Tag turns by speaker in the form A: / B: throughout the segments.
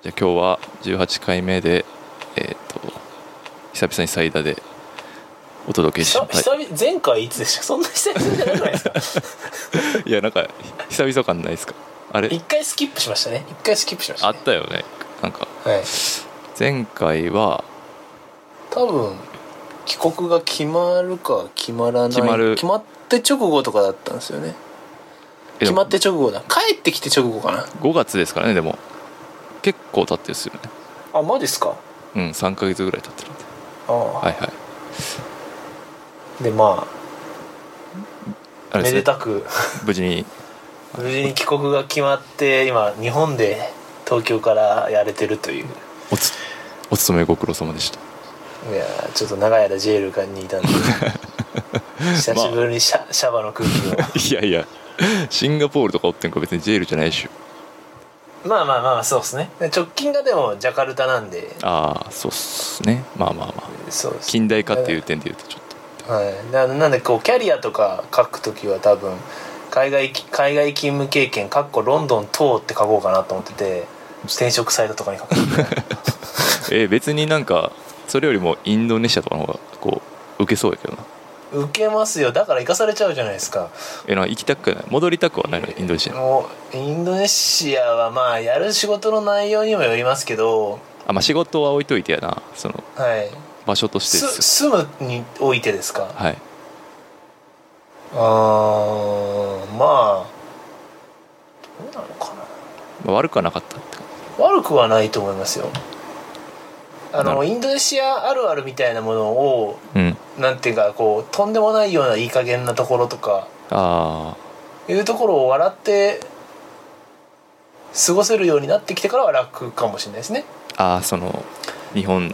A: じゃあ今日は18回目で、えーっと久々にサイダーでお届けし
B: 久
A: まし
B: 々前回いつでしたそんな久々じゃなくないですか
A: たいやなんか久々感ないですかあれ
B: 一回スキップしましたね一回スキップしまし
A: あ
B: た、
A: っ
B: ね、
A: たよねなんか
B: はい
A: 前回は
B: 多分帰国が決まるか決まらない
A: 決まる
B: 決まって直後とかだったんですよ
A: え
B: ね
A: で
B: 決
A: も
B: まって直後だ帰ってきて直後かな
A: 5月ですからねでも結構経ってるっすよね
B: あマジっすか
A: うん3ヶ月ぐらい経ってるんで
B: ああ、
A: はいはい
B: でま
A: あ
B: あ
A: れで
B: め
A: す
B: で
A: ね
B: たく
A: 無事に
B: 無事に帰国が決まって今日本で東京からやれてるという
A: おつお勤めご苦労様でした
B: いやーちょっと長い間ジェイルにいたんで 久しぶりにシャ,、シャバの空気を
A: いやいやシンガポールとかおってんか別にジェールじゃないっしょ
B: まあまあまあそうですね直近がでもジャカルタなんで
A: ああそうっすねまあまあまあ
B: そうです
A: 近代化っていう点で言うとちょっと
B: はいななんでこうキャリアとか書くときは多分海外き海外勤務経験かっこロンドン等って書こうかなと思ってて転職サイトと かに書く
A: えー別になんかそれよりもインドネシアとかの方がこう受けそうやけどな
B: 受けますよだから生かされちゃうじゃないですか
A: えーなんか行きたくない戻りたくはないのインドネシアに
B: もうインドネシアはまあやる仕事の内容にもよりますけど
A: あまあ仕事は置いといてやなその
B: はい
A: 場所としてです
B: す
A: よ
B: 住むにおいてですか
A: はい
B: あーまあどうなのかな
A: まあ悪くはなかったって
B: 悪くはないと思いますよあ
A: なる
B: のインドネシアあるあるみたいなものを
A: うん
B: なんていうかこうとんでもないようないい加減なところとか
A: あ
B: いうところを笑って過ごせるようになってきてからは楽かもしれないですね
A: ーあーその日本っ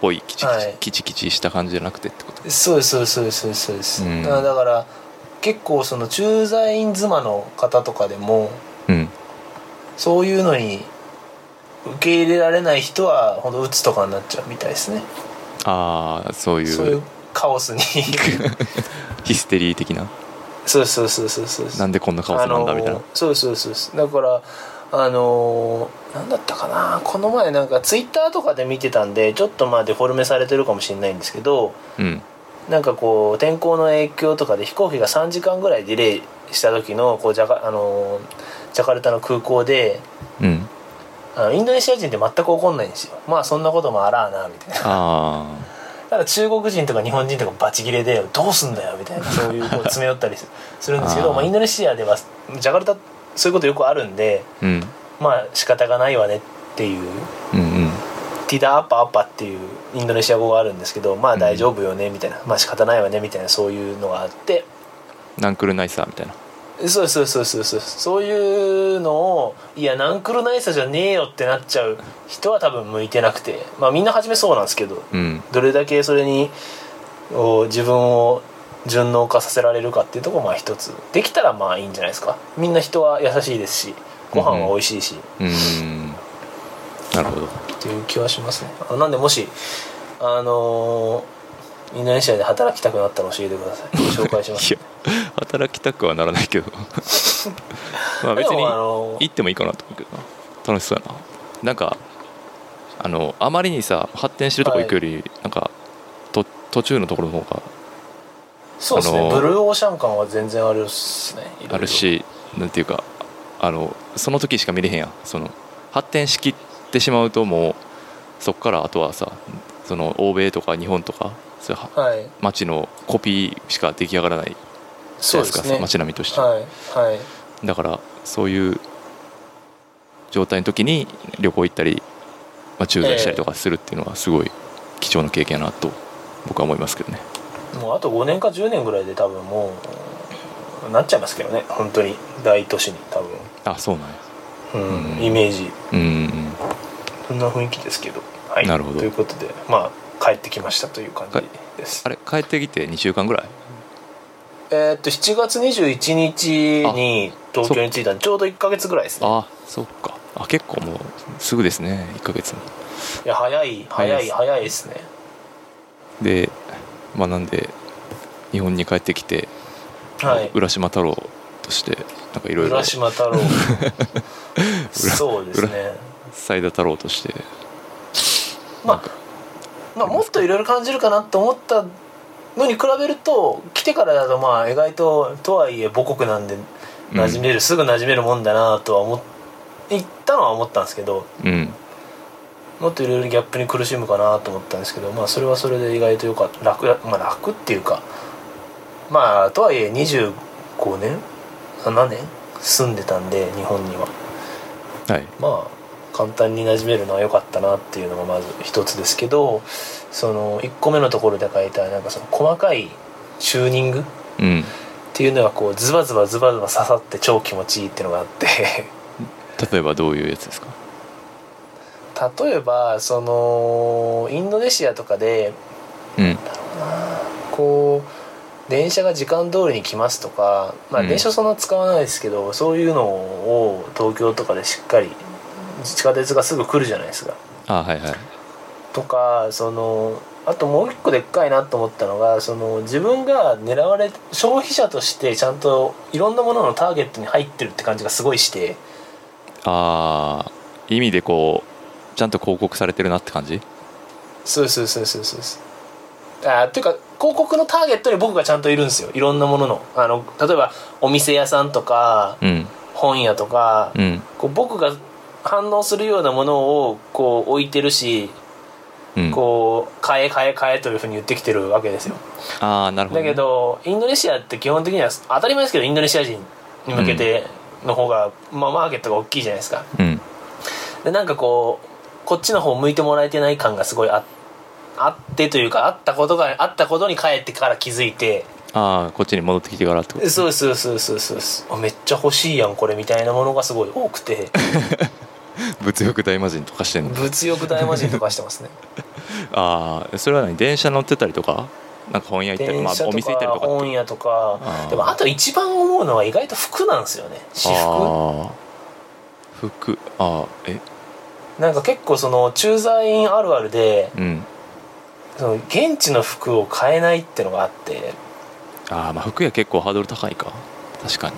A: ぽいキチキチ,、
B: はい
A: キチキチした感じじゃなくてってこと
B: そうですそうですそうですそうですそうです、
A: うん
B: だだから結構その駐在員妻の方とかでも
A: うん
B: そういうのに受け入れられない人は本当鬱とかになっちゃうみたいですね
A: ああそういう
B: そういうカオスに
A: ヒステリー的な
B: そうですそうですそうですそうです
A: なんでこんな顔するんだみたい
B: あ
A: な
B: のそうそうそうそうだからあのーなんだったかなこの前なんかツイッターとかで見てたんでちょっとまあデフォルメされてるかもしれないんですけど
A: うん
B: なんかこう天候の影響とかで飛行機が3時間ぐらいディレイした時のこうジャカ,、あのージャカルタの空港で
A: うん
B: あのインドネシア人って全く怒んないんですよまあそんなこともあらあなみたいな
A: あ
B: ただ中国人とか日本人とかバチギレでどうすんだよみたいなそういうこう詰め寄ったりす するんですけ
A: あ
B: ど
A: ー
B: まあ、インドネシアではジャカルタそういうことよくあるんで
A: あうん
B: まあ仕方がないわねっていう
A: うんうん
B: ティダアッパアッパっていうインドネシア語があるんですけどまあ大丈夫よねみたいな、まあ仕方ないわねみたいなそういうのがあって
A: ナンクルナイサーみたいな
B: そうそうそうそうそうそういうのをいやナンクルナイサじゃねえよってなっちゃう人は多分向いてなくてまあみんな初めそうなんですけど
A: うん
B: どれだけそれにを自分を順応化させられるかっていうところまあ一つできたらまあいいんじゃないですかみんな人は優しいですしご飯は美味しいし、
A: うーんなるほど
B: っていう気はしますねあなんでもしあのーインドネシアで働きたくなったら教えてください紹介しま
A: い
B: す
A: や働きたくはならない けどまあ別
B: で
A: に
B: もあの
A: 行ってもいいかなと思うけどな楽しそうやななんかあのあまりにさ発展してるとこ行くより、なんかと途中のところの方
B: そうですね、
A: あのー
B: ブルーオーシャン感は全然あるっすねいろいろ
A: があるしなんていうかあのその時しか見れへんやんその発展しきってしまうともうそっからあとはさその欧米とか日本とかそういうは
B: はい
A: 街のコピーしか出来上がらないじ
B: そ
A: ゃ
B: う
A: ない
B: で
A: ですか
B: すね
A: 街並みとして、
B: はいはい
A: だからそういう状態の時に旅行行ったり、まあ、駐在したりとかするっていうのはすごい貴重な経験だなと僕は思いますけどね
B: もうあと5年か10年ぐらいで多分もうなっちゃいますけどね本当に大都市に多分
A: あそうなんや
B: うん
A: うん
B: イメージ
A: うん
B: そんな雰囲気ですけど、はい、
A: なるほど
B: ということでまあ帰ってきましたという感じです
A: あれ帰ってきて2週間ぐらい
B: えーっと7月21日に東京に着いたんでちょうど1か月ぐらいですね
A: あそっかあ結構もうすぐですね1ヶ月も
B: いや早い
A: 早
B: 早
A: い
B: い
A: です
B: 早いですね
A: でまあなんで日本に帰ってきて、
B: はい
A: 浦島太 郎としてなんかいろいろ
B: 浦島太郎そうですね
A: 最大太郎として
B: まあ、まあもっといろいろ感じるかなと思ったのに比べると来てからだとまあ意外ととはいえ母国なんで馴染める、すぐ馴染めるもんだなとは思っ言ったのは思ったんですけど
A: うん
B: もっといろいろギャップに苦しむかなと思ったんですけどまあそれはそれで意外とよかった楽,、まあ、楽っていうかまあとはいえ25年7年住んでたんで日本には
A: はい
B: まあ簡単に馴染めるのは良かったなっていうのがまず一つですけどその1個目のところで書いたなんかその細かいチューニングっ
A: うん
B: ていうのがこうズバズバズバズバ刺さって超気持ちいいっていうのがあって
A: 例えばどういうやつですか
B: 例えばそのインドネシアとかで
A: うん
B: こう電車が時間通りに来ますとか、まあ、
A: うん
B: 電車そんな使わないですけど、そういうのを東京とかでしっかり地下鉄がすぐ来るじゃないですか。
A: あはいはい
B: とかそのあともう一個でっかいなと思ったのがその自分が狙われ消費者としてちゃんといろんなもののターゲットに入ってるって感じがすごいして
A: あー意味でこうちゃんと広告されてるなって感じ
B: そうそうそうそうそうそうあーっていうか広告のターゲットに僕がちゃんといるんですよいろんなもののあの例えばお店屋さんとか
A: うん
B: 本屋とか、
A: うん
B: こう僕が反応するようなものをこう置いてるし
A: うん
B: こう買え買え買えというふうに言ってきてるわけですよ
A: ああなるほど、
B: だ
A: ね、
B: けどインドネシアって基本的には当たり前ですけどインドネシア人に向けての方が、まあ、マーケットが大きいじゃないですか
A: うん
B: でなんかこうこっちの方向いてもらえてない感がすごいああってというかあったことがあったことに帰ってから気づいて
A: ああこっちに戻ってきてからってこと
B: そうですそうですそうですそうですあめっちゃ欲しいやんこれみたいなものがすごい多く て
A: 物欲大魔人とかしてんの
B: 物欲大魔人とかしてますね
A: ああそれは何電車乗ってたりとかなんか本屋行ったり、
B: 電
A: まあ
B: 車、
A: お
B: と
A: 店行ったり
B: か
A: とかっ
B: 本
A: て
B: 屋とか
A: あー
B: でもあと一番思うのは意外と服なんですよね私服
A: ああ服ああえ
B: なんか結構その駐在員あるあるで
A: うん
B: その現地の服を買えないってのがあって
A: ああまあ服屋結構ハードル高いか確かに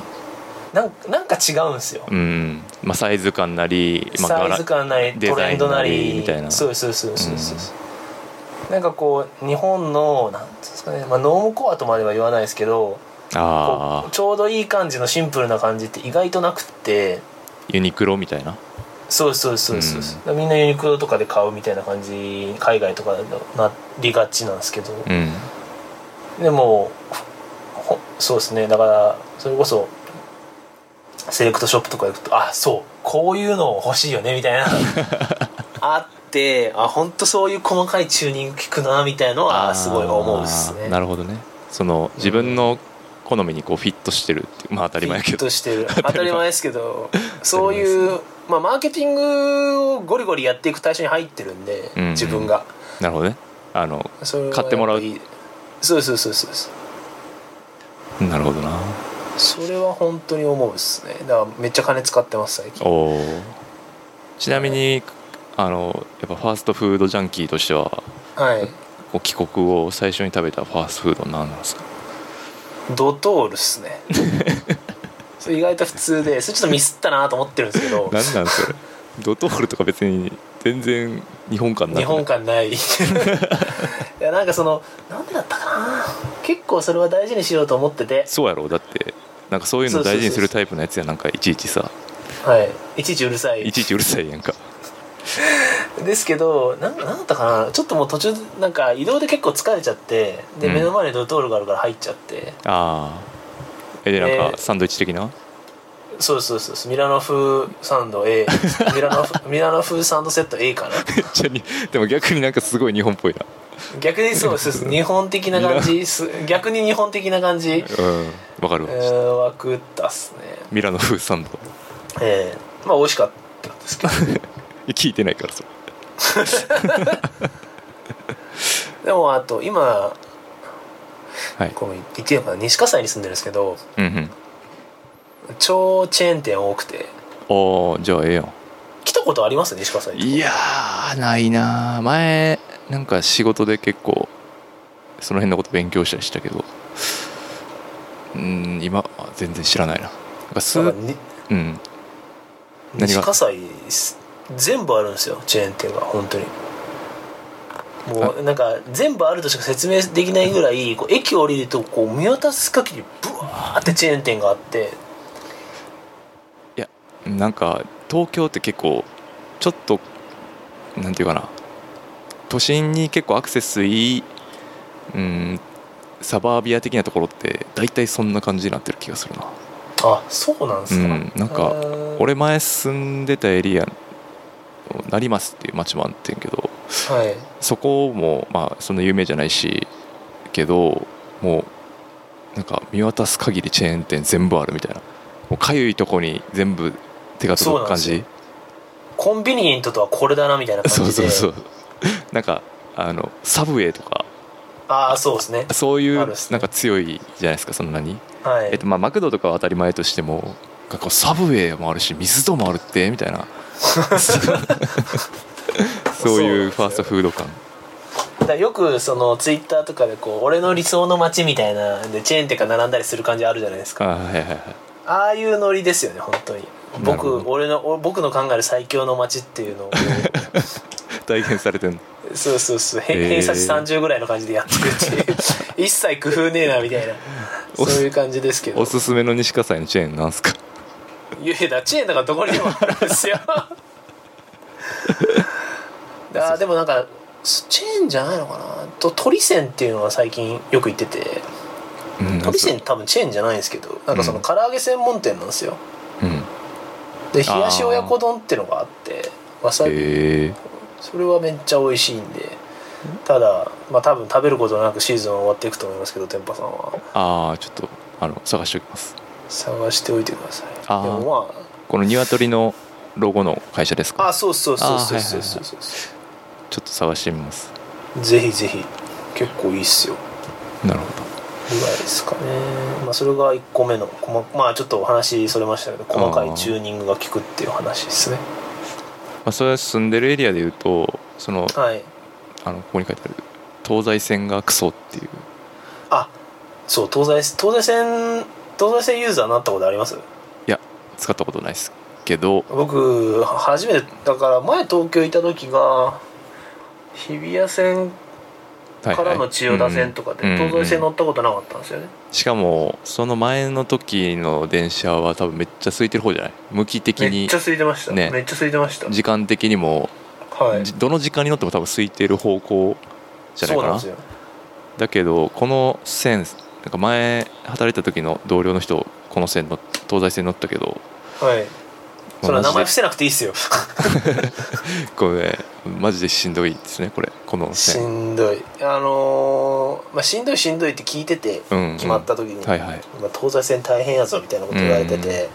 B: なんなんか違うんですよ、
A: うんまあサイズ感なり、まあ、
B: サイズ感なり
A: デ
B: ト
A: ザ
B: レ
A: イ
B: ン
A: ン
B: ドなり
A: みたいな
B: そうそうそうそうそうなんかこう日本のなんていうんですかね、まあ、ノームコアとまでは言わないですけどこ
A: あ
B: う
A: あ
B: ちょうどいい感じのシンプルな感じって意外となくって
A: ユニクロみたいな
B: そうそうそうそう、だからみんなユニクロとかで買うみたいな感じ海外とかだとなりがちなんですけど、
A: うん
B: でもほそうですねだからそれこそセレクトショップとか行くとあそうこういうの欲しいよねみたいな あってあ本当そういう細かいチューニング効くなみたいのはすごい思うっす
A: あ
B: ね
A: ーなるほどねその自分の好みにこうフィットしてるっていうまあ当たり前やけ
B: フィッ
A: ど
B: トして る当たり前ですけどそういう、まあ、マーケティングをゴリゴリやっていく対象に入ってるんで、
A: うんうん
B: 自分が
A: なるほどねあの
B: それは
A: 買ってもらう
B: やっぱりそうそうそうそうそう
A: なるほどな
B: それは本当に思うっすねだからめっちゃ金使ってます最近
A: おーちなみにあのやっぱファーストフードジャンキーとしては
B: はい
A: こう帰国後最初に食べたファーストフード何なんですか
B: ドトールっすねそれ意外と普通でそれちょっとミスったなと思ってるんですけど
A: 何なんそれドトールとか別に全然日本感なくない
B: 日本感な いいやなんかそのなんでだったかな結構それは大事にしようと思ってて、
A: そうやろだってなんかそういうの大事にするタイプのやつやなんかいちいちさ
B: はい、いちいちうるさい
A: いちいちうるさいやんか
B: ですけどなんなんだったかなちょっともう途中なんか移動で結構疲れちゃってで、
A: うん
B: 目の前にドトールがあるから入っちゃって
A: ああえでなん
B: え
A: か
B: ー
A: サンドイッチ的な、
B: そうそうそうそうミラノ風サンド A ミラ ノ風ミラノ風サンドセット A かな
A: めっちゃにでも逆になんかすごい日本っぽいな
B: 逆にそうそうそう日本的な感じす逆に日本的な感じ
A: うんわかるわ、
B: えー、わくったっすね
A: ミラノ風サンド
B: ええまあ美味しかったんで すけど
A: 聞いてないからそれ
B: でもあと今
A: はい
B: こう言っていいのかな西葛西に住んでるんですけど
A: うんうん
B: 超チェーン店多くて
A: おーじゃあええやん
B: 来たことあります西葛西
A: いやーないなー前なんか仕事で結構その辺のこと勉強したりしたけどうん今あ全然知らないななんかス
B: なんか
A: ー
B: に
A: うん何
B: 西
A: が
B: 葛西全部あるんですよチェーン店は本当にもうなんか全部あるとしか説明できないぐらいこう駅降りるとこう見渡す限りブワーってチェーン店があって
A: いやなんか東京って結構ちょっとなんていうかな都心に結構アクセスいい、うん、サバービア的なところって大体そんな感じになってる気がするな
B: あそうなんですか、
A: うんなんか
B: あー
A: 俺前住んでたエリア成増っていう町もあってんけど
B: はい
A: そこもまあそんな有名じゃないしけどもうなんか見渡す限りチェーン店全部あるみたいなもうかゆいとこに全部手が届く感じ
B: コンビニエントとはこれだなみたいな
A: そ
B: 感
A: う
B: じ
A: そう
B: で
A: そうなんかあのサブウェイとか
B: ああそうですね
A: そういう
B: あ
A: なん
B: るっすね
A: か強いじゃないですかそんなに、
B: はい、
A: えっとまあ、マクドとかは当たり前としてもなんかこうサブウェイもあるし水戸もあるってみた いなそういうファーストフード感
B: だからよくそのツイッターとかでこう俺の理想の街みたいなでチェーン店が並んだりする感じあるじゃないです
A: あ
B: か
A: はいはいはい
B: ああいうノリですよね本当に
A: なるほ
B: 僕
A: ど
B: 俺のお僕の考える最強の街っ ていうのを
A: 体現されてる
B: そうそうそうへ
A: へー
B: 偏差値30ぐらいの感じでやってるっ ていう一切工夫ねえなみたいな
A: お
B: そういう感じですけど
A: おすすめの西葛西のチェーンなんすか
B: いやいやチェーンだからどこにでもあるんで すよあでもなんかチェーンじゃないのかなと鳥線っていうのは最近よく行ってて
A: うん
B: 鳥線多分チェーンじゃないんですけどなんかその唐揚げ専門店なんですよ
A: うん
B: で冷やし親子丼ってのがあってわさび
A: へえ
B: それはめっちゃ美味しいんでただまあ多分食べることなくシーズンは終わっていくと思いますけど天パさんは
A: ああちょっとあの探しておきます
B: 探しておいてくださいで
A: あー
B: もま
A: この鶏のロゴの会社です
B: ああ
A: か
B: そうそうそうそ
A: あーはい
B: うそう
A: はい
B: そうそう、
A: ちょっと探してみます
B: ぜひぜひ結構いいっすよ
A: なるほ
B: ぐらいですかね、まあ、それが1個目の細まあちょっとお話それましたけど細かいチューニングが効くっていう話ですね
A: ど、まあ、それは住んでるエリアでいうとその
B: はい
A: あのここに書いてある東西線がクソっていう
B: あそう東西東西線東西線ユーザーになったことあります
A: 使ったことないですけど
B: 僕初めてだから前東京いた時が日比谷線
A: はいはい
B: からの千代田線とか
A: うん
B: で東西線
A: うん
B: 乗ったことなかったんですよね
A: しかもその前の時の電車は多分めっちゃ空いてる方じゃない向き的
B: めっ
A: に
B: ちゃ空いてました
A: ね
B: めっちゃ空いてました
A: 時間的にも、
B: はい
A: じどの時間に乗っても多分空いてる方向じゃない
B: そう
A: か
B: なん
A: な
B: ですよ
A: だけどこの線なんか前働いた時の同僚の人この線の東西線乗ったけど
B: はいそれ
A: マ
B: は名
A: ジで
B: 前伏せなくていいっすよ
A: これマジでしんどいですねこれこの
B: し
A: 線
B: んどいあのーまあ、しんどいしんどいって聞いてて
A: うんうん
B: 決まった時に、
A: はいはい
B: まあ、東西線大変やぞみたいなこと言われてて、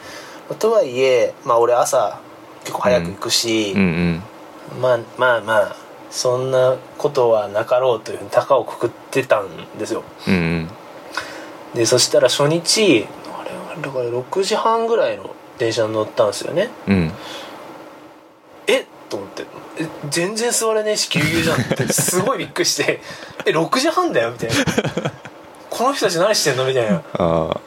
B: まあとはいえ、まあ、俺朝結構早く行くし、
A: うんうん
B: まあまあまあそんなことはなかろうというふうに高をくくってたんですよ
A: うんうん
B: でそしたら初日あれはだから6時半ぐらいの電車に乗ったんですよね
A: うん
B: えっと思ってえ全然座れねえしぎゅうぎゅうじゃん ってすごいびっくりしてえ6時半だよみたいなこの人たち何してんのみたいな
A: あ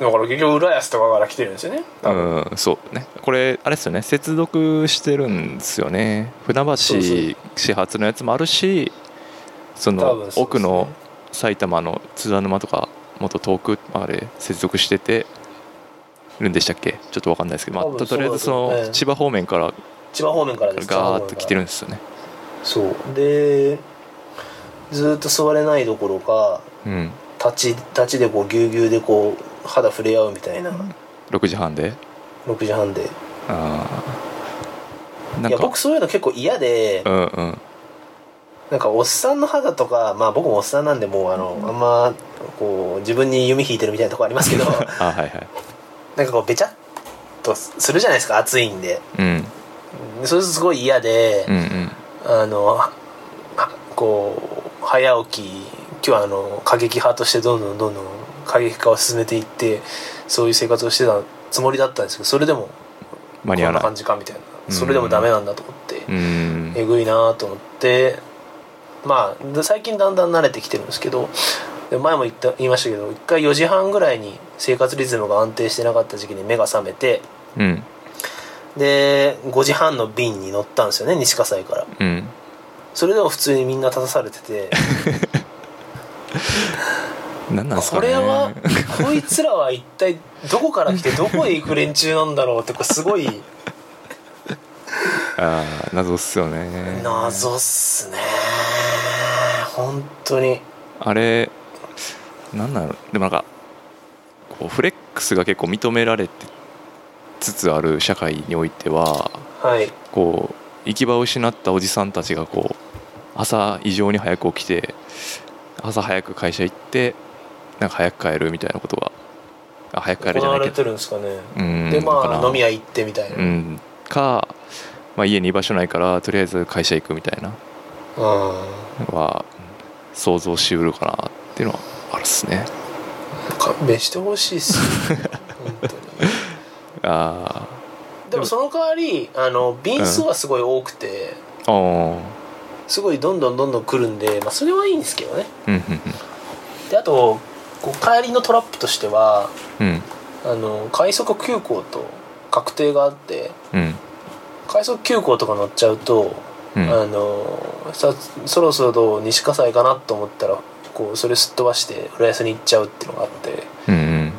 B: だから結局浦安とかから来てるんですよね
A: あうんそうねこれあれですよね接続してるんですよね船橋
B: そうそう
A: 始発のやつもあるしそ
B: 多
A: の
B: 分そうですね
A: 奥の埼玉の津田沼とかもっと遠くまで接続しててるんでしたっけちょっと分かんないですけど、ま
B: 多分
A: あ、とりあえずそ
B: そうだと思う
A: の
B: ね
A: 千葉方面から
B: 千葉方面からです
A: ガーッと来て
B: る
A: るんですよね
B: そうでずーっと座れないどころか
A: うん
B: 立ち立ちでこうぎゅうぎゅうでこう肌触れ合うみたいな
A: 6時半で
B: 6時半で
A: ああないん
B: や
A: か
B: 僕そういうの結構嫌で
A: うんうん
B: なんかおっさんの肌とかまあ僕もおっさんなんでもうあのあんまこう自分に弓引いてるみたいなとこありますけどなんか
A: あはいはい
B: こうべちゃっとするじゃないですか暑いんで
A: うん
B: でそれすごい嫌で
A: うんうん
B: あのはこう早起き今日はあの過激派としてどんどんどんどん過激化を進めていってそういう生活をしてたつもりだったんですけどそれでも
A: 間に合
B: こ
A: わ
B: んな
A: ない
B: 感じかみたいな
A: うん
B: それでもダメなんだと思って
A: うん
B: えぐいなと思ってまあで最近だんだん慣れてきてるんですけどで前も言った言いましたけど一回4時半ぐらいに生活リズムが安定してなかった時期に目が覚めて
A: うん
B: で5時半の便に乗ったんですよね西葛西から
A: うん
B: それでも普通にみんな立たされてて
A: 何なんすか
B: こ
A: ね
B: れはこいつらは一体どこから来てどこへ行く連中なんだろうってこれすごい
A: あー謎っすよね
B: 謎っすね本当に
A: あれなんなのでもなんかこうフレックスが結構認められてつつある社会においては
B: はい
A: こう行き場を失ったおじさんたちがこう朝異常に早く起きて朝早く会社行ってなんか早く帰るみたいなことがあ早く帰るじ
B: 行
A: ゃな
B: わ
A: いけ
B: れ
A: ど
B: てるんですかね
A: うん
B: で
A: か
B: ま
A: な
B: あ飲み屋行ってみたいな、
A: う
B: うん
A: んか、まあ、家に居場所ないからとりあえず会社行くみたいなのは想像しうるかなっていうのはあるっすね
B: 勘弁してほしいっす 本当に
A: あ
B: でもその代わりあの便数はすごい多くて、
A: ーあ
B: すごいどんどんどんどん来るんで、まあ、それはいいんですけどね
A: うんうん
B: であとこう帰りのトラップとしては
A: うんうん
B: あの快速急行と確定があって
A: うん
B: 快速急行とか乗っちゃうと、
A: うん
B: あのさそろそろ西葛西かなと思ったらこうそれすっ飛ばして浦安に行っちゃうっていうのがあって
A: うんうん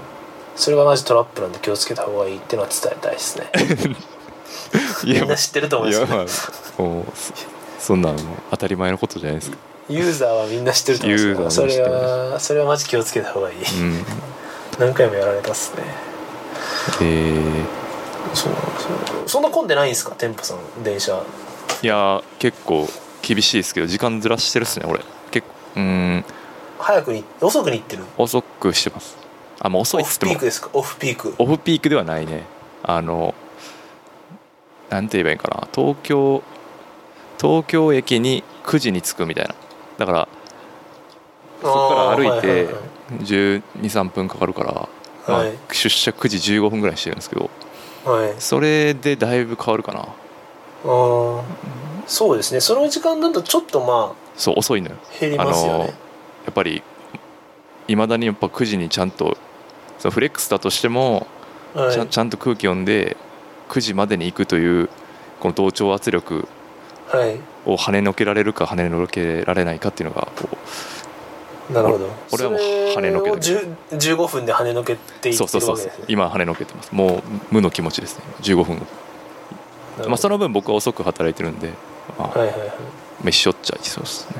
B: それがマジトラップなんで気をつけた方がいいっていうのは伝えたいですね
A: い
B: みんな知ってると思うん
A: い
B: です
A: や
B: けど
A: まあもうそそんなんもう当たり前のことじゃないですか
B: ユーザーはみんな知ってると思うんです
A: ユ
B: けどそ
A: ー
B: れ
A: ザーは
B: はそれはマジ気をつけた方がいい、
A: うん
B: 何回もやられたっすね
A: え
B: そうそうそんな混んでないんですか店舗さん電車
A: ーいや結構厳しいですけど時間ずらしてるっすね俺結構うん
B: 早くに遅くに行ってる
A: 遅くしてますあもう遅
B: オ
A: いっつっ
B: フ
A: て
B: ピ
A: も
B: ークですかオフピーク
A: オフピークではないねあのなんて言えばいいんかな東京東京駅に9時に着くみたいなだからそっから歩いて1 2 3分かかるから、まあ
B: はい
A: 出社9時15分ぐらいにしてるんですけど
B: はいはいはい、はい
A: それでだいぶ変わるかな
B: あーそうですねその時間だとちょっとま
A: そう遅いのよ
B: あ減りますよね
A: やっぱりいまだにやっぱ9時にちゃんとそのフレックスだとしても
B: はい
A: ちゃんちゃんと空気読んで9時までに行くというこの同調圧力
B: はい
A: を跳ねのけられるか跳ねのけられないかっていうのがこ
B: なるほど
A: 俺はもう跳ねのけてる
B: それを10 15分で跳ねのけて
A: う
B: いって
A: そう
B: る
A: そうそ
B: わ
A: う
B: け
A: そ
B: で
A: う
B: すね
A: 今跳ねのけてますもう無の気持ちですね15分、
B: なるほど
A: まあ、その分僕は遅く働いてるんで、ま
B: は
A: あ、
B: いはいはい
A: 飯しょっちゃいそうですね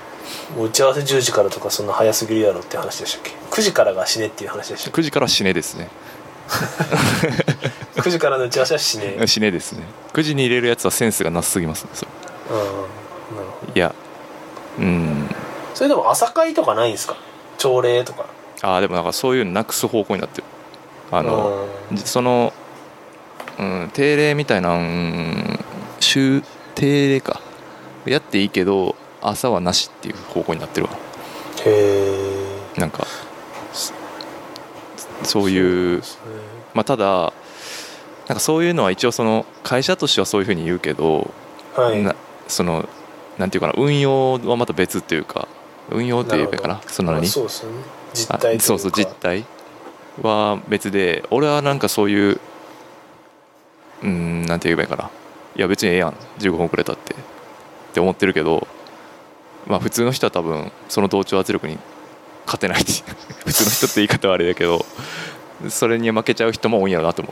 B: もう打ち合わせ10時からとかそんな早すぎるやろって話でしたっけ9時からが死ねっていう話でしたっ
A: 9時から死ねですね
B: け9時からの打ち合わせは死ねうんなる
A: 死ねですね9時に入れるやつはセンスがなさすぎますねそれ
B: ほど
A: いやうん
B: それでも朝会とかないんですか朝礼とか
A: ああでもなんかそういうのなくす方向になってるあ
B: あ
A: の、その、うん、定例みたいな、うん、週定例かやっていいけど朝はなしっていう方向になってるわ
B: へえ
A: なんかそそういうまあただなんかそういうのは一応その会社としてはそういうふうに言うけど、
B: はい
A: なそのなんていうかな運用はまた別っていうか運用って言えばいいかな
B: な
A: その何
B: まあそうですよね実
A: あ
B: 態というか
A: そうそう実態は別で俺はなんかそういううーんなんて言えばいいかないや別にええやん15分遅れたってって思ってるけどまあ普通の人は多分その同調圧力に勝てない 普通の人って言い方はあれだけどそれに負けちゃう人も多いんやろなと思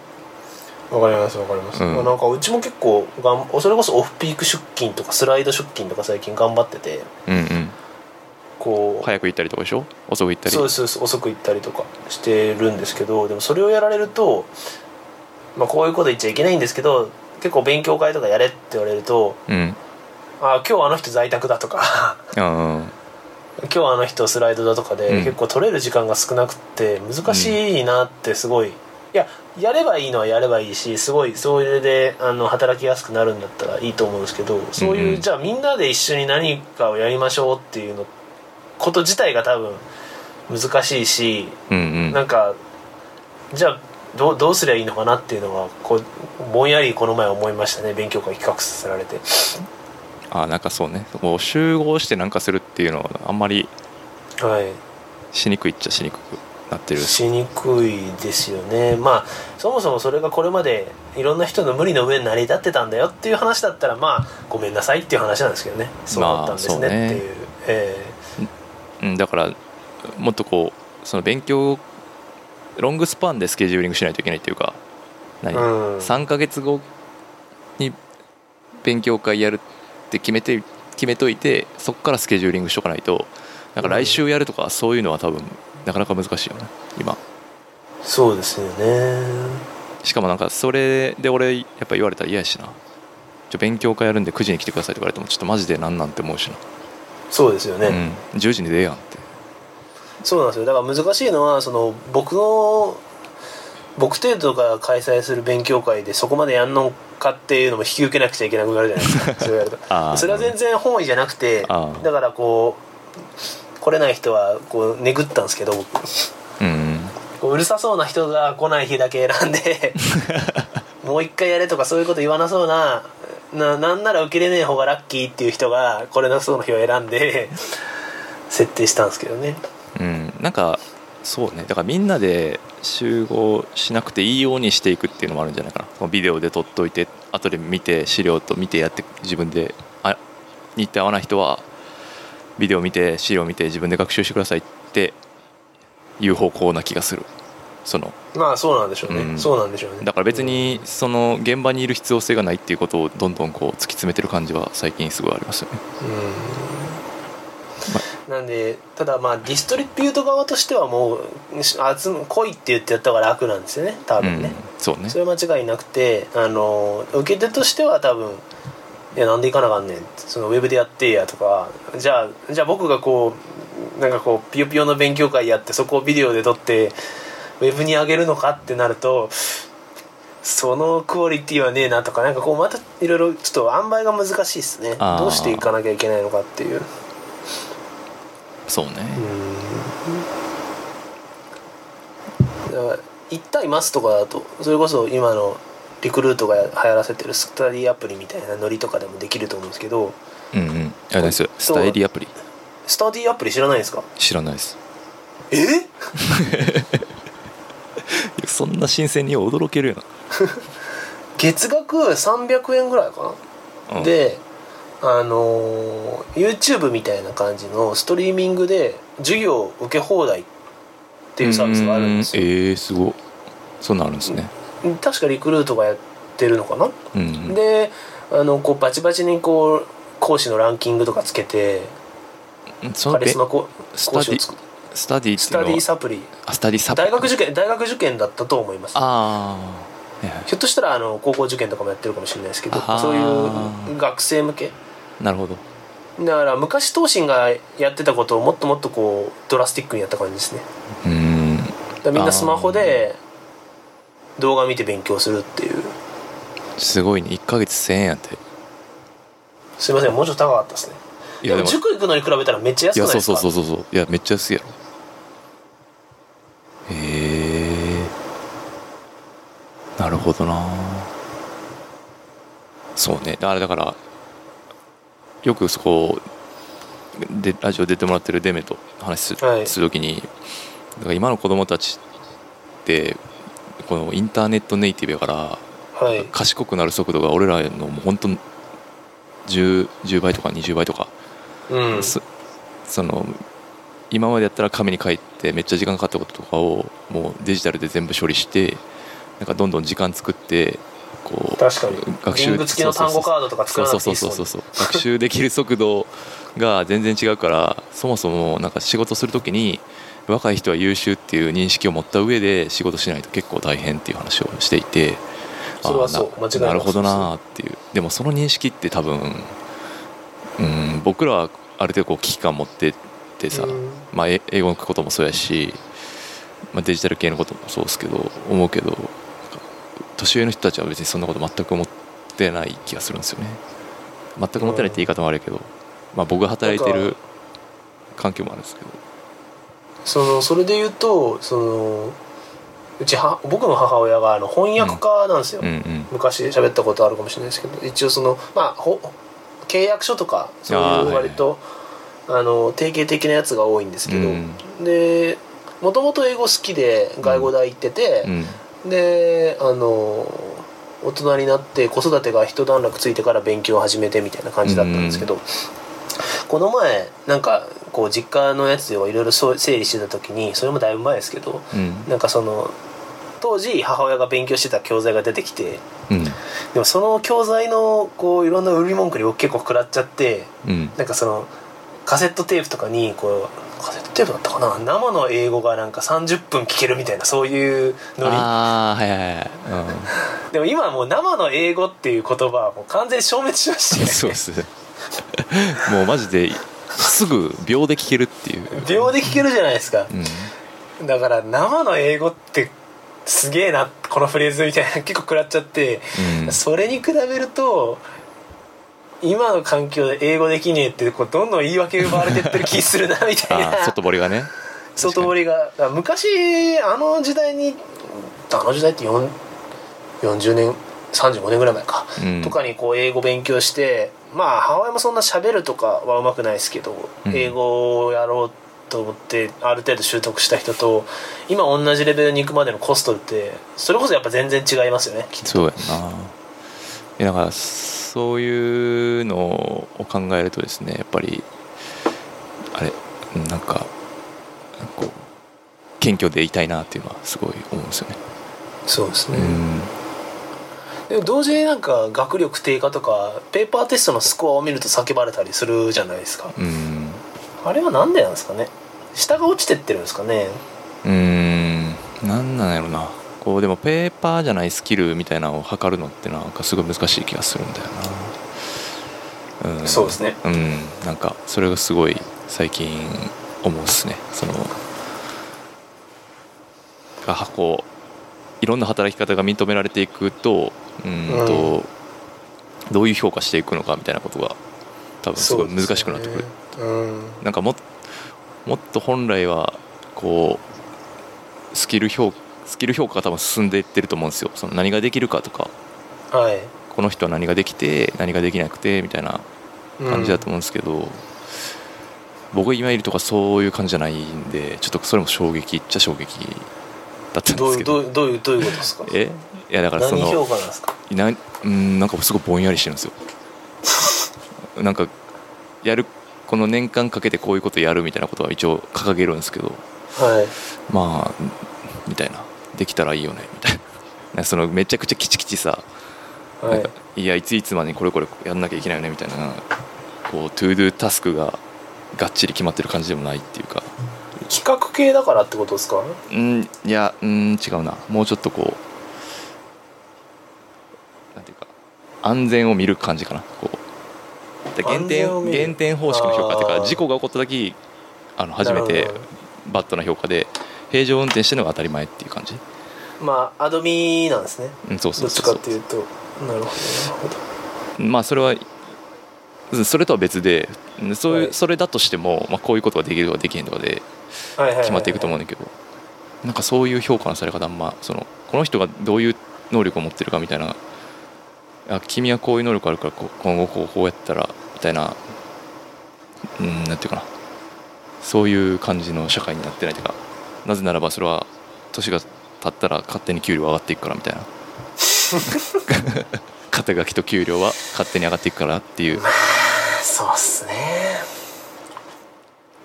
B: わかりますわかります、
A: うん
B: まあなんかうちも結構がんそれこそオフピーク出勤とかスライド出勤とか最近頑張ってて
A: う、うんうん、
B: こう
A: 早く行ったりとかでしょ遅く行ったり
B: そうですそうです遅く行ったりとかしてるんですけどでもそれをやられると、まあ、こういうこと言っちゃいけないんですけど結構勉強会とかやれって言われると
A: うん
B: 「ああ今日あの人在宅だ」とか
A: あ
B: 「今日あの人スライドだ」とかで、
A: うん
B: 結構取れる時間が少なくて難しいなってすごい、いややればいいのはやればいいしすごいそれであの働きやすくなるんだったらいいと思うんですけどそういう、
A: うんうん
B: じゃあみんなで一緒に何かをやりましょうっていうのこと自体が多分難しいし
A: ーうんうん
B: なんかじゃあどうどうすりゃいいのかなっていうのはこうぼんやりこの前思いましたね勉強会企画させられて
A: あなんかそうねもう集合してなんかするっていうのはあんまり
B: はい
A: しにくいっちゃしにくくなってる
B: しにくいですよねまあそもそもそれがこれまでいろんな人の無理の上に成り立ってたんだよっていう話だったらまあごめんなさいっていう話なんですけどねそうだったんですね
A: まあそうね
B: っていう、え
A: うん、だからもっとこうその勉強をロングスパンでスケジューリングしないといけないというか
B: え
A: 何、
B: うん
A: 3ヶ月後に勉強会やるって決めて決めといてそこからスケジューリングしとかないとなんか来週やるとかそういうのは多分なかなか難しいよね今
B: そうですよね
A: しかもなんかそれで俺やっぱ言われたら嫌やしなちょ勉強会やるんで9時に来てくださいとか言われてもちょっとマジでなんなんて思うし
B: そうですよね、
A: な、うん、10時に出えやんって
B: そうなんですよだから難しいのはその僕の僕程度が開催する勉強会でそこまでやんのかっていうのも引き受けなくちゃいけなくなるじゃないですかそう言われると
A: あー
B: それは全然本意じゃなくて
A: あー
B: だからこう来れない人はこうねぐったんですけど僕
A: うん
B: こううるさそうな人が来ない日だけ選 んでもう一回やれとかそういうこと言わなそうなななんなら受けれねえ方がラッキーっていう人が来れなそうな日を選んで設定したんですけどね
A: うん、なんかそうねだからみんなで集合しなくていいようにしていくっていうのもあるんじゃないかなそのビデオで撮っといて後で見て資料と見てやって自分であ日程合わない人はビデオ見て資料見て自分で学習してくださいっていう方向な気がするその
B: まあそうなんでしょうね、
A: うん
B: そうなんでしょうね
A: だから別にその現場にいる必要性がないっていうことをどんどんこう突き詰めてる感じは最近すごいありますよね
B: うん、なんでただまあディストリビュート側としてはもうし集む来いって言ってやった方が楽なんですよね多分
A: う
B: ね、
A: ん、そうね
B: それは間違いなくてあの受け手としては多分いやなんで行かなあかんねんそのウェブでやってやとかじゃあじゃあ僕がこうなんかこうピヨピヨの勉強会やってそこをビデオで撮ってウェブに上げるのかってなるとそのクオリティはねえなとかなんかこうまたいろいろちょっと塩梅が難しいですね
A: あー
B: どうしていかなきゃいけないのかっていう
A: そうね、
B: だから一対マスとかだとそれこそ今のリクルートが流行らせてるスタディアプリみたいなノリとかでもできると思うんですけど
A: うんうんあれですスタイリーアプリ
B: スタディアプリ知らないですか
A: 知らないです
B: え
A: いやそんな新鮮に驚けるよ
B: 月額300円ぐらいか
A: な、
B: な、
A: うん、
B: であのー YouTube みたいな感じのストリーミングで授業受け放題っていうサービスがあるんですよ、
A: うえー、すごいそんなんあるんですね
B: 確かリクルートがやってるのかな
A: うんうん
B: であのこうバチバチにこう講師のランキングとかつけて
A: そ
B: カ
A: の
B: リ
A: べ
B: スマこ
A: ス
B: 講
A: タ
B: 師
A: デ
B: を
A: ィ
B: つく
A: スタディ
B: ス
A: ってい
B: タ
A: う
B: デ
A: の
B: ィ
A: は
B: サプリ
A: あスタディサプ
B: 大学受験大学受験だったと思います
A: ああ、はいは
B: ひょっとしたらあの高校受験とかもやってるかもしれないですけど
A: あー
B: そういう学生向け
A: い、なるほど
B: だから昔東進がやってたことをもっともっとこうドラスティックにやった感じですね
A: うーん
B: だからみんなスマホで動画見て勉強するっていう
A: すごいね1ヶ月1000円やって
B: すいませんもうちょっと高かったですね
A: い
B: で
A: や
B: も
A: でも
B: 塾行くのに比べたらめっちゃ安
A: い
B: く
A: や
B: ない
A: そ
B: で
A: う
B: す
A: そ
B: か
A: うそうそうそういやめっちゃ安いやろへえなるほどなそうねだからだからよくそこでラジオ出てもらってるデメと話す,、
B: はい
A: するときにだから今の子供たちってこのインターネットネイティブやから
B: はい
A: 賢くなる速度が俺らのもう本当 10, 10倍とか20倍とか
B: うん
A: そその今までやったら紙に書いてめっちゃ時間かかったこととかをもうデジタルで全部処理してなんかどんどん時間作ってこう
B: 確かに
A: 学習
B: リング付きの単語カードとか作
A: そう
B: らな
A: そう
B: くてい
A: そ
B: いうで
A: そうんそう
B: すもね
A: そう 学習できる速度が全然違うからそもそもなんか仕事するときに若い人は優秀っていう認識を持った上で仕事しないと結構大変っていう話をしていて
B: それはそう
A: あー
B: 間違いなく
A: なるほ
B: そう
A: どなーっていうでもその認識って多分うん僕らはある程度こう危機感持ってってさ、
B: うん
A: まあ、え英語のこともそうやし、まあ、デジタル系のこともそうですけど思うけどなんか年上の人たちは別にそんなこと全く思ってない気がするんですよね全く思ってないって言い方もあるけど、まあ、僕が働いて
B: なん
A: る
B: か
A: 環境もあるんですけど
B: そのそれで言うとそのうちは僕の母親があの翻訳家なんですよ、
A: うんうん
B: 昔喋ったことあるかもしれないですけど一応そのまあほ契約書とかそう
A: あー
B: いう割とあ、の定型的なやつが多いんですけど、
A: うん
B: でもともと英語好きで外語大行ってて、
A: うん
B: であの大人になって子育てが一段落ついてから勉強を始めてみたいな感じだったんですけど、この前なんかこう実家のやつをいろいろそう整理してた時にそれもだいぶ前ですけど
A: うん
B: なんかその当時母親が勉強してた教材が出てきて
A: うん
B: でもその教材のこういろんな売り文句に僕結構食らっちゃって
A: うん
B: なんかそのカセットテープとかにこうカセットテープだったかな生の英語がなんか30分聞けるみたいなそういうノリ
A: ああはいはいはい、
B: でも今はもう生の英語っていう言葉はもう完全に消滅しました
A: う
B: よ
A: ん、
B: ね
A: そうですもうマジですぐ秒で聞けるっていう、
B: 秒で聞けるじゃないですか
A: うん、
B: だから生の英語ってすげえなこのフレーズみたいな結構食らっちゃって、
A: うん
B: それに比べると今の環境で英語できねえってこうどんどん言い訳奪われてってる気するなみたい
A: あ
B: な
A: あ外堀がね
B: 外堀がだから昔あの時代にあの時代って4 40年35年ぐらい前か、
A: うん
B: とかにこう英語勉強してまあ母親もそんな喋るとかはうまくないですけど、
A: うん
B: 英語をやろうと思ってある程度習得した人と今同じレベルに行くまでのコストってそれこそやっぱ全然違いますよねきっと
A: そうやんなえだからそういうのを考えるとですねやっぱりあれなんかこう謙虚でいたいなっていうのはすごい思うんですよね
B: そうですね
A: うん
B: でも同時になんか学力低下とかペーパーテストのスコアを見ると叫ばれたりするじゃないですか
A: うん
B: あれはなんでなんですかね下が落ちてってるんですかね
A: うーんなんなんやろなこうでもペーパーじゃないスキルみたいなのを測るのってなんかすごい難しい気がするんだよな、うん、
B: そうですね
A: うんなんかそれがすごい最近思うっすねそのがこういろんな働き方が認められていくとうーんと、どういう評価していくのかみたいなことが多分すごい難しくなってくる
B: そうですねうん
A: なんかもっもっと本来はこうスキル評スキル評価が多分進んでいってると思うんですよその何ができるかとか
B: はい
A: この人は何ができて何ができなくてみたいな感じだと思うんですけど、僕今いるとかそういう感じじゃないんでちょっとそれも衝撃っちゃ衝撃だったん
B: ど
A: です
B: ういう
A: け
B: ど
A: ど
B: ういうどういうどういうことですか
A: えいやだからそ
B: 何評
A: の
B: 価なんですか
A: なうんなんかすごいぼんやりしてるんですよ なんかやるこの年間かけてこういうことやるみたいなことは一応掲げるんですけど
B: はい
A: まあみたいなできたらいいよねみたいななんかそのめちゃくちゃキチキチさ、
B: はい
A: なんかいやいついつまでにこれこれやんなきゃいけないよねみたいなこうトゥードゥタスクががっちり決まってる感じでもないっていうか
B: 企画系だからってことですか
A: うんいやうん違うなもうちょっとこうなんていうか安全を見る感じかなこうで減
B: 安全を
A: 点
B: 見る
A: 減点方式の評価っていう
B: あ
A: か
B: ー
A: 事故が起こった時あの初め
B: なる
A: て
B: ほどなる
A: バッドな評価で平常運転してるのが当たり前っていう感じ
B: まあアドミなんですね
A: うんそうそ
B: ど
A: う
B: っち
A: そ
B: か
A: う
B: っていうとなるほどなるほど
A: まあそれはうんそれとは別でうんそういう、
B: はい
A: それだとしても、まあ、こういうことができるとかできへんとかで
B: はいはいはいはい
A: 決まっていくと思うんだけど、なんかそういう評価のされ方あんまそのこの人がどういう能力を持ってるかみたいなあ君はこういう能力あるからこう今後こうこうやったらみたいなうんなんていうかなそういう感じの社会になってないというかなぜならばそれは年が経ったら勝手に給料上がっていくからみたいな肩書きと給料は勝手に上がっていくからっていう、
B: そうっすね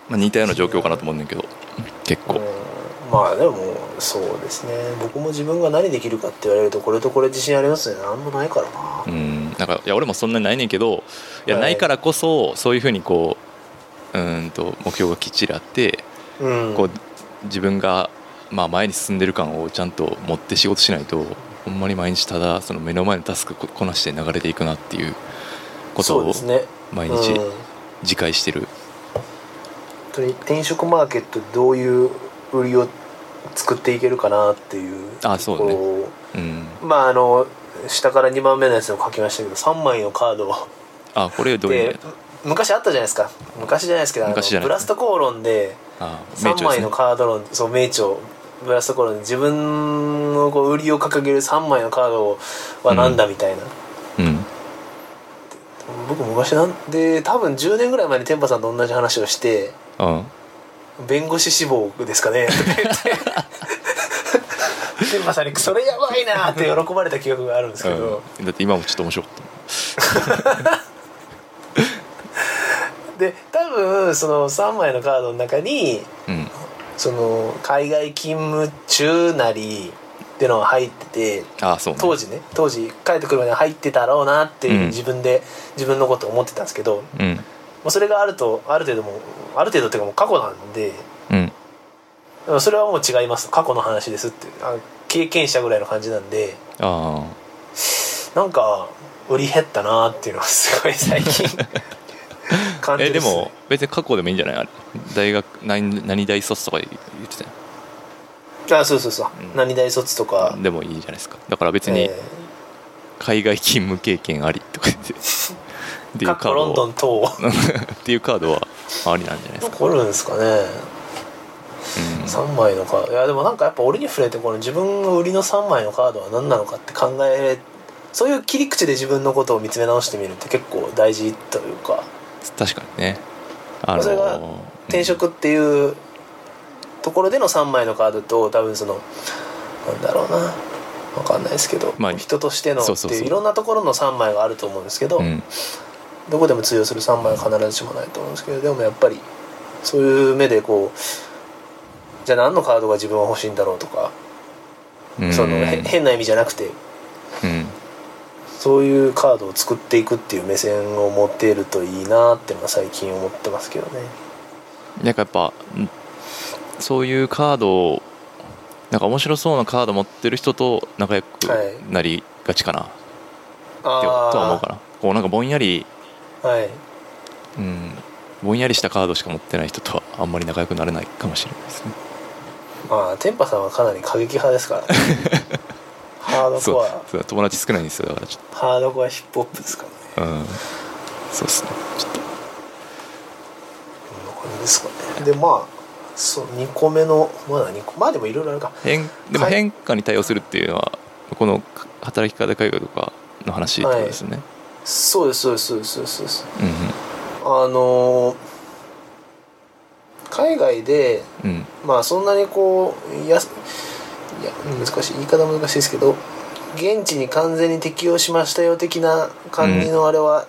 A: まあ、似たような状況かなと思うんだけど結
B: う
A: 構
B: んまあでもそうですね僕も自分が何できるかって言われるとこれとこれ自信ありますね何もないからな
A: うん、なんかいや俺もそんなにないねんけどいや
B: はい
A: ないからこそそういうふうにこううーんと目標がきっちりあって
B: うん
A: こう自分がまあ前に進んでる感をちゃんと持って仕事しないとほんまに毎日ただその目の前のタスクここなして流れていくなっていうこと
B: そう
A: を
B: ですね
A: 毎日
B: うん
A: 自戒してる
B: 本当に転職マーケットでどういう売りを作っていけるかなっていう
A: あそうね
B: ところを
A: うん
B: まああの下から2番目のやつを書きましたけど3枚のカードを
A: あこれどういう意
B: で
A: 味
B: 昔あったじゃないですか昔じゃないですけどあの
A: 昔じゃない
B: ブラスト口論で
A: あ名
B: 3
A: 著で
B: 枚
A: すね
B: のカード論そう名著ブラスト口論で自分のこう売りを掲げる3枚のカードはなんだみたいな、
A: うん
B: 僕昔なんで多分10年ぐらい前に天パさんと同じ話をして
A: うん
B: 弁護士志望ですかねとか言って でまさにそれやばいなって喜ばれた記憶があるんですけど、
A: うん、だって今もちょっと面白かったもん
B: で多分その3枚のカードの中に
A: うん
B: その海外勤務中なりっていうのが入ってて
A: ああそうね
B: 当時ね当時帰ってくるまで入ってたろうなっていうふうに自分で、自分のことを思ってたんですけど、
A: うん
B: まあ、それがあるとある程度もうある程度っていうかもう過去なんで
A: うん
B: まあそれはもう違います過去の話ですっていうあ経験者ぐらいの感じなんで
A: あ
B: なんか売り減ったなっていうのはすごい最 近
A: あ
B: 感じ
A: え
B: で
A: です
B: ね
A: も別に過去でもいいんじゃないあれ大学何何大卒とか言ってたよ
B: あそうそうそう、
A: うん
B: 何大卒とか
A: でもいいじゃないですかだから別に
B: え
A: 海外勤務経験ありとか言っ てって
B: ー
A: い
B: か
A: う
B: っ
A: カ
B: こ
A: ー
B: ロ
A: ド
B: ンド
A: は
B: ン 等
A: っていうカードはありなんじゃないで
B: な
A: す
B: ん
A: か、
B: かあるんですかね
A: うん、
B: 3枚のカードいやでもなんかやっぱ俺に触れてこの自分の売りの3枚のカードは何なのかって考えそういう切り口で自分のことを見つめ直してみるって結構大事というか
A: 確かにねあの
B: それが転職っていうところでの3枚のカードと多分そのなんだろうな分かんないですけど、
A: まあ
B: 人としてのって
A: そうそうそう
B: いういろんなところの3枚があると思うんですけど、
A: うんうん
B: どこでも通用する3枚は必ずしもないと思うんですけどでもやっぱりそういう目でこうじゃあ何のカードが自分は欲しいんだろうとか、
A: うん
B: そのへ変な意味じゃなくて
A: うん
B: そういうカードを作っていくっていう目線を持っているといいなってのは最近思ってますけどね。
A: なんかやっぱんそういうカードをなんか面白そうなカード持ってる人と仲良く
B: はい
A: なりがちかな、って
B: あ
A: と
B: ー
A: は思うかなこうなんかぼんやり、
B: はい
A: うん、ぼんやりしたカードしか持ってない人とはあんまり仲良くなれないかもしれないですね
B: まあ天パさんはかなり過激派で すから、ね、ハード
A: そ
B: コ
A: う
B: ア
A: そう友達少ないんですよだからちょっ
B: ハードコアヒップホップですからね
A: とうんそうっすねちょっと
B: こんな感じですかねでまあそう2個目のまだ2個まあでもいろいろあるか
A: 変でも
B: はい
A: 変化に対応するっていうのはこのか働き方改革とかの話ってことですよね、
B: そうですそうですそうですそうですそうです
A: うん
B: あのー海外で
A: うんうん
B: まあそんなにこうやすいや難しい言い方難しいですけど現地に完全に適用しましたよ的な感じのあれは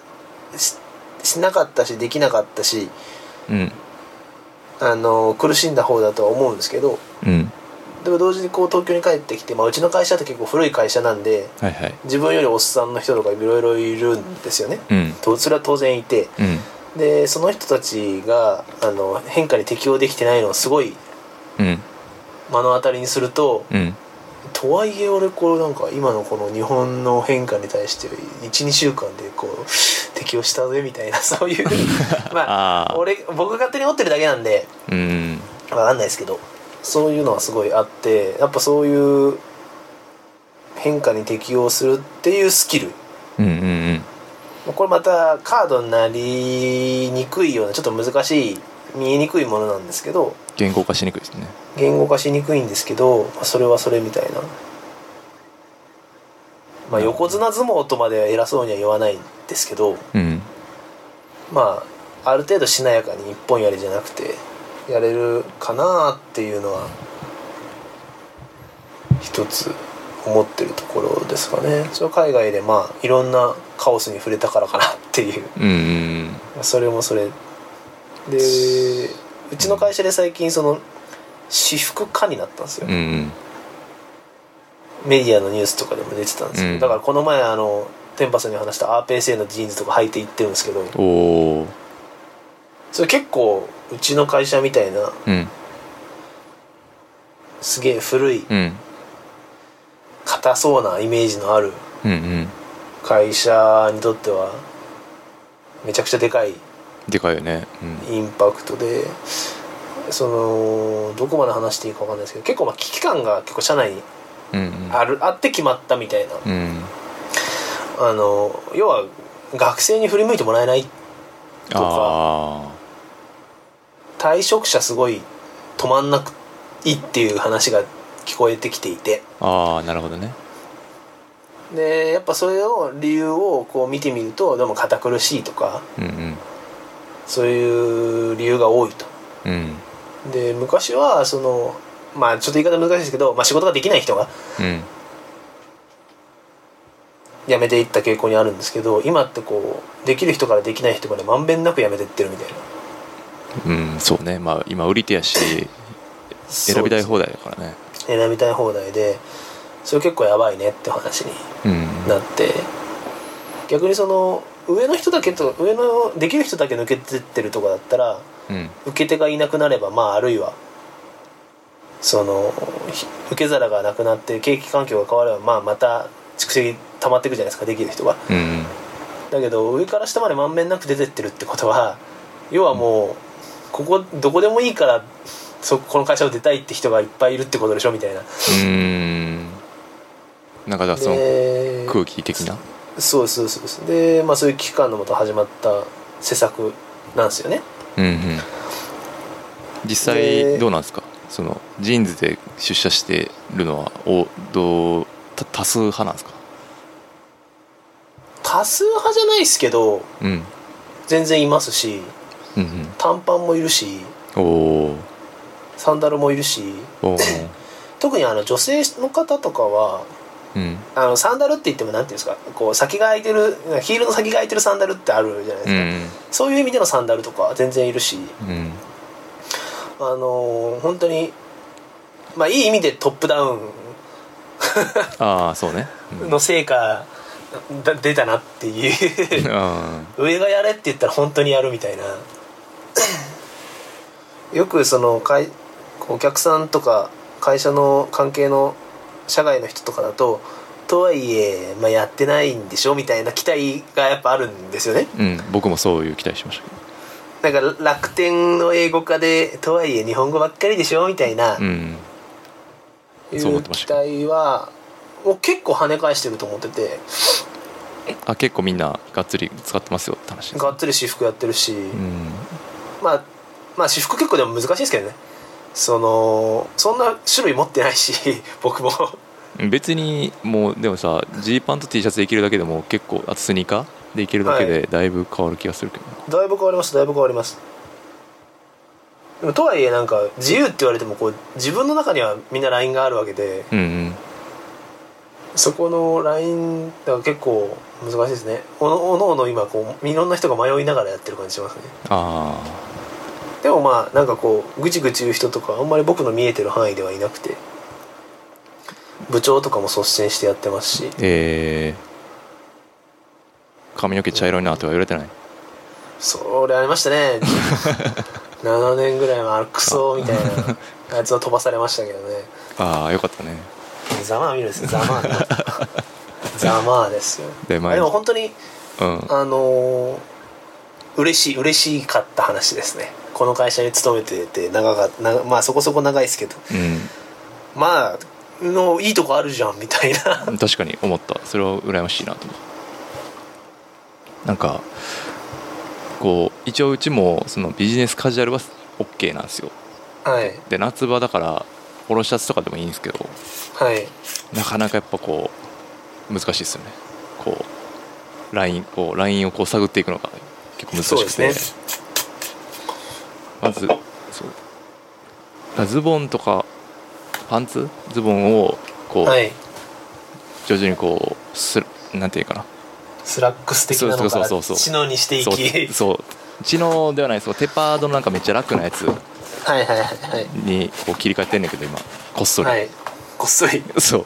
B: し,、しなかったしできなかったし
A: うん
B: あの苦しんだ方だとは思うんですけど
A: うん
B: でも同時にこう東京に帰ってきて、まあ、うちの会社って結構古い会社なんで
A: はいはい
B: 自分よりおっさんの人とかいろいろいるんですよね、
A: うん
B: とそれは当然いて
A: うん
B: でその人たちがあの変化に適応できてないのをすごい
A: うん
B: 目の当たりにすると、
A: うん
B: とはいえ俺こうなんか今のこの日本の変化に対して12週間でこう 適応したぜみたいなそういうま
A: あ
B: あ
A: ー
B: 俺僕が勝手に思ってるだけなんで
A: うん
B: わかんないですけどそういうのはすごいあってやっぱそういう変化に適応するっていうスキル
A: うんうんうん
B: これまたカードになりにくいようなちょっと難しい見えにくいものなんですけど
A: 言語化しにくいですね
B: 言語化しにくいんですけど、まあ、それはそれみたいな、まあ、横綱相撲とまでは偉そうには言わないんですけど
A: うん
B: まあある程度しなやかに一本やりじゃなくてやれるかなっていうのは一つ思ってるところですかねそれは海外でまあいろんなカオスに触れたからかなっていう
A: うんうん
B: それもそれでうちの会社で最近その私服化になったんですよ、
A: うんうん
B: メディアのニュースとかでも出てたんですけど、
A: うん
B: だからこの前あの天パさんに話したアーペー製のジーンズとか履いていってるんですけど
A: おおー
B: それ結構うちの会社みたいな
A: うん
B: すげえ古い
A: うん
B: 硬そうなイメージのある
A: うんうん
B: 会社にとってはめちゃくちゃでかい
A: でかいよねうん
B: インパクトでそのどこまで話していいかわかんないですけど結構まあ危機感が結構社内に
A: うん
B: あるあって決まったみたいな
A: うんうん
B: あの要は学生に振り向いてもらえないか
A: あ
B: 退職者すごい止まんなくいいっていう話が聞こえてきていて
A: ーあーなるほどね
B: でやっぱそれを理由をこう見てみるとでも堅苦しいとか
A: うん
B: そういう理由が多いと
A: うんうん
B: で昔はそのまあちょっと言い方難しいですけど、まあ、仕事ができない人が
A: うん
B: 辞めていった傾向にあるんですけど今ってこうできる人からできない人までまんべんなく辞めていってるみたいな
A: うん、そうね、まあ、今売り手やし選びたい放題だからね
B: そうです選びたい放題でそれ結構やばいねって話に
A: うん
B: なって逆にその上の人だけと上のできる人だけ抜けてってるとかだったら
A: うん
B: 受け手がいなくなればまああるいはそのひ受け皿がなくなって景気環境が変わればまあまた蓄積溜まっていくじゃないですかできる人が
A: うん
B: だけど上から下までまんべんなく出てってるってことは要はもうここどこでもいいからそこの会社を出たいって人がいっぱいいるってことでしょみたいな
A: うんなんかだからその
B: で
A: 空気的な
B: そうそうそうそうで、まあ、そういう危機感のもと始まった施策なんですよね
A: うんうん実際
B: で
A: どうなんですかそのジーンズで出社してるのはおどうた多数派なんですか
B: 多数派じゃないですけど
A: うん
B: 全然いますし
A: うん
B: 短パンもいるし
A: うんおー
B: サンダルもいるし
A: おー
B: 特にあの女性の方とかは
A: うん
B: あのサンダルって言ってもなんていうんですかこう先が空いてるヒールの先が空いてるサンダルってあるじゃないで
A: う
B: すか、
A: ん
B: そういう意味でのサンダルとかは全然いるし
A: うん
B: あのー本当にまあいい意味でトップダウ
A: ああそうね
B: ンの成果だ出たなっていう、
A: うんあ
B: 上がやれって言ったら本当にやる みたいなよくそのかいお客さんとか会社の関係の社外の人とかだととはいえ、まあ、やってないんでしょみたいな期待がやっぱあるんですよね
A: ーうん僕もそういう期待しましたけど
B: なんか楽天の英語化でとはいえ日本語ばっかりでしょみたいな、
A: うん
B: い
A: そう思
B: う
A: ってまし
B: 期
A: た
B: 待はもう結構跳ね返してると思ってて
A: あ結構みんながっつり使ってますよって話です
B: がっつり私服やってるし、
A: うん
B: まあまあ私服結構でも難しいですけどねそのそんな種類持ってないし 僕も
A: 別にもうでもさジーパンと T シャツでいけるだけでも結構あとスニーカーでいけるだけ
B: は
A: でだいぶ変わる気がするけどな、
B: だいぶ変わりますだいぶ変わりますでもとはいえなんか自由って言われてもこう自分の中にはみんなラインがあるわけで
A: うんうん
B: そこのラインが結構難しいですねおのおのおの今こういろんな人が迷いながらやってる感じしますね
A: あ
B: でもまあなんかこうぐちぐち言う人とかあんまり僕の見えてる範囲ではいなくて部長とかも率先してやってますし
A: ーえー、髪の毛茶色いなとは言われてない
B: それありまし たね7年ぐらい前あのクソみたい なやつは飛ばされましたけどね
A: ああよかったね
B: ざまあ見るんですよざまあ ざまあですよ
A: で前
B: でも本当に
A: うん
B: あのー嬉しい嬉しかった話ですねこの会社に勤めてて長かなまあそこそこ長いですけどまあのいいとこあるじゃんみたいな
A: うん確かに思ったそれは羨ましいなと思うなんかこう一応うちもそのビジネスカジュアルは OK なんですよ
B: はい
A: で夏場だからおろしシャツとかでもいいんですけど
B: はい
A: なかなかやっぱこう難しいですよねこうラインこうラインをこう探っていくのが結構難し
B: そう
A: くて、
B: ですね
A: まずそうだズボンとかパンツズボンをこう、
B: はい
A: 徐々にこうすなんていうかな
B: スラックス的なのから
A: そうそうそうそう
B: 知能にしていき
A: そう
B: は
A: そう知能ではないですテパードのなんかめっちゃ楽なやつ
B: い はいはい
A: にこう切り替えてんねんけど今こっそり、
B: はいはいこっそり
A: そう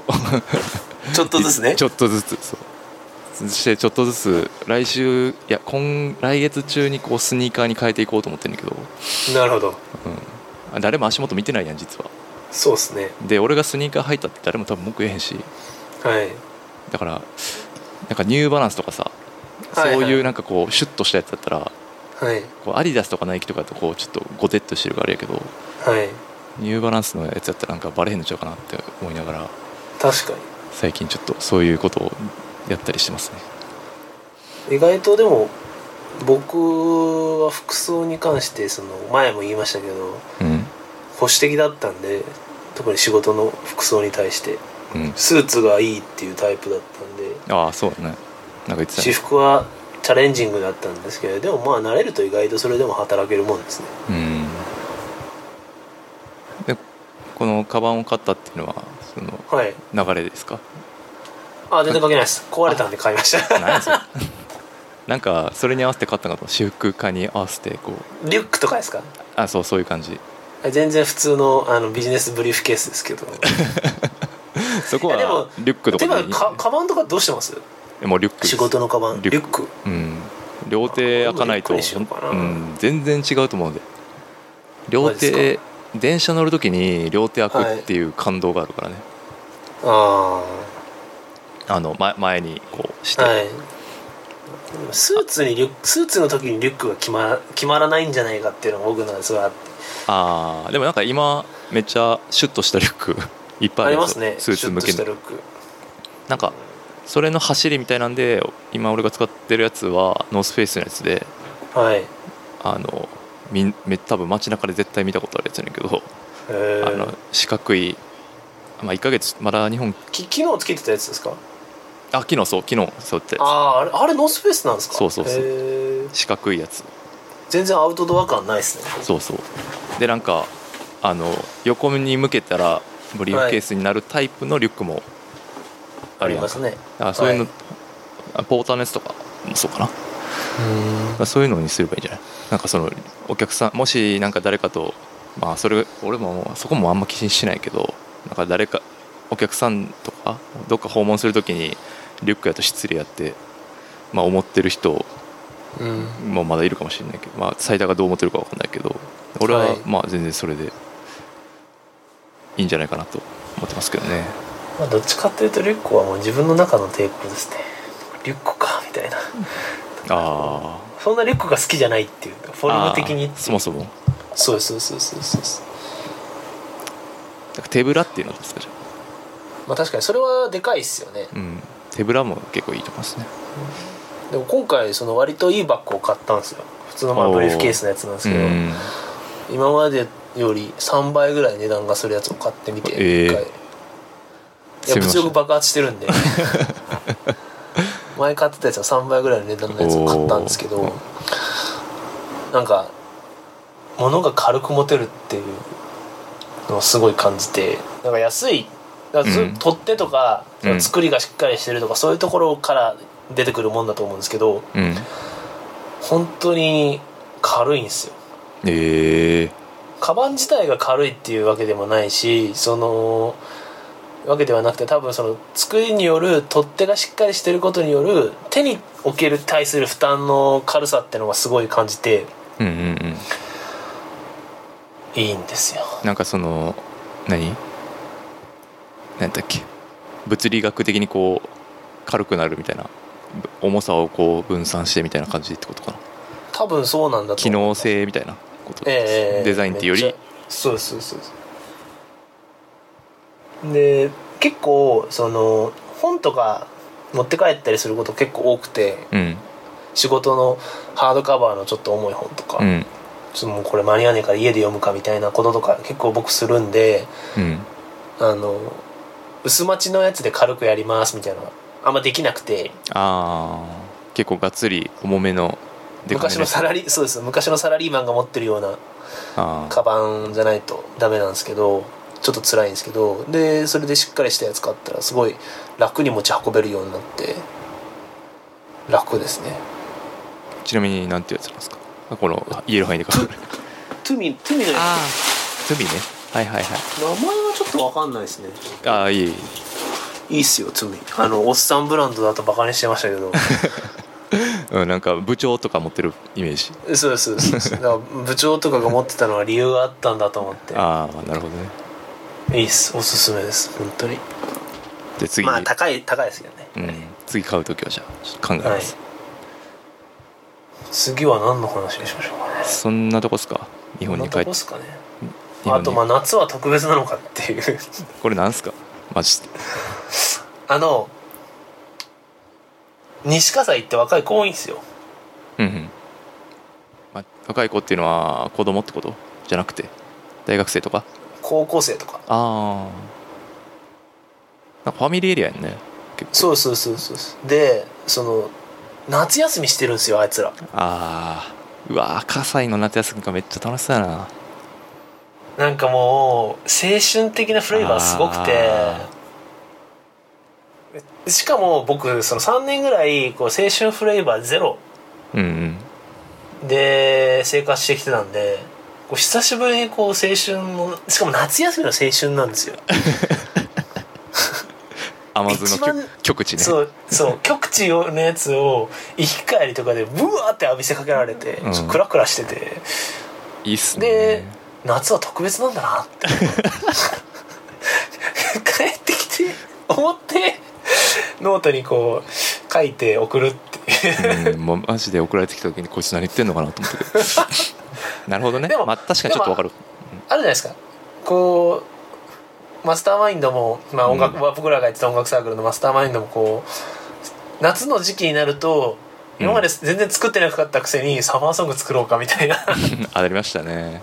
B: ちょっとずつ ね
A: ちょっとずつそうそしてちょっとずつ来週いや今来月中にこうスニーカーに変えていこうと思ってんだけど、
B: なるほど
A: うん、誰も足元見てないやん実は
B: そうですね
A: で俺がスニーカー履いたって誰も多分文句言えへんし
B: はい
A: だからなんかニューバランスとかさ
B: はいはい
A: そういうなんかこうシュッとしたやつだったら
B: はい
A: こうアディダスとかナイキとかだとこうちょっとゴテッとしてるからあれやけど
B: はい
A: ニューバランスのやつだったらなんかバレへんのちゃうかなって思いながら
B: 確か
A: 最近ちょっとそういうことをやったりしてますね
B: に意外とでも僕は服装に関してその前も言いましたけど
A: うん
B: 保守的だったんで特に仕事の服装に対して
A: うん
B: スーツがいいっていうタイプだったんで
A: ああそうだねなんか言ってた
B: 私
A: ね
B: 服はチャレンジングだったんですけどでもまあ慣れると意外とそれでも働けるもんですね
A: うんカバンを買ったっていうのはその
B: はい
A: 流れですか
B: あ全然関係ないです壊れたんで買いまし た
A: 何それなんかそれに合わせて買ったのかと私服化に合わせてこう
B: リュックとかですか
A: あそうそういう感じ
B: 全然普通のあのビジネスブリーフケースですけど
A: そこ
B: いやでも
A: はリュックと
B: 例え
A: か
B: ば
A: に
B: かカバンとかどうしてます
A: もうリュックです
B: 仕事のカバン
A: リ
B: リ
A: ュッ
B: ュック
A: うん両手開かないと
B: リュックにしようかな
A: うん、全然違うと思うんで両
B: マジ
A: 手
B: で
A: 電車乗る時に両手開くっていう感動があるからね、
B: あ
A: あの前前にこうし
B: あ
A: て、
B: はいスーツにリュックスーツの時にリュックが決ま決まらないんじゃないかっていうのが僕のすごいあって
A: ああでもなんか今めっちゃシュッとしたリュック いっぱい
B: あ
A: あ
B: り
A: るんで
B: ま
A: すす
B: ね
A: よスーツ向け
B: シュッと
A: の
B: したルック
A: なんかそれの走りみたいなんで今俺が使ってるやつはノースフェイスのやつで
B: はい、
A: あのみんめ多分街中で絶対見たことあるやつやねんけど、
B: え
A: あ
B: ー
A: の、四角い、まあ、1ヶ月まだ日本
B: き昨日つけてたやつですか
A: あ昨日そう昨日そうって
B: あああれあれノースフェイスなんですか
A: そうそうそう
B: へー
A: 四角いやつ
B: 全然アウトドア感ないですね
A: そうそうでなんかあの横に向けたらブリーフケースになるタイプのリュックもあ
B: あ
A: る
B: り
A: やんか
B: ますね
A: あそういうの、
B: は
A: あポーターのやつとかもそうかなまあそういうのにすればいいんじゃないなんかそのお客さんもしなんか誰かとまあそれ俺ももうそこもあんま気にしないけどなんか誰かお客さんとかどっか訪問するときにリュックやと失礼やって、まあ、思ってる人
B: うん
A: もまだいるかもしれないけど、まあ、斉田がどう思ってるかわかんないけど俺
B: は
A: はいまあ全然それでいいんじゃないかなと思ってますけどね
B: まあ、どっちかっていうとリュックはもう自分の中の抵抗ですねリュックかみたいな
A: ああ
B: そんなリュックが好きじゃないっていうフォルム的に
A: あーそもそも
B: そうですそうですそうですそうです
A: なんか手ぶらっていうのはどうですかじゃあ
B: まあ確かにそれはでかいっすよね
A: うん、手ぶらも結構いいと思いますね
B: でも今回その割といいバッグを買ったんですよ普通のまあ
A: おー
B: ブリーフケースのやつなんですけど、
A: うん
B: 今までより3倍ぐらい値段がするやつを買ってみて
A: ええ
B: 一回いや
A: 攻めました
B: 物欲爆発して るんで前買ってたやつは3倍ぐらいの値段のやつを買ったんですけ
A: お
B: どなんか物が軽く持てるっていうのをすごい感じてなんか安いだからず
A: うん
B: 取っ手と
A: う
B: か、
A: ん
B: 作りがしっかりしてるとかそういうところから出てくるもんだと思うんですけど
A: うん
B: 本当に軽いんですよ
A: ええ
B: カバン自体が軽いっていうわけでもないしそのわけではなくて多分その作りによる取っ手がしっかりしてることによる手における対する負担の軽さってのがすごい感じて
A: うんうんうん
B: いいんですよ
A: なんかその何何だっけ物理学的にこう軽くなるみたいなぶ重さをこう分散してみたいな感じってことかな
B: 多分そうなんだと
A: 機
B: 思う
A: 能性みたいなこと
B: ええええ
A: デザインってよ
B: めっ
A: り
B: ちゃそうそうそうそうで結構その本とか持って帰ったりすること結構多くて
A: うん
B: 仕事のハードカバーのちょっと重い本とか、
A: うん
B: ちょっともうこれ間に合わねえから家で読むかみたいなこととか結構僕するんで
A: うん
B: あの薄待ちのやつで軽くやりますみたいなのがあんまできなくて
A: あー結構がっつり重めのでかめ
B: 昔のサラリーそうです昔のサラリーマンが持ってるような
A: あー
B: カバンじゃないとダメなんですけどちょっと辛いんですけどでそれでしっかりしたやつ買ったらすごい楽に持ち運べるようになって楽ですね
A: ちなみになんていうやつなんですかこのあ言える範囲でかかる
B: トゥミトゥミのや
A: ああ罪ねはいはいはい
B: つ名前はちょっとわかんないですね
A: ああいいいい
B: いいっすよトゥミあのおっさんブランドだとバカにしてましたけど
A: うん、なんか部長とか持ってるイメージ
B: そうですそうで すだから部長とかが持ってたのは理由があったんだと思って
A: ああなるほどね
B: いいっすおすすめです本当に
A: で次、
B: まあ高い高いですけどね、
A: うん、次買う時はじゃあちょっと考えます、
B: 次は何の話にしましょうかね
A: そんなとこっすか日
B: こ
A: 本
B: んな
A: に帰
B: と
A: って
B: こっすかね
A: 日本
B: あ
A: に
B: とまあ夏は特別なのかっていう
A: これなんすかマジで
B: あの西葛西って若い子多いんですよ
A: うんうん、まあ、若い子っていうのは子供ってことじゃなくて大学生とか
B: 高校生とか
A: ああなんかファミリーエリアやんね結構
B: そうそうそうそうそうでその夏休みしてるんですよあいつら
A: ああうわー葛西の夏休みがめっちゃ楽しそうやな
B: なんかもう青春的なフレーバーすごくて
A: あ
B: しかも僕その3年ぐらいこう青春フレーバーゼロ
A: うんうん
B: で生活してきてたんでこう久しぶりにこう青春のしかも夏休みの青春なんですよ、
A: 甘酢の
B: 一番
A: 極極地ね
B: そうそう極地のやつを行き帰りとかでブワーって浴びせかけられて、
A: うん
B: ちょっとクラクラしてて
A: いいっす
B: で
A: ね
B: 夏は特別なんだなって 帰ってきて思ってノートにこう書いて送るっていう
A: うんもうマジで送られてきた時にこいつ何言ってんのかなと思って なるほどね
B: でも
A: まあ確かにちょっとわかる
B: あるじゃないですかこうマスターマインドも、まあ音楽
A: う
B: 僕らがやってた音楽サークルのマスターマインドもこう夏の時期になると
A: うん
B: 今まで全然作ってなかったくせにサマーソング作ろうかみた いな
A: ありましたね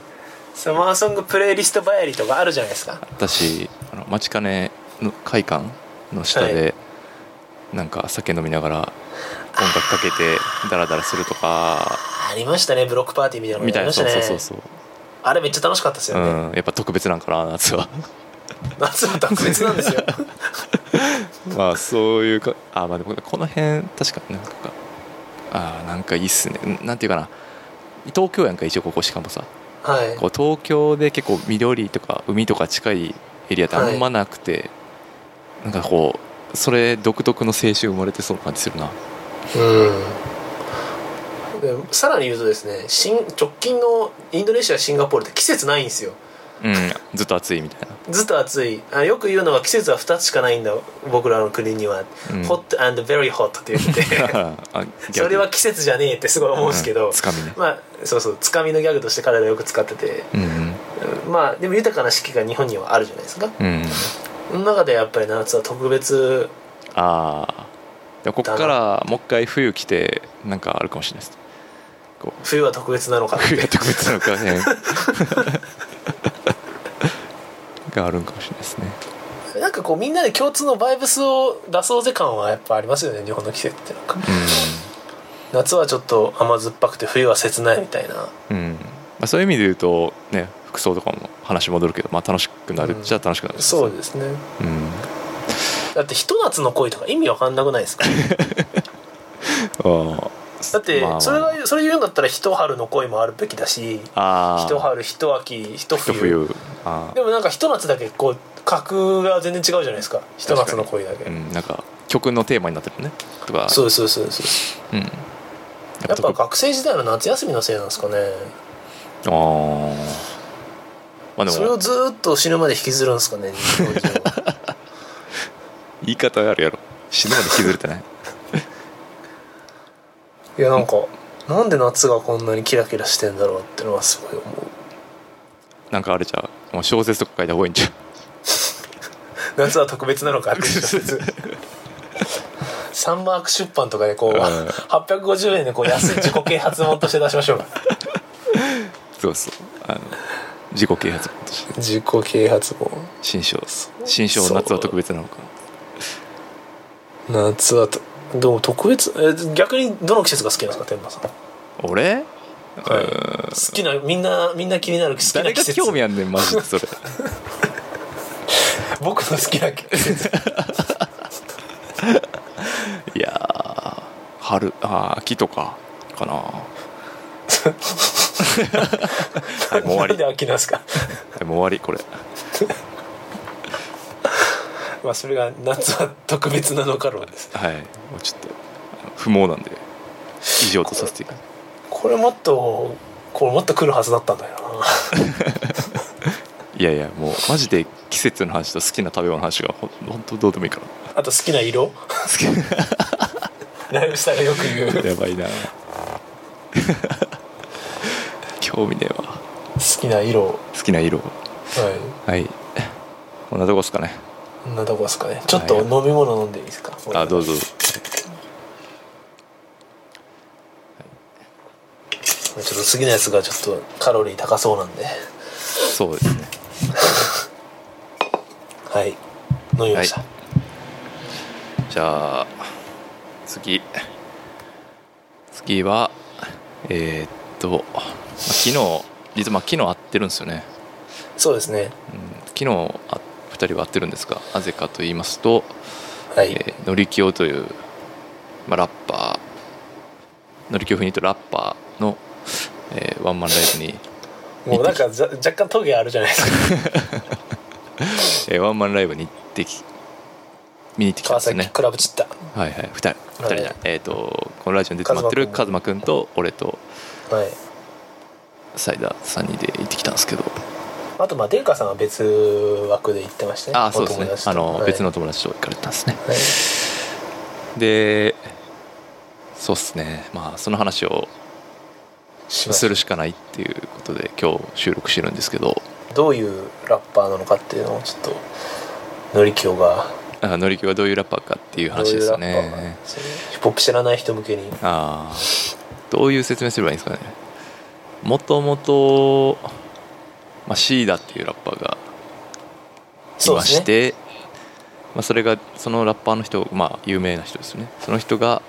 B: サマーソングプレイリストばやりとかあるじゃないですか
A: 私あの街金の会館の下で、なんか酒飲みながら音楽かけてダラダラするとか
B: ありましたねブロックパーティーみたいなのも
A: みた
B: あり
A: い
B: ま
A: な
B: した
A: そう
B: ね
A: そうそうそう、
B: あれめっちゃ楽しかったですよね、
A: うん、やっぱ特別なんかな夏 は
B: 夏は特別なんです よ
A: まあそういうかあまあでもこの辺確かになんかあーなんかいいっすねんなんていうかな東京やんか一応ここしかもさ
B: はい
A: こう東京で結構緑とか海とか近いエリアってあんまなくて、なんかこうそれ独特の青春生まれてそうな感じするな
B: うんでさらに言うとですね新直近のインドネシアシンガポールって季節ないんですよ
A: うんずっと暑いみたいな
B: ずっと暑いあよく言うのは季節は2つしかないんだ僕らの国には、
A: うん
B: Hot and very hot っ て言って
A: あ
B: それは季節じゃねえってすごい思うんですけど、
A: うんつかみね
B: まあそうそうつかみのギャグとして彼らよく使ってて
A: うんうん
B: うんまあでも豊かな四季が日本にはあるじゃないですか
A: うん
B: その中でやっぱり夏は特別
A: ああでもこっからもう一回冬来てなんかあるかもしれないですこう
B: 冬は特別なのかなって
A: 冬が特別なの かねがあるんかもしれないですね
B: なんかこうみんなで共通のバイブスを出そうぜ感はやっぱありますよね日本の季節ってなんか夏はちょっと甘酸っぱくて冬は切ないみたいな
A: うん、うんまあ、そういう意味で言うとね服装とかも話戻るけど、まあ、楽しくなるっちゃ楽しくなる、
B: そうですね
A: うん、
B: だってひと夏の恋とか意味わかんなくないですか
A: うんあ
B: だって
A: まあまあ
B: それがそれ言うんだったらひと春の恋もあるべきだし
A: ああ
B: ひと春ひと秋ひと
A: 一
B: 冬
A: 冬あ
B: でもなんかひと夏だけこう格が全然違うじゃないですかひと夏の恋だけ、
A: ーうんなんか曲のテーマになってるねとか
B: そうそうそうそう
A: うんや
B: やっぱ
A: 特
B: 学生時代の夏休みのせいなんですかね
A: あーまあで
B: それを
A: も
B: ずーっと死ぬまで引きずるんですかね日本人は
A: 言い方あるやろ死ぬまで引きずれてない
B: いやなんかなんで夏がこんなにキラキラしてんだろうってのはすごい思う
A: なんかあれじゃうもう小説とか書いた方がいいんじゃう
B: 夏は特別なのかって サンマーク出版とかでこう
A: うん
B: 850円でこう安い自己啓発本として出しましょうか
A: そうそうあの自己啓発本として
B: 自己啓発本
A: 新章新章
B: そう
A: 夏は特別なのか
B: 夏はとでも特別え逆にどの季節が好きなんですか天馬さん、
A: 俺
B: はい好きなみんなみんな気になる好きな
A: 誰
B: 季
A: が
B: 節
A: 興味あんねんマジで それ
B: 僕の好きな季節
A: いやー春あー秋とかかな はい もう終わ
B: な
A: り
B: んで秋なんですか
A: はいもう終わりこれ
B: まあそれが夏は特別なのかろうです
A: はいもうちょっとあの不毛なんで以上とさせていただきます
B: これもっとこれもっと来るはずだったんだよない
A: やいやもうマジで季節の話と好きな食べ物の話がほんほんとどうでもいいから
B: あと好き な色ライブスタイルよく言う
A: やばいな 興味ねえわ
B: 好きな色は
A: 好きな色
B: い
A: はいこんなとこですかね
B: こんなとこですかねちょっと飲み物飲んでいいですか
A: あどうぞ
B: ちょっと次のやつがちょっとカロリー高そうなんで
A: そうですね
B: はい飲みました、
A: はじゃあ次次はえーっとまあ昨日実はまあ昨日会ってるんですよね
B: そうですね
A: うん昨日あ2人は会ってるんですがなぜかと言いますと、
B: はい、
A: えーのりきおという、まあ、ラッパーのりきお風に言うとラッパーの、えーワンマンライブに、
B: もうなんかざ若干トゲあるじゃないですか
A: えーワンマンライブに行ってき見に行ってきたん
B: 川
A: です
B: 崎
A: ね
B: クラブチッタ
A: はいはい2人二人じゃない
B: はい
A: えっ、とこのラジオに出てもらってる
B: カ
A: カ
B: ズ
A: ズマくんと俺と
B: はい
A: サイダー3人で行ってきたんですけど
B: あとまあデイカさんは別枠で行ってましたね
A: ああそうです
B: お
A: ね
B: 友達と
A: あの、
B: はい
A: 別の友達と行かれてたんですね
B: はい
A: でそうっすねまあその話を
B: します
A: するしかないっていうことで今日収録してるんですけど
B: どういうラッパーなのかっていうのをちょっとのりきょうが
A: あのりきはどういうラッパーかっていう話ですよね
B: そうヒップホップ知らない人向けに
A: ああどういう説明すればいいんですかねもともとまあシーダっていうラッパーがい
B: そう
A: ま
B: です
A: し
B: ね
A: てまあ、それがそのラッパーの人、まあ、有名な人ですよねその人が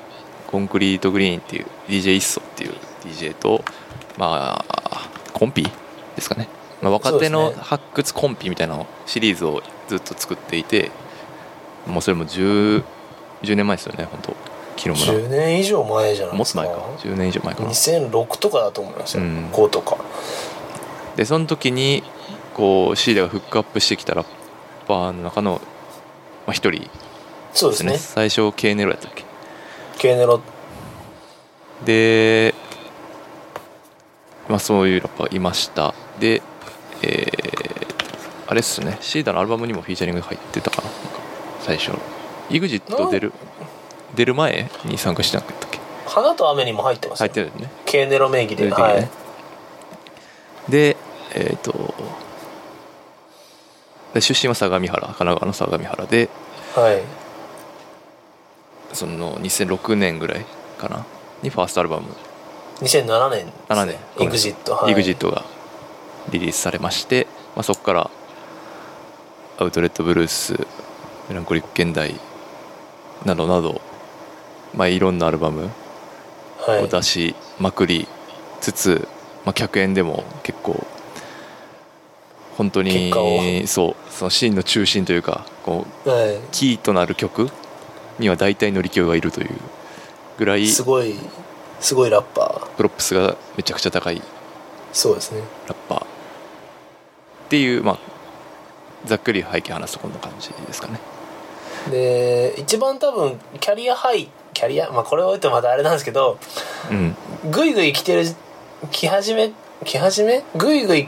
A: コンクリートグリーンっていう DJ イッソっていう DJ とまあコンピですかね、まあ、若手
B: そう
A: の
B: ですね
A: 発掘コンピみたいなシリーズをずっと作っていてもうそれも 10, 10年前ですよね本当昨日も
B: 10年以上前じゃない
A: も
B: で
A: っ
B: す
A: と
B: か
A: 前か10年以上前かな
B: 2006とかだと思いますよ、
A: うん
B: 5とか
A: でその時にこうシーダがフックアップしてきたラッパーの中のまあ一人
B: そ
A: で
B: うですす
A: ね
B: ね
A: 最初 K ネロやったっけ
B: K ネロ
A: で、まあ、そういうラッパーいましたでえーあれっすねシーダのアルバムにもフィーチャリング入ってたかななんか最初 EXIT 出る出る前に参加してなかったっけ
B: 花と雨にも入ってます
A: 入
B: よ
A: ってるよね
B: K ネロ名義
A: 出
B: で、
A: てきてね
B: はい、
A: でえっ、とで出身は相模原神奈川の相模原で
B: はい、
A: その2006年ぐらいかなにファーストアルバム
B: 2007年
A: 7年
B: エグジットはい
A: EXIT がリリースされまして、まあ、そこからアウトレットブルースメランコリック現代などなど、まあ、いろんなアルバム
B: はい
A: を出しまくりつつ、まあ、客演でも結構本当
B: 結果を
A: にそうそのシーンの中心というかこう
B: は
A: キーとなる曲には大体の力量がいるというぐらい
B: い、すごいすごいラッパー
A: プロップスがめちゃくちゃ高い
B: そうですね
A: ラッパーっていうまあざっくり背景話すとこんな感じですかね
B: で一番多分キャリアハイキャリアまあこれを言ってもまたあれなんですけど
A: うん
B: ぐいぐい来てる来始め来始めぐいぐい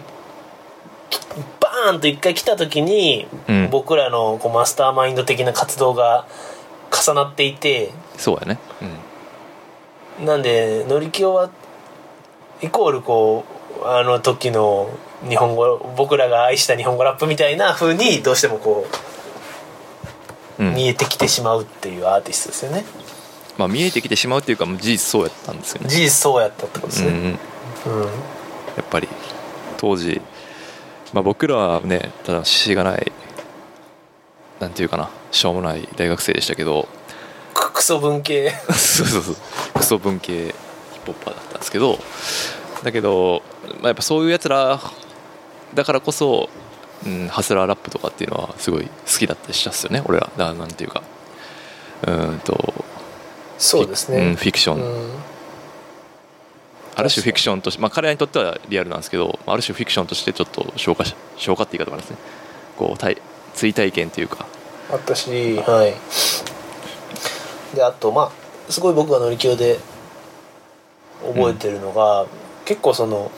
B: きバーンと一回来た時に、
A: うん
B: 僕らのこうマスターマインド的な活動が重なっていて
A: そうやね
B: なんでのりきおはイコールこうあの時の日本語僕らが愛した日本語ラップみたいな風にどうしてもこ
A: うん、う
B: うん見えてきてしまうっていうアーティストですよね
A: まあ見えてきてしまうっていうかもう事実そうやったんですよね
B: 事実そうやったってことです
A: うん
B: ね
A: うんや
B: うん、
A: っぱり当時まあ僕らはねただしがないなんていうかなしょうもない大学生でしたけど
B: くクソ文系
A: そうそうそうクソ文系ヒップホッパーだったんですけどだけど、まあ、やっぱそういうやつらだからこそ、うん、ハスラーラップとかっていうのはすごい好きだったりしたっすよね俺らだなんていうかうーんと
B: そうです
A: フィうん、
B: ね
A: フィクション、
B: うん
A: ある種フィクションとして、まあ、彼らにとってはリアルなんですけどまあある種フィクションとしてちょっと消化し消化って言い方があるんですねこう体追体験というか
B: あったしはいであとまあすごい僕が乗り気で覚えてるのが、結構その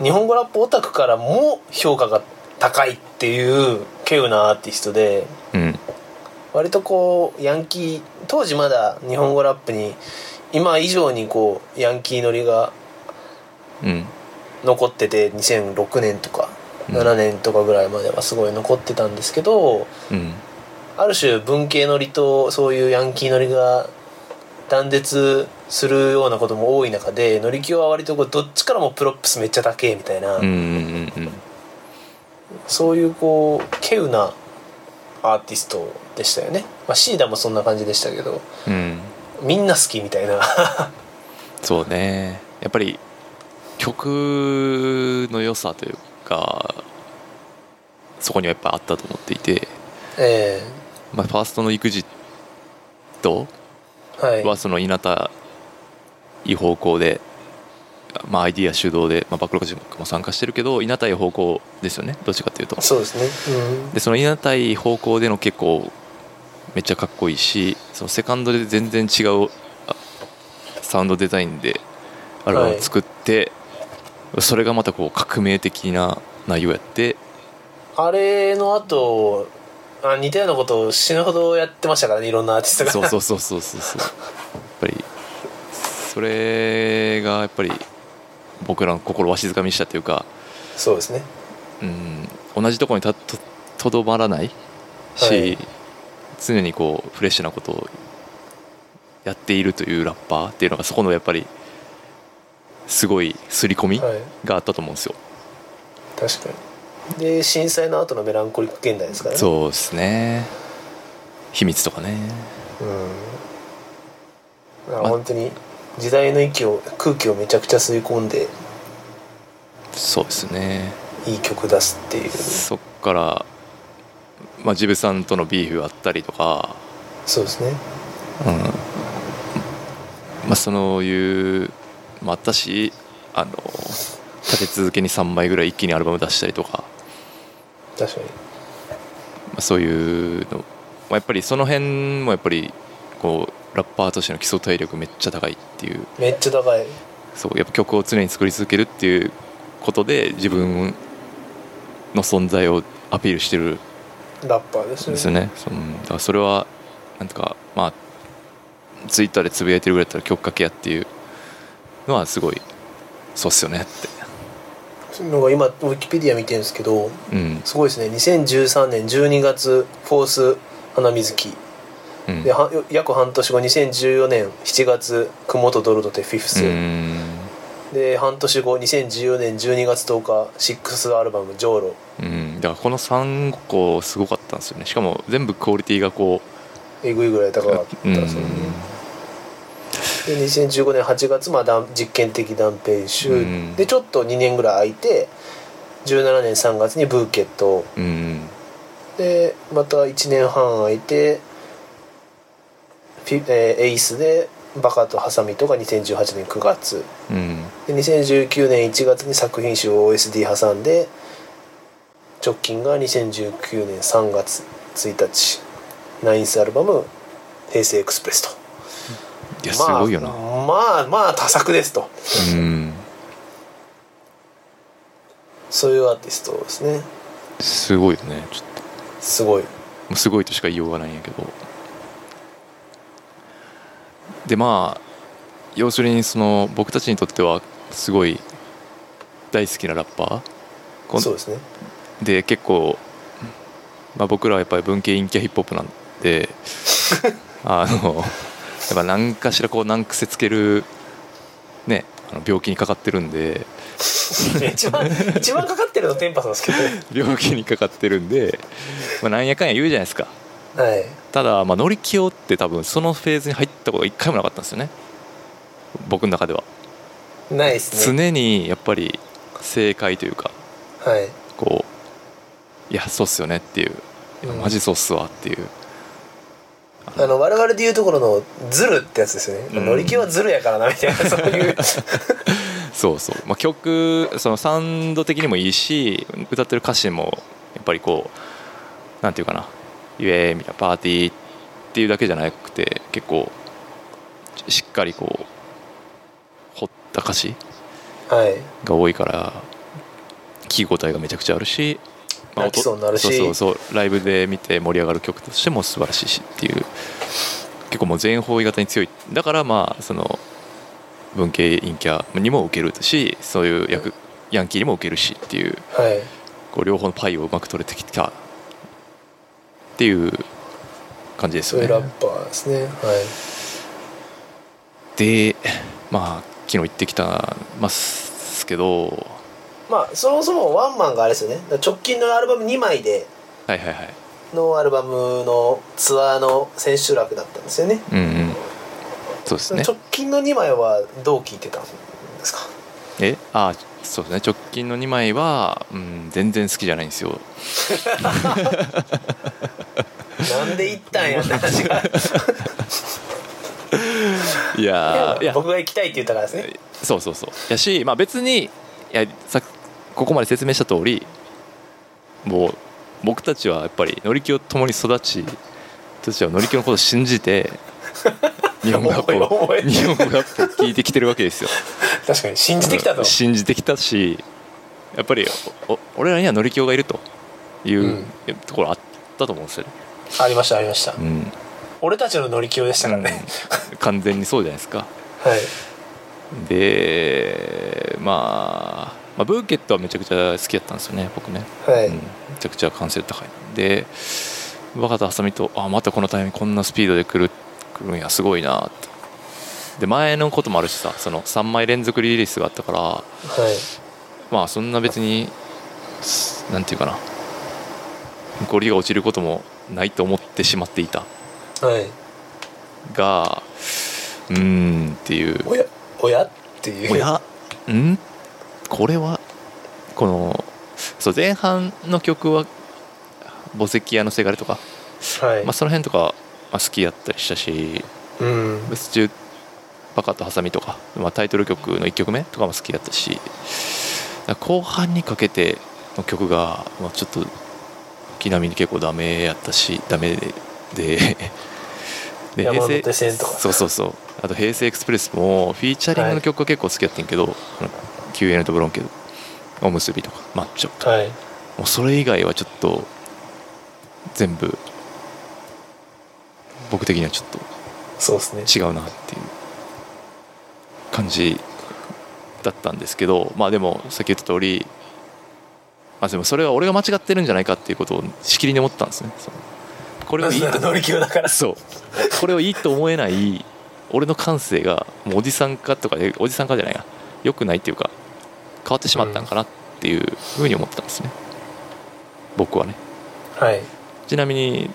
B: 日本語ラップオタクからも評価が高いっていう稀有なアーティストで
A: うん
B: 割とこうヤンキー当時まだ日本語ラップに今以上にこうヤンキー乗りが
A: うん
B: 残ってて2006年とか
A: うん
B: 7年とかぐらいまではすごい残ってたんですけど、
A: うん
B: ある種文系のりとそういうヤンキーのりが断絶するようなことも多い中でのりきは割とこうどっちからもプロップスめっちゃ高えみたいな、
A: うんうんうん
B: そういうこう稀有なアーティストでしたよね、まあ、シーダもそんな感じでしたけど
A: うんうん
B: みんな好きみ たいな
A: そうねやっぱり曲の良さというかそこにはやっぱあったと思っていて、
B: え
A: まあ、ファーストの育児と
B: えはい
A: はその稲田いい方向で、まあ、アイディア主導で、まあ、バックロックも参加してるけど稲田いい方向ですよねどっちかっていうと
B: そうですね、うん、
A: でその稲田いい方向での結構めっちゃかっこいいしそのセカンドで全然違うあサウンドデザインでアルバムを作って、それがまたこう革命的な内容やって
B: あれの後あ似たようなことを死ぬほどやってましたからねいろんなアーティストが
A: そうそうそうそうそうそうやっぱりそれがやっぱり僕らの心をわしづかみにしたというか、
B: そうですね
A: うん、同じところにたととどまらないし、
B: はい
A: 常にこうフレッシュなことをやっているというラッパーっていうのがそこのやっぱりすごい刷り込み
B: はい
A: があったと思うんですよ、
B: 確かにで震災の後のメランコリック現代ですからね
A: そうですね秘密とかね
B: う、ん、だから
A: ま
B: 本当に時代の息を空気をめちゃくちゃ吸い込んで
A: そうですね
B: いい曲出すっていう
A: そっから、まあ、ジブさんとのビーフがあったりとか、
B: そうですね
A: うんまあ、そういう、まあ、あったしあの立て続けに3枚ぐらい一気にアルバム出したりとか、
B: 確かに
A: まあ、そういうの、まあ、やっぱりその辺もやっぱりこうラッパーとしての基礎体力めっちゃ高いっていう
B: めっちゃ高い
A: そうやっぱ曲を常に作り続けるっていうことで自分の存在をアピールしてる
B: ラッパーですよね
A: ですよね、そのだからそれはなんとかまあツイッターでつぶやいてるぐらいだったら曲かけやっていうのはすごいそうっすよねっ
B: のが今ウィキペディア見てるんですけど
A: てうん
B: すごいですね2013年12月フォース花水木
A: うん
B: では約半年後2014年7月雲とドルドでフィフス、
A: うん
B: で半年後2014年12月10日シックスアルバム「ジョーロ
A: うんだからこの3個すごかったんですよねしかも全部クオリティがこ」
B: えぐいぐらい高かった
A: う、うん、
B: ですよねで2015年8月、まあ断、実験的断片集、
A: うん
B: でちょっと2年ぐらい空いて17年3月に「ブーケット
A: うん」
B: でまた1年半空いてフィ、えーエイスで「バカとハサミ」とか2018年9月
A: うん
B: で2019年1月に作品集を OSD 挟んで直近が2019年3月1日ナインスアルバム「平成エクスプレスと」
A: いやす
B: まあ
A: ごいよな、
B: まあまあ多作ですと
A: うん
B: そういうアーティストですね
A: すごいよねちょっと
B: すごい
A: もうすごいとしか言いようがないんやけどでまあ要するにその僕たちにとってはすごい大好きなラッパーこん
B: そうですね
A: で結構、まあ、僕らはやっぱり文系陰キャヒップホップなん であのやっぱ何かしらこう難癖つけるねあの病気にかかってるんで
B: 一番一番かかってるのテンパさんですけど ね
A: 病気にかかってるんで、まあ、なんやかんや言うじゃないですか
B: はい
A: ただ、まあ、乗り気をって多分そのフェーズに入ったことが一回もなかったんですよね僕の中では
B: ないですね
A: 常にやっぱり正解というか
B: はい
A: こういやそうっすよねっていういや
B: うん
A: マジそうっすわっていう、
B: あの我々で言うところのズルってやつですよね、
A: うん
B: 乗り気はズルやからなみたいなそう いう
A: そうそう、まあ、曲そのサウンド的にもいいし歌ってる歌詞もやっぱりこうなんていうかなイエーイみたいなパーティーっていうだけじゃなくて結構ししっかりこう掘った歌詞
B: はい
A: が多いから聞き応えがめちゃくちゃあるし、
B: 泣きそうになるし
A: 音そうそうそうライブで見て盛り上がる曲としても素晴らしいしっていう結構もう全方位型に強いだからまあその文系陰キャにも受けるしそういう役ヤンキーにも受けるしっていう
B: はい
A: こう両方のパイをうまく取れてきたっていう感じです
B: そう
A: よ
B: い
A: ね
B: うラッパーですねはい
A: でまあ昨日行ってきたますけど
B: まあそもそもワンマンがあれですよねだから直近のアルバム2枚で
A: はいはいはい
B: のアルバムのツアーの千秋楽だったんですよね
A: うんうんそうですね
B: 直近の2枚はどう聞いてたんですか
A: えあそうですね直近の2枚は、うん、全然好きじゃないんですよ
B: なんで行ったんやって話 が
A: いやーいや
B: 僕が行きたいって言ったからですね
A: そうそうそうやし、まあ、別にいやさここまで説明した通りもう僕たちはやっぱり乗り気を共に育ち僕たちは乗り気のことを信じて日本語学校
B: おいおい
A: 日本語学校を聞いてきてるわけですよ
B: 確かに信じてきたと
A: 信じてきたしやっぱりおお俺らには乗り気がいるという、
B: うん
A: ところあったと思うんですよね、
B: ありましたありました
A: うん、
B: 俺たちの乗り気をでしたからね、
A: 完全にそうじゃないですか
B: はい
A: で、まあ、まあブーケットはめちゃくちゃ好きだったんですよね僕ね、
B: はい、
A: うん、めちゃくちゃ完成度高いで若田麻美とあまたこのタイミングこんなスピードで来る来るんやすごいなってで前のこともあるしさその3枚連続リリースがあったから
B: はい
A: まあそんな別にすなんていうかなゴリが落ちることもないと思ってしまっていた
B: はい
A: がうーんっていう
B: おやおやっていう
A: おやんこれはこのそう前半の曲は墓石屋のせがれとか、
B: はい、
A: まあ、その辺とか、まあ、好きやったりしたし
B: う
A: 「
B: ん
A: 別中バカとハサミ」とか、まあ、タイトル曲の1曲目とかも好きやったしだから後半にかけての曲が、まあ、ちょっと木並みに結構ダメやったしダメででで
B: 山手線とか
A: そうそうそうあと「平成エクスプレス」もフィーチャリングの曲が結構好きやってんけど、あの QN とブロンケドおむすびとかマッチョとか
B: はい
A: もうそれ以外はちょっと全部僕的にはちょっと
B: そうですね
A: 違うなっていう感じだったんですけどまあでもさっき言った通りまあでもそれは俺が間違ってるんじゃないかっていうことをしきりに思ったんですねそのこれをいいと
B: 乗り気をだから
A: そうこれをいいと思えない俺の感性がもうおじさんかとかでおじさんかじゃないや良くないっていうか変わってしまったんかなっていうふうに思ったんですね僕はね
B: はい
A: ちなみに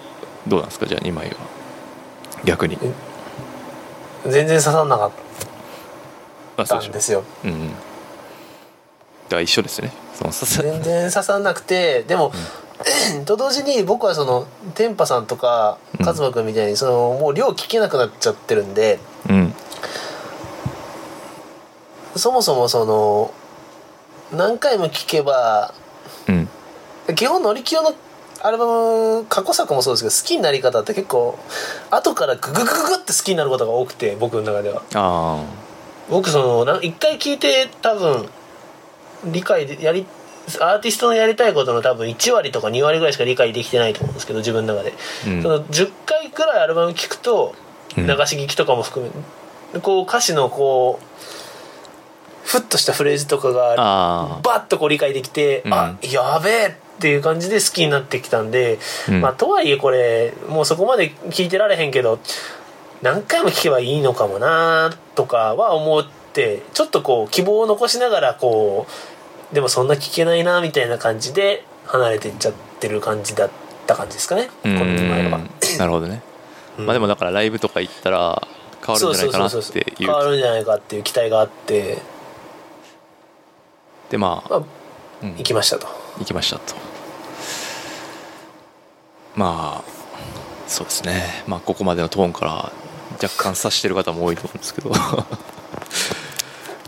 A: どうなんですかじゃあ2枚は逆に
B: 全然刺さんなかっ
A: まあそうで
B: た
A: し
B: ん
A: ょ
B: ですよ
A: うん、だから一緒ですねそのささ
B: 全然刺さんなくてでも、 と同時に僕はその天パさんとか
A: うん
B: 和真君みたいにそのもう量聞けなくなっちゃってるんで
A: うん
B: そもそもその何回も聞けば
A: うん
B: 基本乗り気のアルバム過去作もそうですけど好きになり方って結構後からグググググって好きになることが多くて僕の中では
A: あ
B: 僕そのなん一回聞いて多分理解でやりアーティストのやりたいことの多分1割とか2割ぐらいしか理解できてないと思うんですけど自分の中で、
A: あうん
B: その10回くらいアルバム聞くと
A: う
B: 流
A: ん
B: し聞きとかも含め、こう歌詞のこうふっとしたフレーズとかが
A: あ
B: バッとこう理解できて、
A: うん
B: あやべえっていう感じで好きになってきたんで、
A: うん
B: まあとはいえこれもうそこまで聞いてられへんけど何回も聞けばいいのかもなとかは思ってちょっとこう希望を残しながらこうでもそんな聞けないなみたいな感じで離れていっちゃってる感じだった感じですかね、
A: うん
B: この2枚は。
A: なるほどね、
B: うん
A: まあでもだからライブとか行ったら変わるんじゃないかな
B: そう
A: っ
B: そうそう
A: て
B: そう
A: い
B: 変わ
A: う
B: るんじゃないかっていう期待があって、
A: でまあ、
B: まあ、
A: うん
B: 行きましたと。
A: 行きましたとまあそうですねまあここまでのトーンから若干察してる方も多いと思うんですけど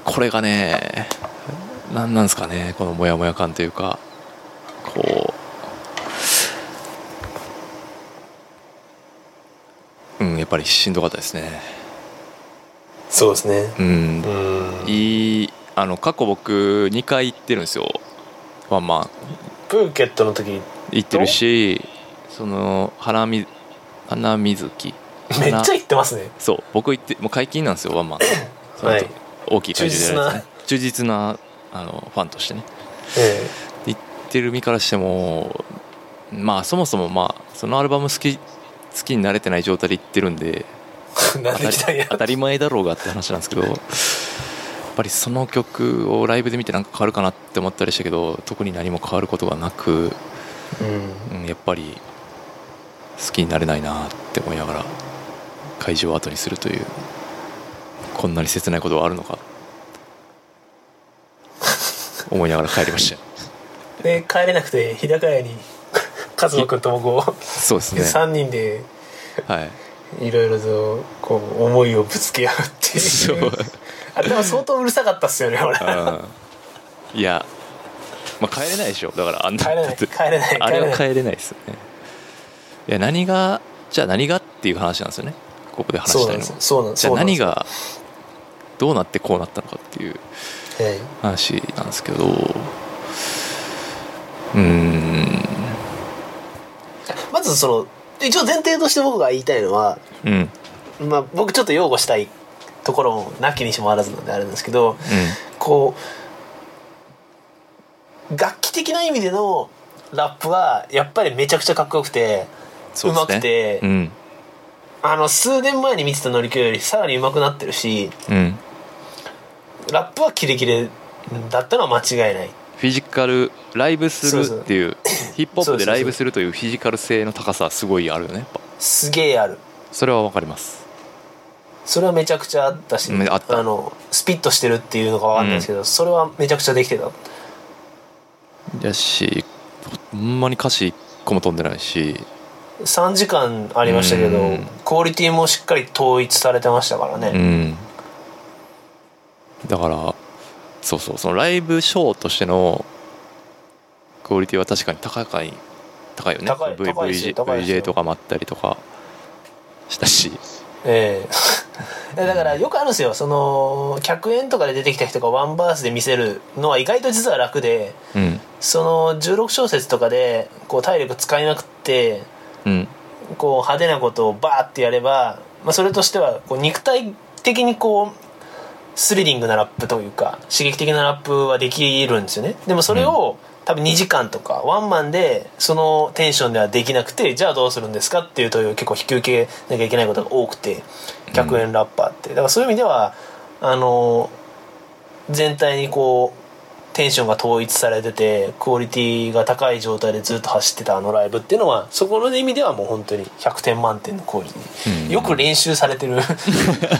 A: これがね何なんですかねこのモヤモヤ感というかこううんやっぱりしんどかったですね
B: そうですね。
A: うん
B: うん
A: いいあの過去僕2回行ってるんですよワンマン
B: プーケットの時
A: 行ってるしその花見花水木
B: めっ
A: 花
B: ちゃ行ってますね
A: そう僕行ってもう解禁なんですよワンマンその後
B: はい、
A: 大きい会場でやられてね忠実なあのファンとしてね
B: え
A: 行ってる身からしてもまあそもそもまあそのアルバム好き好きになれてない状態で行ってるんで
B: え なんで来たんや
A: 当たり前だろうがって話なんですけどやっぱりその曲をライブで見てなんか変わるかなって思ったりしたけど特に何も変わることがなく
B: うん
A: うん、やっぱり好きになれないなって思いながら会場を 後にするというこんなに切ないことはあるのか思いながら帰りました
B: で帰れなくて日高 屋に和野君と僕を
A: そうですね
B: 3人で
A: はい
B: いろいろとこう思いをぶつけ合うっていう
A: そう
B: あでも相当うるさかったっすよね俺
A: うんいや、まあ、帰れないでしょだからあんな
B: 帰れない帰れない
A: あ
B: 帰
A: れ
B: れ
A: は
B: ない
A: 帰れないですよねいや何がじゃあ何がっていう話なんですよねここで話
B: そ
A: し
B: う
A: た
B: ないん
A: の
B: です
A: は
B: よそうなん
A: じゃあ
B: そうなんで
A: 何
B: すよ
A: がどうなってこうなったのかっていう
B: はい
A: 話なんですけどうーん
B: まずその一応前提として僕が言いたいのは、
A: うんうん
B: まあ、僕ちょっと擁護したいところもなきにしもあらずなんであれなんですけどこう楽器的な意味でのラップはやっぱりめちゃくちゃかっこよくて
A: そうですね
B: 上手くて
A: うん
B: あの数年前に見てたノリキよりさらに上手くなってるし
A: うん
B: ラップはキレキレだったのは間違いない
A: フィジカルライブするっていうヒップホップでライブするというフィジカル性の高さはすごいあるよねやっぱ
B: すげえある
A: それはわかります
B: それはめちゃくちゃあったし
A: めあった
B: のスピットしてるっていうのが分かんないですけど、それはめちゃくちゃできてた
A: やしほんまに歌詞一個も飛んでないし
B: 3時間ありましたけ
A: う
B: ど
A: ん
B: クオリティもしっかり統一されてましたから
A: う
B: ね、
A: んだからそうそうそのライブショーとしてのクオリティは確かに高い高いよね
B: 高い
A: V-
B: 高いですよ
A: VJ,
B: 高いですよ
A: VJ とかもあったりとかしたし
B: え えだからよくあるんですよその100円とかで出てきた人がワンバースで見せるのは意外と実は楽で
A: うん
B: その16小節とかでこう体力使いまくって
A: うん
B: こう派手なことをバーってやれば、まあ、それとしてはこう肉体的にこうスリリングなラップというか刺激的なラップはできるんですよねでもそれを多分2時間とかワンマンでそのテンションではできなくてじゃあどうするんですかっていうという結構引き受けなきゃいけないことが多くて100円ラッパーってだからそういう意味ではあの全体にこうテンションが統一されててクオリティが高い状態でずっと走ってたあのライブっていうのはそこの意味ではもう本当に100点満点のクオリティ、
A: うん
B: よく練習されて るよ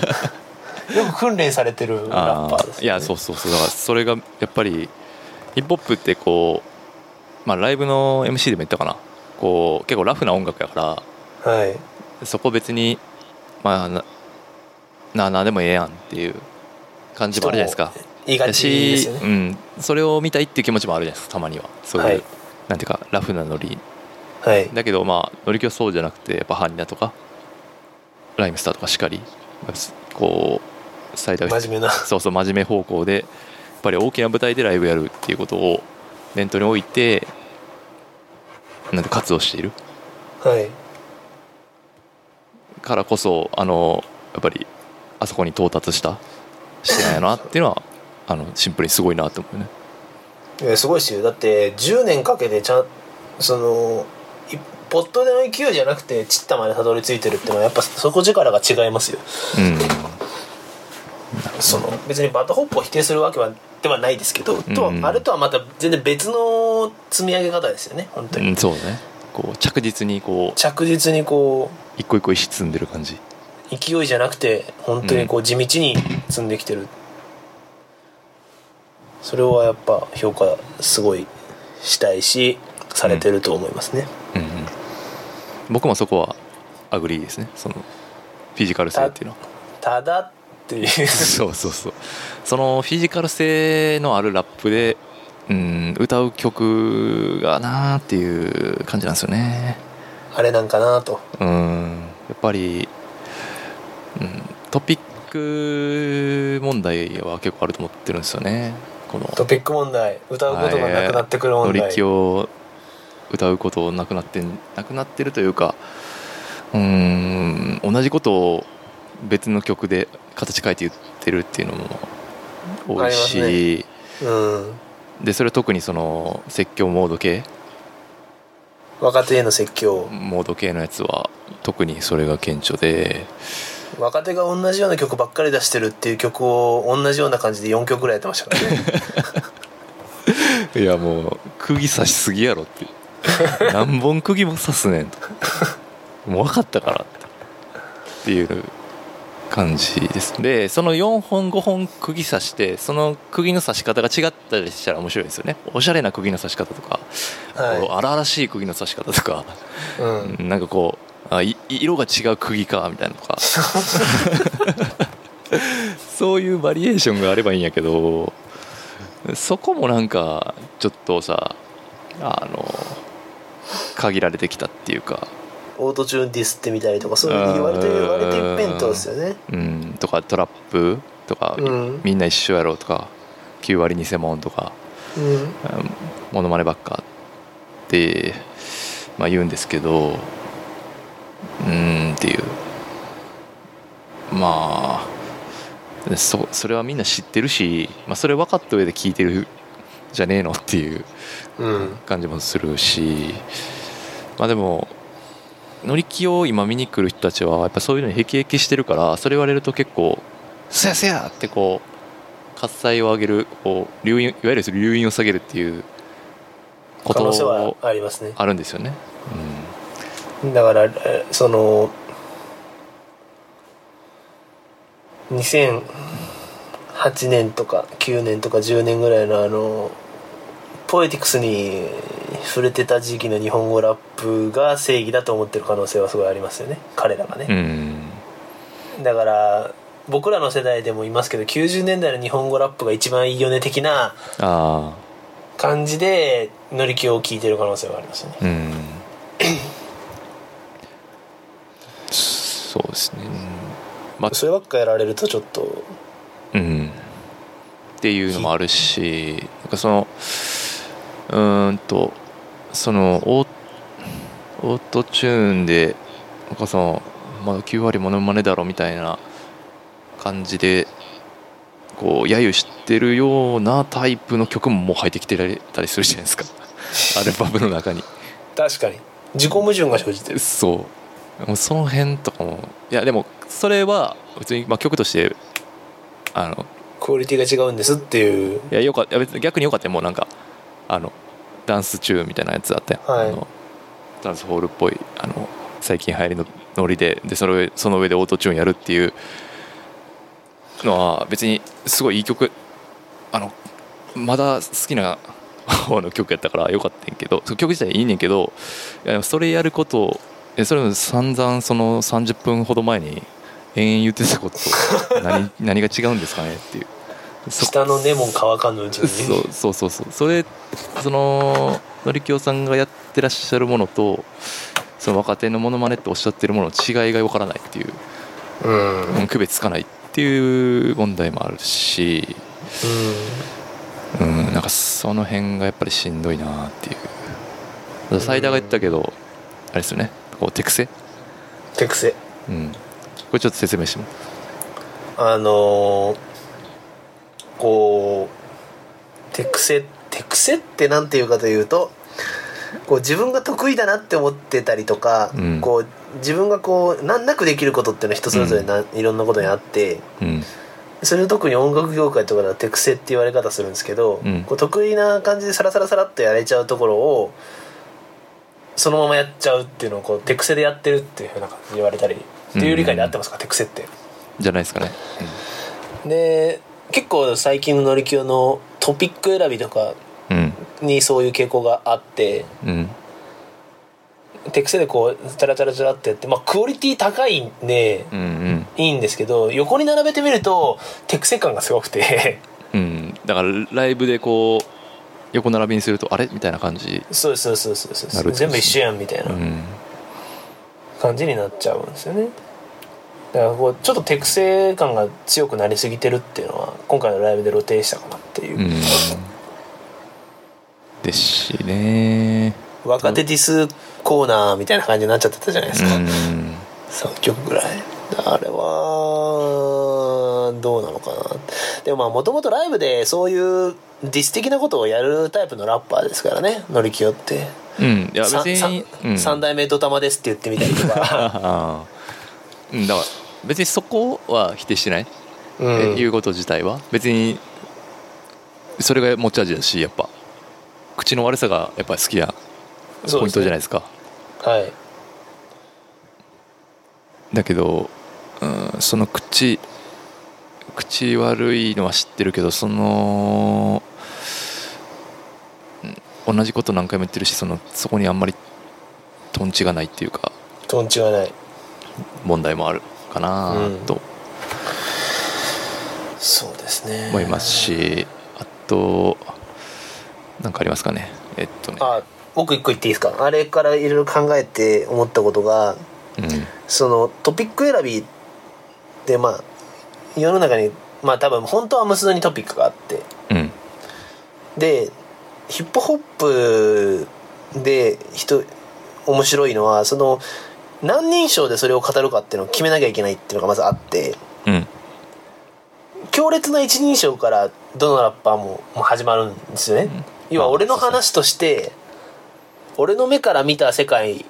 B: く訓練されてるラッパーです、
A: いやそうそうそうだからそれがやっぱりヒップホップってこうまあライブの MC でも言ったかなこう結構ラフな音楽やから
B: はい
A: そこ別にまあなななんでもええやんっていう感じもあるじゃないですか
B: 言いが
A: だ
B: ちです
A: し、
B: よね
A: うん、それを見たいっていう気持ちもあるじゃないですかたまにはそういう、
B: はい
A: なんていうかラフなノリ
B: はい
A: だけどまあノリキはそうじゃなくてやっぱハンニャとかライムスターとかしかりまあこう最大
B: 真面目な
A: そうそう真面目方向でやっぱり大きな舞台でライブやるっていうことを念頭に置いてなんて活動している
B: はい
A: からこそあのやっぱりあそこに到達したしてないなっていうの はあのシンプルにすごいなと思うね
B: いやすごいですよだって10年かけてちゃんそのいポットでの勢いじゃなくてチッタまでたどり着いてるっていうのはやっぱ底力が違いますよその別にバタホップを否定するわけはではないですけど、と
A: うん
B: あれとはまた全然別の積み上げ方ですよね本当
A: う
B: に、
A: ん、うん、そうねこう着実にこう
B: 着実にこ
A: 一個一個石積んでる感じ
B: う勢いじゃなくて本当にこう地道に積んできてる、それはやっぱ評価すごいしたいしされてると思いますね、
A: うん、うん、僕もそこはアグリーですねそのフィジカル性っていうのは
B: ただっていう
A: そうそうそうそのフィジカル性のあるラップで、うん、歌う曲がなーっていう感じなんですよね
B: あれなんかなと
A: うんやっぱり、うん、トピック問題は結構あると思ってるんですよねこの
B: トピック問題歌うことがなくなってくる問
A: 乗
B: 題、
A: り気を歌うことなくなってんなくなってるというかうん同じことを別の曲で形変えて言ってるっていうのも多い
B: あり
A: し、
B: うん
A: でそれは特にその説教モード系
B: 若手への説教
A: モード系のやつは特にそれが顕著で
B: 若手が同じような曲ばっかり出してるっていう曲を同じような感じで4曲ぐらいやってましたからね
A: いやもう釘刺しすぎやろって何本釘も刺すねんともう分かったからってっていう感じですでその4本5本釘刺してその釘の刺し方が違ったりしたら面白いですよねおしゃれな釘の刺し方とか、 こう
C: は
A: 荒々しい釘の刺し方とか、
C: い、うん
A: うんなんかこうあい色が違う釘かみたいなのとか そういうバリエーションがあればいいんやけどそこもなんかちょっとさあの限られてきたっていうか、
B: オートチューンディスってみたりとかそういう割と
A: うん
B: 割と一辺倒ですよね
A: うん、とかトラップとか、
B: うん
A: みんな一緒やろうとか9割偽物とか
B: うん
A: うんモノマネばっかって、まあ、言うんですけどうーんっていうまあそそれはみんな知ってるし、まあ、それ分かった上で聞いてるじゃねえのっていう
B: うん
A: 感じもするしまあでも乗り気を今見に来る人たちはやっぱそういうのにへきへきしてるからそれ言われると結構「せやせや!」ってこう喝采を上げるこう流飲いわゆる流飲を下げるっていうこ
B: 可
A: と
B: 能性は
A: を
B: ありますね
A: あるんですよね。
B: だからえその2008年とか9年とか10年ぐらいのあのポエティクスに触れてた時期の日本語ラップが正義だと思ってる可能性はすごいありますよね彼らが
A: うん、
B: ね、
A: うん
B: だから僕らの世代でもいますけど90年代の日本語ラップが一番いいよね的な
A: あ
B: 感じで乗り気を聞いてる可能性はありますよね
A: あうんそうですね、まあ
B: そればっかやられるとちょっと
A: うん、っていうのもあるしなんかそのうーんとそのオーオートチューンでなんかその、まあ、9割モノマネだろみたいな感じでこう揶揄してるようなタイプの曲ももう入ってきてられたりするじゃないですかアルバムの中に。
B: 確かに自己矛盾が生じてる
A: そうもうその辺とかもいやでもそれは別に、まあ、曲としてあの
B: クオリティが違うんですっていう
A: いやよかいや別に逆によかったよもうなんかあのダンス中みたいなやつあったよ、
B: はい
A: あのダンスホールっぽいあの最近流行りのノリででその上その上でオートチューンやるっていうのは別にすごいいい曲あのまだ好きな方の曲やったからよかったんやけどその曲自体いいねんけどいやでもそれやることをえそれも散々その30分ほど前に延々言ってたこと何何が違うんですかね っていうそ
B: 下の根も乾かぬうちに
A: そうそうそうそうそれそののりきおさんがやってらっしゃるものとその若手のモノマネっておっしゃってるものの違いがわからないっていう、
B: うん、うん、
A: 区別つかないっていう問題もあるし、うん、なんかその辺がやっぱりしんどいなっていうサイダーが言ったけど、あれですよねこう手癖、
B: 手癖
A: うん、これちょっと説明しても
B: あのーこう手癖手癖ってなんていうかというとこう自分が得意だなって思ってたりとか、
A: うん
B: こう自分がこう難なくできることっていうのは人それぞれな、いろんなことにあって
A: うん
B: それを特に音楽業界とかでは手癖って言われ方するんですけど、
A: うん
B: こう得意な感じでサラサラサラっとやれちゃうところをそのままやっちゃうっていうのをこう手癖でやってるっていうふうな感じで言われたりっていう理解で合ってますか、手癖って。
A: じゃないですかね、
B: で結構最近の乗り気のトピック選びとか
A: うん、
B: にそういう傾向があって
A: うんうん
B: 手癖でこうチャラチャラチャラってやってまあクオリティ高いんで
A: うんうん
B: いいんですけど横に並べてみると手癖感がすごく て
A: うん、だからライブでこう横並びにするとあれみたいな感じ、
B: そうそうそうそうそう
A: なるほど、
B: 全部一緒やんみたいうなん感じになっちゃうんですよねだからこうちょっと手癖感が強くなりすぎてるっていうのは今回のライブで露呈したかなっていう、
A: うん、ですしね
B: 若手ディスコーナーみたいな感じになっちゃってたじゃないですか、
A: うん
B: 3曲ぐらいあれはどうなのかなでもまあもともとライブでそういうディス的なことをやるタイプのラッパーですからねノリキヨって
A: うんいや別
B: ささ
A: に、 うん、
B: 三代目ドタマですって言ってみたりとか、
A: あーうんだから別にそこは否定してない、
B: うん
A: えいうこと自体は別にそれが持ち味だしやっぱ口の悪さがやっぱり好きなポイントじゃない
B: い
A: ですか
B: はい
A: だけどうん、その口口悪いのは知ってるけどその、うん、同じこと何回も言ってるしそのそこにあんまりとんちがないっていうか
B: とんちがない
A: 問題もあるかな
B: うん
A: と
B: そうですね
A: 思いますし、あと何かありますかねえっとね
B: あ僕一個言っていいですかあれからいろいろ考えて思ったことが
A: うん
B: そのトピック選びってまあ世の中にまあ多分本当は無数にトピックがあって
A: うん
B: でヒップホップで人面白いのはその何人称でそれを語るかっていうのを決めなきゃいけないっていうのがまずあって
A: うん
B: 強烈な一人称からどのラッパーももう始まるんですよね、要は俺の話として俺の目から見た世界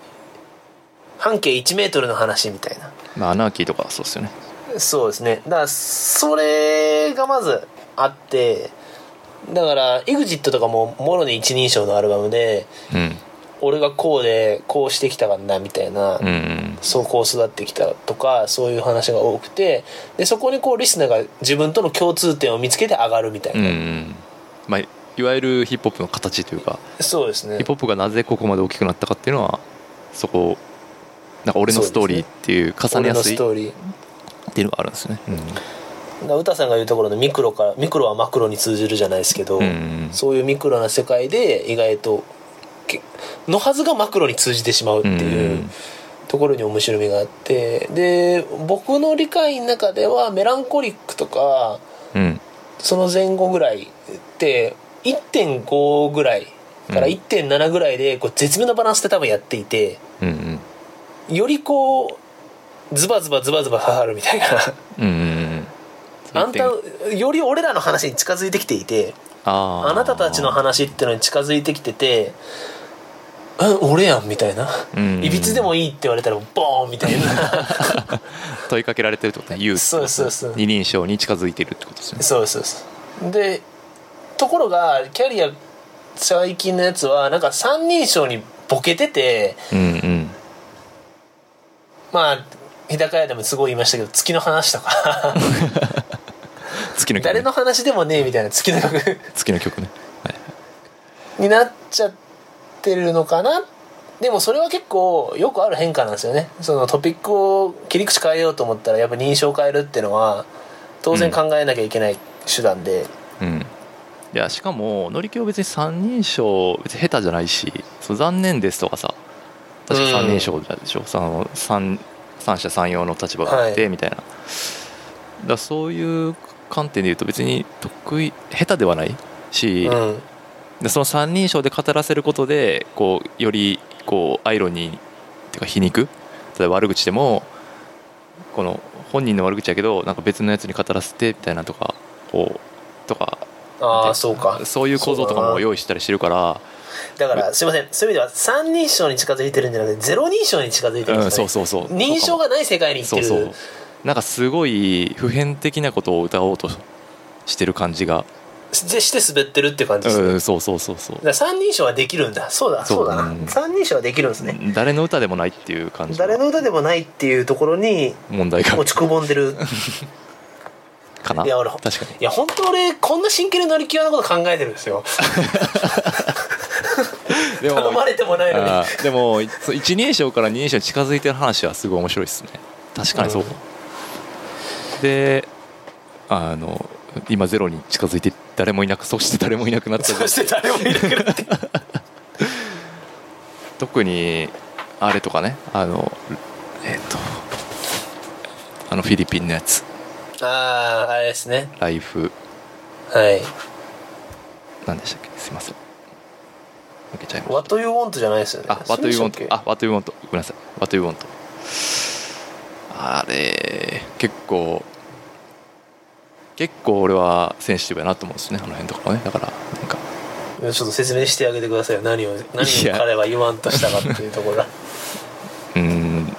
B: 半径1メートルの話みたいな
A: まあアナーキーとかそうですよね
B: そうですねだからそれがまずあってだから EXIT とかももろに一人称のアルバムで
A: うん
B: 俺がこうでこうしてきたからなみたいな、
A: うん
B: そうこう育ってきたとかそういう話が多くてでそこにこうリスナーが自分との共通点を見つけて上がるみたい
A: うんう
B: な、
A: んまあいわゆるヒップホップの形というか
B: そうですね
A: ヒップホップがなぜここまで大きくなったかっていうのはそこなんか俺のストーリーっていう重ね
B: 俺
A: や
B: の
A: すい
B: ス
A: っ
B: トーリー
A: ていうのがあるんですね。
B: だから歌さんが言うところのミクロからミクロはマクロに通じるじゃないですけど、
A: うんうん
B: そういうミクロな世界で意外とけのはずがマクロに通じてしまうっていう、
A: うん
B: ところに面白みがあってで僕の理解の中ではメランコリックとか
A: うん
B: その前後ぐらいって1.5ぐらいから
A: うん
B: 1.7ぐらいでこう絶妙なバランスで多分やっていて
A: うんうん
B: よりこうズバズバズバズバ刺さるみたいな
A: うんうん
B: あんた
A: あ
B: より俺らの話に近づいてきていて
A: あー
B: あなたたちの話ってのに近づいてきてて「うん俺やん」みたいな
A: うん
B: 「いびつでもいい」って言われたらボーンみたい な
A: 問いかけられてるってことね言う
B: そうそうそう
A: 二人称に近づいてるってことですね。
B: そうそうそうでところがキャリア最近のやつはなんか三人称にボケてて
A: うんうん
B: まあ日高屋でもすごい言いましたけど月の話と か
A: 月の曲ね
B: 誰の話でもねえみたいな月の曲
A: 月の曲ね。はい
B: になっちゃってるのかなでもそれは結構よくある変化なんですよねそのトピックを切り口変えようと思ったらやっぱ認証変えるっていうのは当然考えなきゃいけない手段で、
A: うん、いやしかも乗り気は別に三人称別に下手じゃないしそう残念ですとかさ確か三人称でしょ、その三三者三様の立場があっ
B: は
A: てみたいな、だからそういう観点で言うと別に得意下手ではないし、
B: うん
A: でその三人称で語らせることでこうよりこうアイロニーっていうか皮肉例えば悪口でもこの本人の悪口やけどなんか別のやつに語らせてみたいなとかこうとか
B: ああそうか
A: そういう構造とかも用意したりしてるから
B: だからすいませんそういう意味では三人称に近づいてるんじゃなくてゼロ人称に近づいてるん
A: うん
B: です
A: そう
B: よね
A: そうそう
B: 認証がない世界に行っ
A: そ
B: て
A: う
B: る
A: そうなんかすごい普遍的なことを歌おうとしてる感じが
B: でして滑ってるっていう感じです
A: う
B: ね、だ
A: んそうそうそうそう
B: から三人称はできるんだそうだ
A: そう
B: そうだ
A: うん
B: な三人称はできるんですね
A: 誰の歌でもないっていう感じ
B: 誰の歌でもないっていうところに
A: 問題が
B: 落ちくぼんでる
A: かない
B: や俺
A: 確かに
B: いや本当俺こんな真剣に乗り気なこと考えてるんですよ
A: でも
B: 頼まれてもないのに
A: あーでもいそう一人称から二人称に近づいてる話はすごい面白いですね確かにそう、
B: うん
A: であの今ゼロに近づいて誰もいなくそして誰もいなくなった
B: そして誰もいなくな って
A: 特にあれとかねあのえっ、とあのフィリピンのやつ
B: あああれですね
A: ライフ
B: はい
A: なんでしたっけすいません抜けちゃい
B: 「
A: ました
B: What You Want」じゃないですよね
A: あ、ワトゥーウォント
B: そうでし。たっ
A: あ、ワトゥーウォント。ごめんなさい。ワトゥーウォント。あれ、結構、結構俺はセンシティブやなと思うんですね、あの辺とかもね。だから、なんか、
B: けいやちょっと説明してあげてくださいよ何を何を彼は言わんとしたかっていうところ は
A: うーん、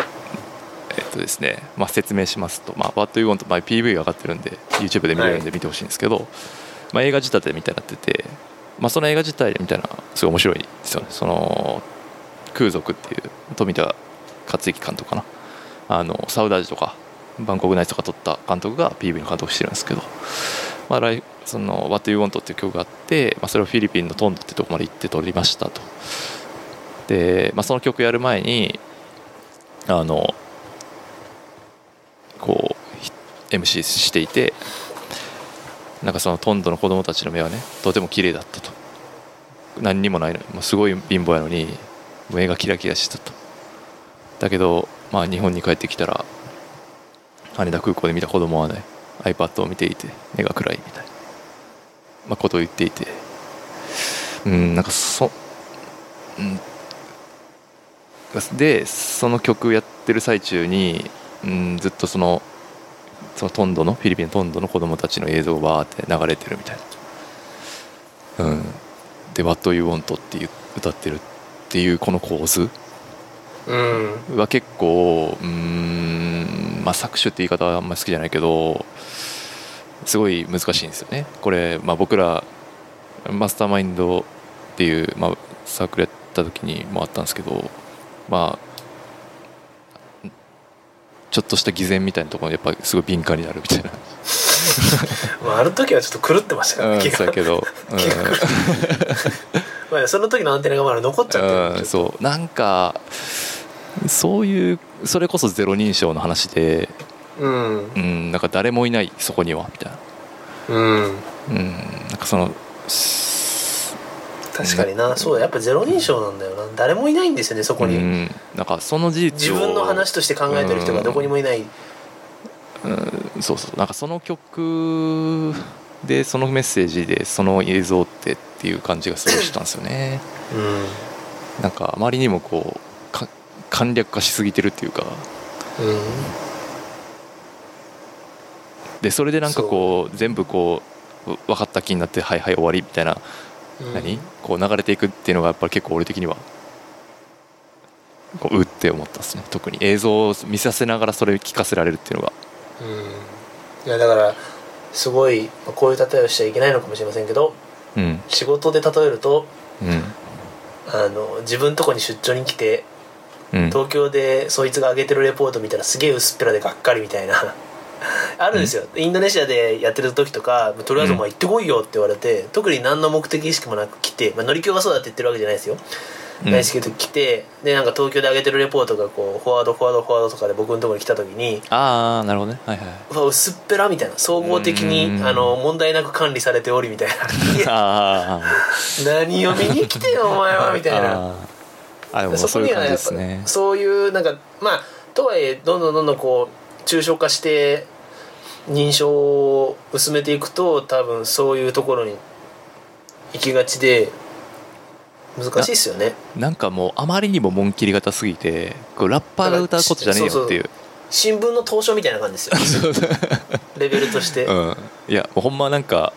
A: えっとですね、まあ、説明しますと、まあ、What Do You Want、まあ、PV が上がってるんで、YouTube で見れるんで見てほしいんですけど、まあ、映画仕立てみたいになってて、まあ、その映画自体みたいな、すごい面白いですよね。その空族っていう富田克之監督かなあのサウダージとかバンコクナイツとか撮った監督が PV の監督してるんですけど、まあ、ライその What You Want っていう曲があって、まあ、それをフィリピンのトンドってとこまで行って撮りましたとで、まあ、その曲やる前にあのこうひ MC していてなんかそのトンドの子供たちの目はねとても綺麗だったと何にもないのもうすごい貧乏やのに目がキラキラしてたとだけど、まあ、日本に帰ってきたら羽田空港で見た子供はね iPad を見ていて目が暗いみたいな、まあ、ことを言っていてうんなんかそうんでその曲やってる最中に、うん、ずっとそのそのトンドのフィリピントンドの子供たちの映像がバーって流れてるみたいな、うん、で「What You Want」っていう歌ってるっていうこの構図
D: うん
A: は結構うーん、まあ、搾取って言い方はあんまり好きじゃないけどすごい難しいんですよねこれ、まあ、僕らマスターマインドっていう、まあ、サークルやった時にもあったんですけどまあちょっとした偽善みたいなところにやっぱすごい敏感になるみたいな
B: まあ、あの時はちょっと狂ってましたから
A: う
B: ね、
A: ん
B: 気
A: そうや
B: が
A: けど、
B: まあ、その時のアンテナがまだ残っちゃってる
A: うん、そうなんかそういうそれこそゼロ認証の話で
D: うん
A: うん、なんか誰もいないそこにはみたいな,、
D: うん
A: うん、なんかそのす
B: 確かになそうだやっぱゼロ認証なんだよな誰もいないんですよねそこ
A: う
B: に
A: ん、なんかその事実
B: 自
A: を
B: 分の話として考えてる人がどこにもいない
A: うん、そうそうなんかその曲でそのメッセージでその映像ってっていう感じがすごいしたんですよ ね
B: うん
A: なんかあまりにもこうか簡略化しすぎてるっていうかでそれでなんかこう全部こうう分かった気になってはいはい終わりみたいな
B: うん
A: 何こう流れていくっていうのがやっぱり結構俺的にはこううって思ったですね特に映像を見させながらそれ聞かせられるっていうのが
B: うんいやだからすごいまあこういう例えをしちゃいけないのかもしれませんけど
A: うん
B: 仕事で例えると
A: うん
B: あの自分とこに出張に来て
A: うん
B: 東京でそいつが上げてるレポート見たらすげえ薄っぺらでがっかりみたいな あるんですよ、インドネシアでやってる時とかとりあえずお前行ってこいよって言われて、特に何の目的意識もなく来て、まあ、乗り気がそうだって言ってるわけじゃないですよ、
A: うん
B: ないですけど来てでなんか東京で上げてるレポートがこうフォワードフォワードフォワードとかで僕のところに来た時に
A: ああなるほどねはいはいう
B: わ薄っぺらみたいな総合的
A: うんうんう
B: に
A: ん
B: あの問題なく管理されており みたいないや
A: あ
B: 何を見に来てよお前はみ
A: ー
B: たい
A: あ
B: な
A: ーあでも
B: そこ
A: そうい
B: に
A: う感
B: は
A: じ
B: や
A: で
B: っぱ
A: すね
B: そういうなんかまあとはいえどんどんどんどんこう抽象化して認証を薄めていくと多分そういうところに行きがちで難しいっすよね
A: なんかもうあまりにも紋切り型すぎてこうラッパーが歌うことじゃねえよっていう
B: 新聞の投書みたいな感じですよ レベルとして、
A: うんいやもうほんまなんか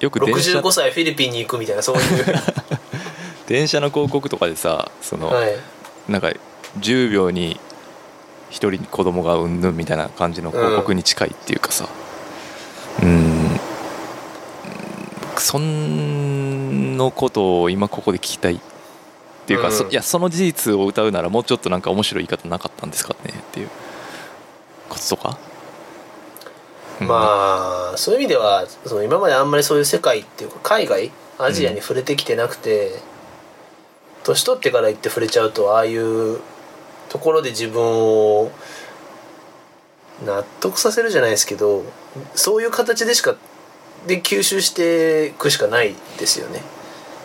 A: よく電車
B: 65歳フィリピンに行くみたいなそういう
A: 電車の広告とかでさその、
B: はい
A: なんか10秒に1人に子供がうんぬんみたいな感じの広告に近いっていうかさうんうんそんのことを今ここで聞きたいっていうか、
D: うん
A: そいやその事実を歌うならもうちょっとなんか面白い言い方なかったんですかねっていうこととか、うん
B: まあそういう意味ではその今まであんまりそういう世界っていうか海外アジアに触れてきてなくて、年取ってから行って触れちゃうとああいうところで自分を納得させるじゃないですけどそういう形でしかで吸収していくしかないですよね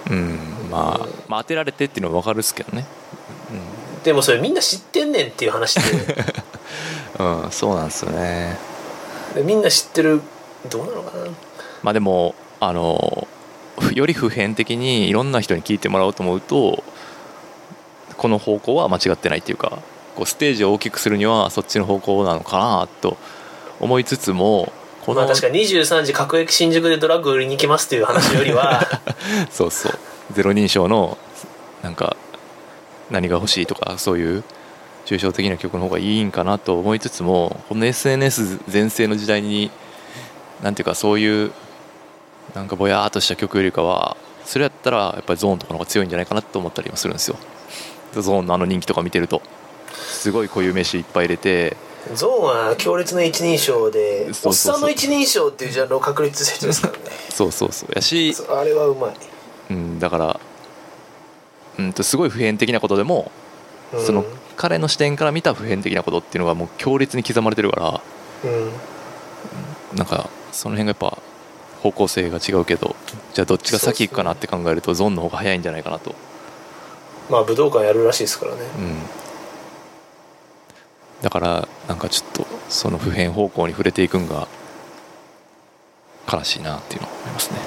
A: うんまあ、まあ当てられてっていうのは分かるっすけどね
B: でもそれみんな知ってんねんっていう話で
A: うん、うん、そうなんですよね
B: でみんな知ってるどうなのかな
A: まあでもあのふより普遍的にいろんな人に聞いてもらおうと思うとこの方向は間違ってないっていうかこうステージを大きくするにはそっちの方向なのかなと思いつつもこ
B: ま
A: の
B: あ確かに23時各駅新宿でドラッグ売りに行きますっていう話よりは
A: そうそうゼロ認証のなんか何が欲しいとかそういう抽象的な曲の方がいいんかなと思いつつもこの SNS 全盛の時代になんていうかそういうなんかぼやーっとした曲よりかはそれやったらやっぱりゾーンとかの方が強いんじゃないかなと思ったりもするんですよゾーンのあの人気とか見てるとすごい固有名詞いっぱい入れて
B: ゾーンは強烈な一人称で
A: そうそうそう
B: おっさんの一人称っていうジャンルを確立してるんですからね
A: そうそうそうやし
B: そうあれはうまい、
A: うん、だから、うん、とすごい普遍的なことでも、
B: うん、
A: その彼の視点から見た普遍的なことっていうのがもう強烈に刻まれてるから
B: うん
A: なんかその辺がやっぱ方向性が違うけどじゃあどっちが先行くかなって考えるとゾーンの方が早いんじゃないかなと、
B: まあ武道館やるらしいですからね
A: うん、だからなんかちょっとその普遍方向に触れていくんが悲しいなっていうのは思いますね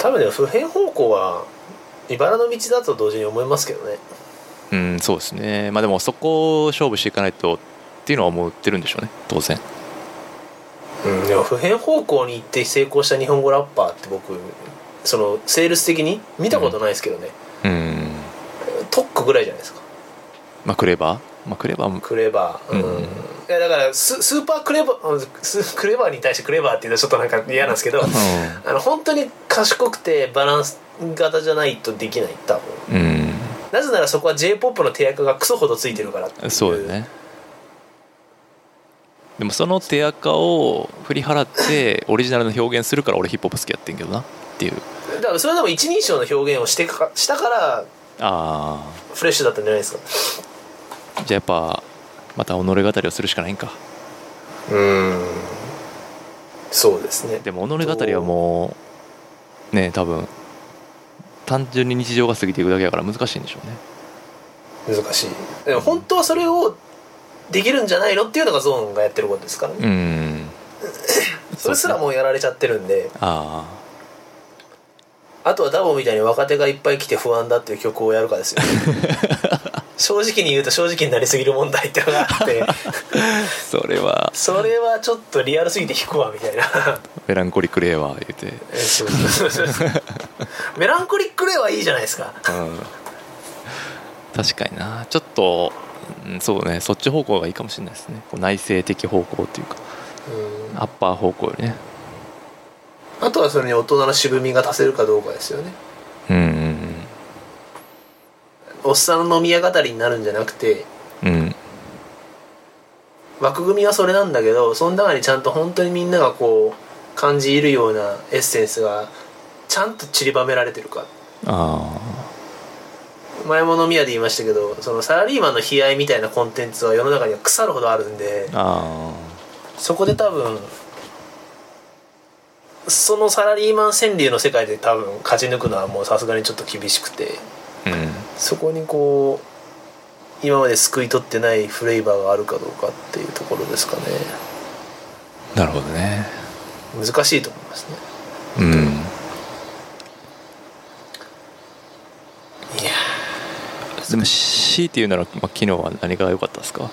B: 多分ね普遍方向は茨の道だと同時に思いますけどね
A: うんそうですねまあでもそこを勝負していかないとっていうのは思ってるんでしょうね当然
B: うん、でも普遍方向に行って成功した日本語ラッパーって僕そのセールス的に見たことないですけどね、
A: うん
B: トックぐらいじゃないですか
A: まあクレバーまあクレバーも
B: クレバー、うん
A: うん
B: いやだからススーパークレバーうんスクレバーに対してクレバーっていうのはちょっとなんか嫌なんですけど、あの本当に賢くてバランス型じゃないとできない多分
A: うん、
B: なぜならそこは j p o p の手役がクソほどついてるからってい
A: そうだねでもその手垢を振り払ってオリジナルの表現するから俺ヒップホップ好きやってんけどなっていう
B: だからそれでも一人称の表現をしてかしたから
A: ああ
B: フレッシュだったんじゃないですか
A: じゃあやっぱまた己語りをするしかないんか
B: うんそうですね
A: でも己語りはもうね多分単純に日常が過ぎていくだけだから難しいんでしょうね
B: 難しいでも本当はそれをできるんじゃないのっていうのがゾーンがやってることですからね、
A: うん
B: それすらもうやられちゃってるんで
A: ああ
B: あとはダボみたいに若手がいっぱい来て不安だっていう曲をやるかですよ 正直に言うと正直になりすぎる問題っていうのがあって
A: それは
B: それはちょっとリアルすぎて引くわみたいな
A: メランコリック・レイは言うて、
B: えそうそうそうそうメランコリック・レイはいいじゃないですか
A: うん、確かになちょっと、うんそうねそっち方向がいいかもしれないですねこう内省的方向というか
B: うん
A: アッパー方向よりね
B: あとはそれに大人の渋みが足せるかどうかですよね
A: うん
B: おっさんの飲み屋語りになるんじゃなくて
A: うんうんうん
B: 枠組みはそれなんだけどその中にちゃんと本当にみんながこう感じ入るようなエッセンスがちゃんと散りばめられてるか
A: あ
B: 前も飲み屋で言いましたけどそのサラリーマンの悲哀みたいなコンテンツは世の中には腐るほどあるんで
A: ああ
B: そこで多分そのサラリーマン川柳の世界で多分勝ち抜くのはもうさすがにちょっと厳しくて
A: あうん
B: そこにこう今まですくい取ってないフレーバーがあるかどうかっていうところですかね
A: なるほどね
B: 難しいと思いますね
A: うん
B: いや
A: でも強いて言うなら、まあ、昨日は何が良かったですか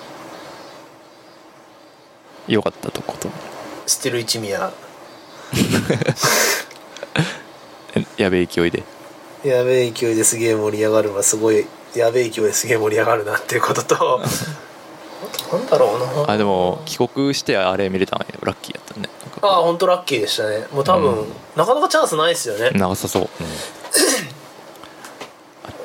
A: 良かったとこと
B: ステル一味や
A: えやべえ勢いで
B: やべえ勢いですげえ盛り上がるはすごいやべえ勢いですげえ盛り上がるなっていうこと とあとなんだろうな
A: あでも帰国してあれ見れたんやラッキーやったねなん
B: ああ
A: か
B: 本当ラッキーでしたねもう多分、
A: うん
B: なかなかチャンスないですよね
A: 長さそう、うん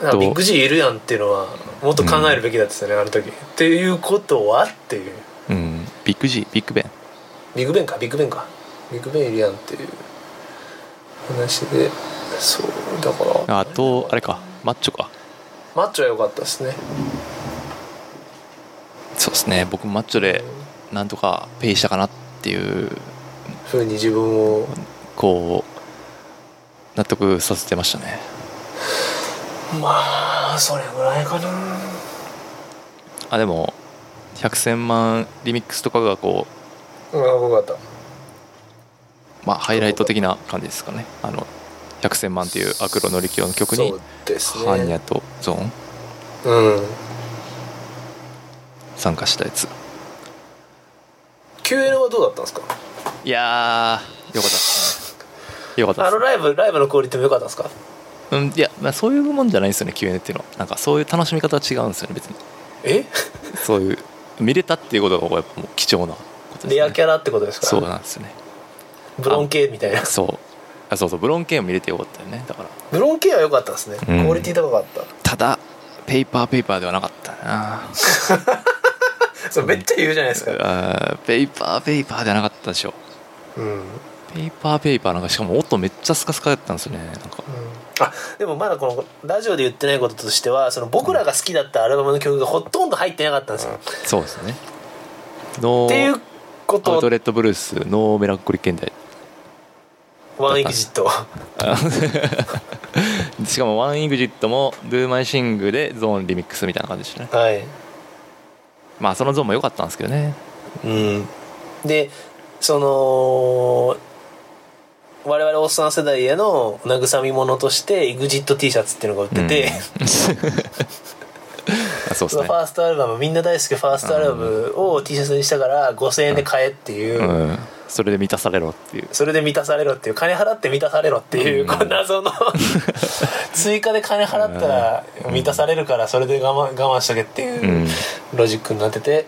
B: なんかビッグ G いるやんっていうのはもっと考えるべきだったですよね、あの時っていうことはっていう
A: うん、ビッグ G ビッグベン
B: ビッグベンかビッグベンかビッグベンいるやんっていう話でそうだから
A: あとあれかマッチョか
B: マッチョは良かったですね
A: そうですね僕もマッチョでなんとかペイしたかなっていう
B: ふうに自分を
A: こう納得させてましたね
B: まあそれぐらいかな
A: あでも100千万リミックスとかがこ
B: うんよかった
A: うまあハイライト的な感じですかねあの100千万っていうアクロの力量の曲に
B: そうですね
A: ハーニャとゾーン
B: うん
A: 参加したやつ
B: QL はどうだったんですか
A: いやーよかったっすねよかったっ
B: あ
A: す
B: のライブライブのクオリティも良かったんですか
A: うん、いや、まあ、そういうもんじゃないんですよね Q&A っていうのはなんかそういう楽しみ方は違うんですよね別 に
B: え
A: そういう見れたっていうことがやっぱもう貴重なことです、ね、
B: レアキャラってことですか
A: そうなんですよね
B: ブロン系みたいな
A: そうあそうそうブロンケンを見れてよかったよねだから
B: ブロン系は良かったですね、
A: うん
B: クオリティ高かった
A: ただペーパーペーパーではなかったな
E: それめっちゃ言うじゃないですか
A: あーペーパーペーパーじゃなかったでしょ
E: うん
A: ペーパーペーパーなんかしかも音めっちゃスカスカだったんですよねなんか
E: あ
B: でもまだこのラジオで言ってないこととしてはその僕らが好きだったアルバムの曲がほとんど入ってなかったんですよ、っ
A: そうですねの
B: ていうこ
A: アウト
B: と
A: レットブルースのメランコリー現代
B: ワンエキジット
A: しかもワンイグジットも「Do My Sing」でゾーンリミックスみたいな感じでしたね
B: はい
A: まあそのゾーンも良かったんですけどね
B: うんでその我々おっさん世代への慰み物として EXITT シャツっていうのが売ってて、
A: うんあそうです
B: その
A: ね
B: ファーストアルバムみんな大好きファーストアルバムを T シャツにしたから5000円で買えっていう、
A: うん、それで満たされろっていう
B: それで満たされろっていう金払って満たされろっていう、
A: うん
B: この 謎の追加で金払ったら満たされるからそれで我慢我慢しとけって
A: う
B: いうんうロジックになってて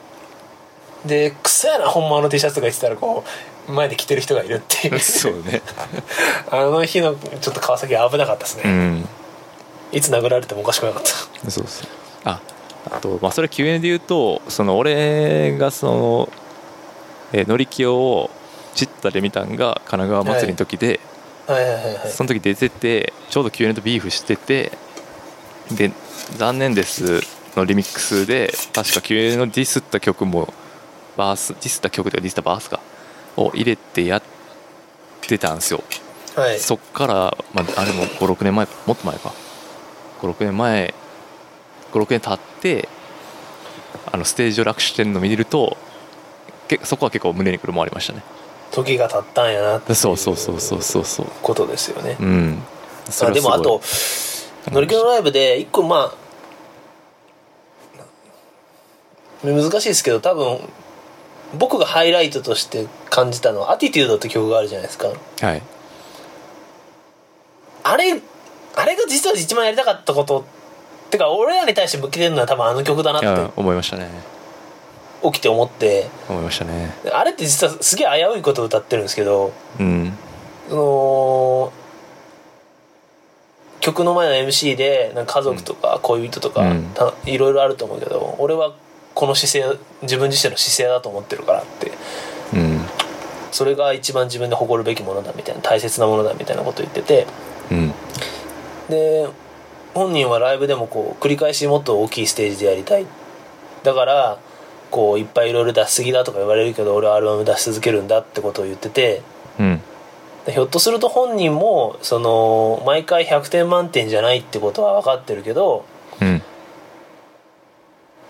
B: でクソやなほんまの T シャツとか言ってたらこう前で着てる人がいるっていう
A: そうね
B: あの日のちょっと川崎は危なかったです
A: う
B: ね、
A: ん
B: いつ殴られてもおかしくなかった
A: そうですああとまあそれ Q&A で言うとその俺がそのえー乗り気をチッタで見たんが神奈川祭りの時で、
B: はいはいはいはい
A: その時出ててちょうど Q&A とビーフしててで「残念です」のリミックスで確か Q&A のディスった曲もバースディスった曲とかディスったバースかを入れてやってたんですよ
B: はい
A: そっから、まあ、あれも56年前もっと前か56年前56年経ってあのステージを楽してるの見るとけそこは結構胸にくるもんありましたね
B: 時が経ったんやなってい
A: そうそうそうそうそうそう
B: ことですよね、
A: うんそ
B: あ
A: れ
B: で
A: はすご
B: も
A: い
B: あと
A: うん
B: 乗り気のライブで一個まあ難しいですけど多分僕がハイライトとして感じたのは「アティテュード」って曲があるじゃないですか
A: はい
B: あれあれが実は一番やりたかったことってか俺らに対して向けてるのは多分あの曲だ
A: い
B: なっ
A: や
B: て
A: 思いましたね
B: 起きて思って
A: 思いましたね
B: あれって実はすげえ危ういことを歌ってるんですけど
A: うん
B: その曲の前の MC でなんか家族とか恋人とか、
A: うん
B: たいろいろあると思うけど俺はこの姿勢自分自身の姿勢だと思ってるからって
A: うん
B: それが一番自分で誇るべきものだみたいな大切なものだみたいなこと言ってて
A: うん
B: で本人はライブでもこう繰り返しもっと大きいステージでやりたいだからこういっぱいいろいろ出しすぎだとか言われるけど俺はアルバム出し続けるんだってことを言ってて
A: うん
B: ひょっとすると本人もその毎回100点満点じゃないってことは分かってるけど
A: うん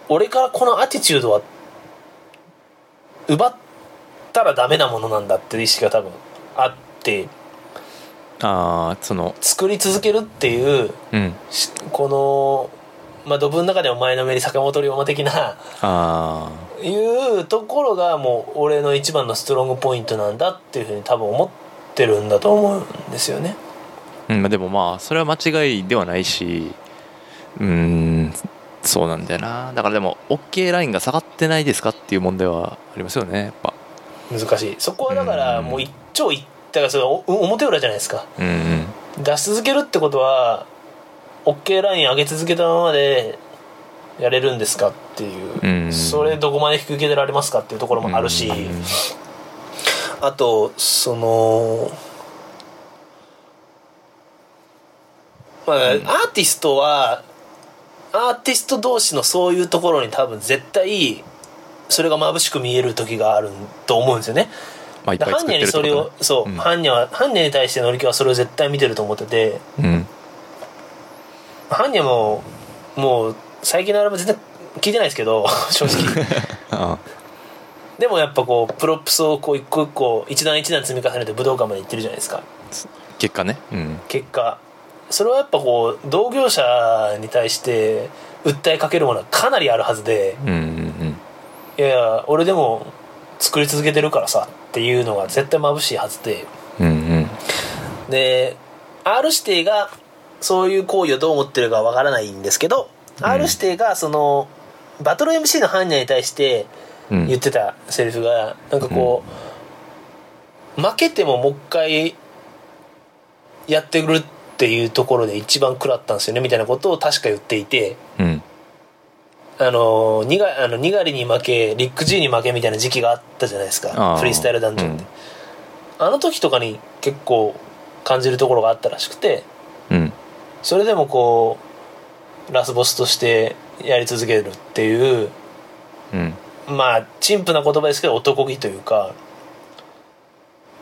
B: 俺からこのアティチュードは奪ったらダメなものなんだっていう意識が多分あって
A: ああその
B: 作り続けるっていう
A: うん
B: しこの、まあ、ドブの中でも前のめり坂本龍馬的な
A: あ
B: いうところがもう俺の一番のストロングポイントなんだっていうふうに多分思ってるんだと思うんですよね。
A: あ、うん、まあでもまあそれは間違いではないしうんそうなんだよなだからでも OK ラインが下がってないですかっていう問題はありますよねやっぱ
B: 難しいそこはだから
A: うん
B: もう一長一だからそれお表裏じゃないですか
A: うんうん
B: 出し続けるってことは OK ライン上げ続けたままでやれるんですかっていう、
A: うん
B: それどこまで引き受けられますかっていうところもあるし、
A: うん
B: あとそのまあ、アーティストはアーティスト同士のそういうところに多分絶対それが眩しく見える時があると思うんですよね。
A: まあいっぱい
B: ハン
A: 作っ
B: ニ
A: てるって
B: ャにそ
A: こ
B: れを
A: と
B: そう、
A: うん
B: ハンニャはハンニャに対してのりきはそれを絶対見てると思ってて
A: ね
B: ハンニャももう最近のアルバム全然聞いてないですけど 正直
A: うんあ
B: でもやっぱこうプロップスをこう一個一個一段一段積み重ねて武道館まで行ってるじゃないですか
A: ー結果ねうん
B: 結果それはやっぱこう同業者に対して訴えかけるものはかなりあるはずで
A: うんうん
B: いやいや俺でも作り続けてるからさっていうのが絶対眩しいはずで
A: うんうん
B: で R 指定がそういう行為をどう思ってるかわからないんですけど、
A: うん
B: R 指定がそのバトル MC のハンニャに対して
A: うんうん
B: 言ってたセリフがなんかこう、負けてももう一回やってくるっていうところで一番食らったんですよねみたいなことを確か言っていて
A: うん
B: あのにがあのにがりに負けリック・ジーに負けみたいな時期があったじゃないです
A: あ
B: か
A: ー
B: フリースタイルダンジョンで、あの時とかに結構感じるところがあったらしくて
A: うん
B: それでもこうラスボスとしてやり続けるっていう
A: うん
B: まあ陳腐な言葉ですけど男気というか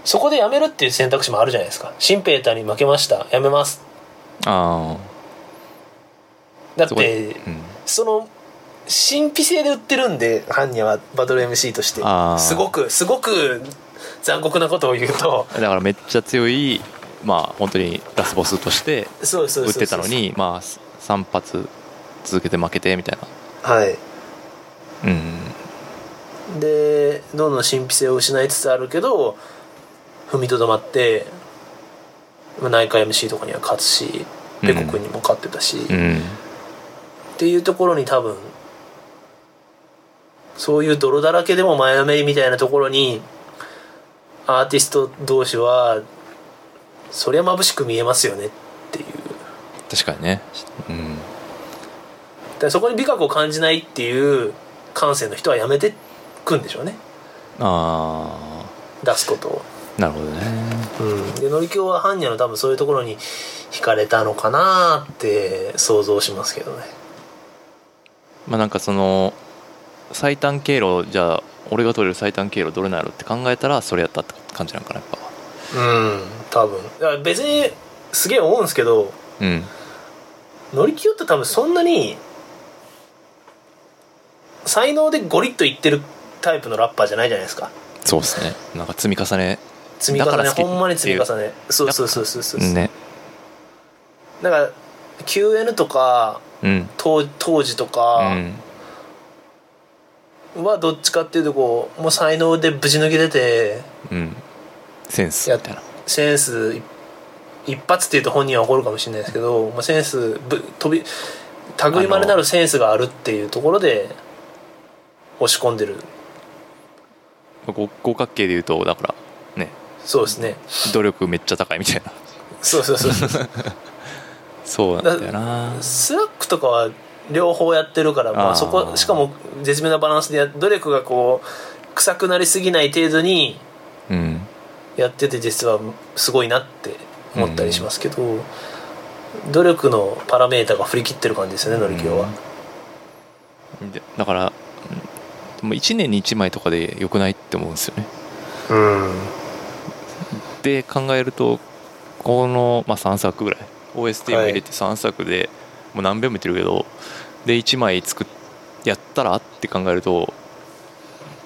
B: そこでやめるっていう選択肢もあるじゃないですかシンペーターに負けましたやめます
A: あ
B: だ
A: あ
B: っ
A: そこ
B: て
A: うん
B: その神秘性で売ってるんで般若はバトル MC として
A: あー
B: すごくすごく残酷なことを言うと
A: だからめっちゃ強いまあ本当にラスボスとして
B: そうですそう
A: 打
B: で
A: っ
B: す
A: てたのにまあ3発続けて負けてみたい
B: はい
A: なうん
B: でどんどん神秘性を失いつつあるけど踏みとどまってまあ内科 MC とかには勝つしペコ君にも勝ってたし、
A: う
B: っ
A: ん
B: ていうところに多分そういう泥だらけでも前のめりみたいなところにアーティスト同士はそりゃ眩しく見えますよねっていう
A: 確かにねうん
B: だからそこに美学を感じないっていう感性の人はやめてくんでしょうね
A: あ
B: 出すことを。
A: あなるほどね
B: うん、でのりきょうは般若の多分そういうところに惹かれたのかなって想像しますけどね
A: まあなんかその最短経路じゃあ俺が取れる最短経路どれなんやろって考えたらそれやったって感じなんかなやっぱ
B: うん多分だから別にすげえ思うんですけど
A: うん
B: のりきょうって多分そんなに才能でゴリッといってるタイプのラッパーじゃないじゃないですか
A: そうですねなんか積み重ね
B: 積み
A: だ
B: 重
A: か
B: ね
A: ら好き
B: ほんまに積み重ねそうそうそうそうそう、
A: ね
B: だから QN とか
A: うん
B: 当当時と
A: う
B: か
A: ん
B: はどっちかっていうとこうもう才能でぶち抜け出て
A: うんセンスみたいな
B: センス一一発っていうと本人は怒るかもしれないですけど、まあ、センスぶ飛び類いまれなるセンスがあるっていうところで押し込んでる
A: ご五角形で言うとだからね
B: そうですね
A: 努力めっちゃ高いみたいな
B: そうそうそう
A: そうなんだよな
B: スラックとかは両方やってるから、ま
A: あ
B: あ、
A: ー
B: そこしかも絶妙なバランスでや努力がこう臭くなりすぎない程度に
A: うん
B: やってて実はすごいなって思ったりしますけど、努力のパラメータが振り切ってる感じですよね、のりきょうは。
A: でだからもう1年に1枚とかでよくないって思うんですよね
B: うん
A: で考えるとこの、まあ、3作ぐらい OST も入れ
B: はい
A: て3作で、もう何遍も言ってるけどで1枚作っやったらって考えると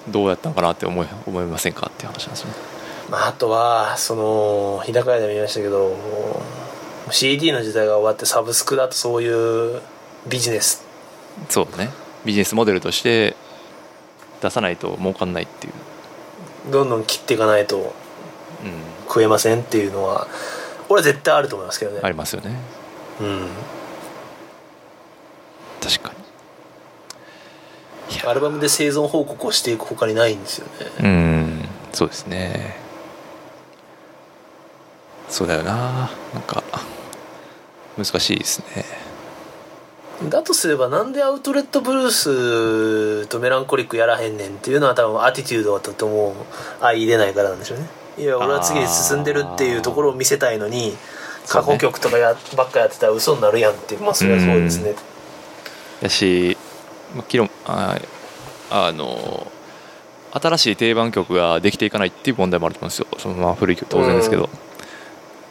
A: どうやったのかなって思い思いませんかっていう話なんですよね
B: まあ、あとはその日高屋でも言いましたけどもう CD の時代が終わってサブスクだとそういうビジネス
A: そうねビジネスモデルとして出さないと儲かんないっていう、
B: どんどん切っていかないと食えませんっていうのは俺は絶対あると思いますけどね、
A: うん、ありますよね
B: うん、
A: 確かにいや
B: アルバムで生存報告をしていく他にないんですよね
A: うんそうですねそうだよななんか難しいですね
B: だとすればなんでアウトレットブルースとメランコリックやらへんねんっていうのは多分アティテュードだと思う相入れないからなんでしょうねいや俺は次に進んでるっていうところを見せたいのに
A: そう
B: 過
A: ね
B: 去曲とかや、 ばっかやってたら嘘になるやんっていうまあそれはそうですね
A: やしまあキロああの新しい定番曲ができていかないっていう問題もあると思うんですよそのまま古い曲当然ですけど、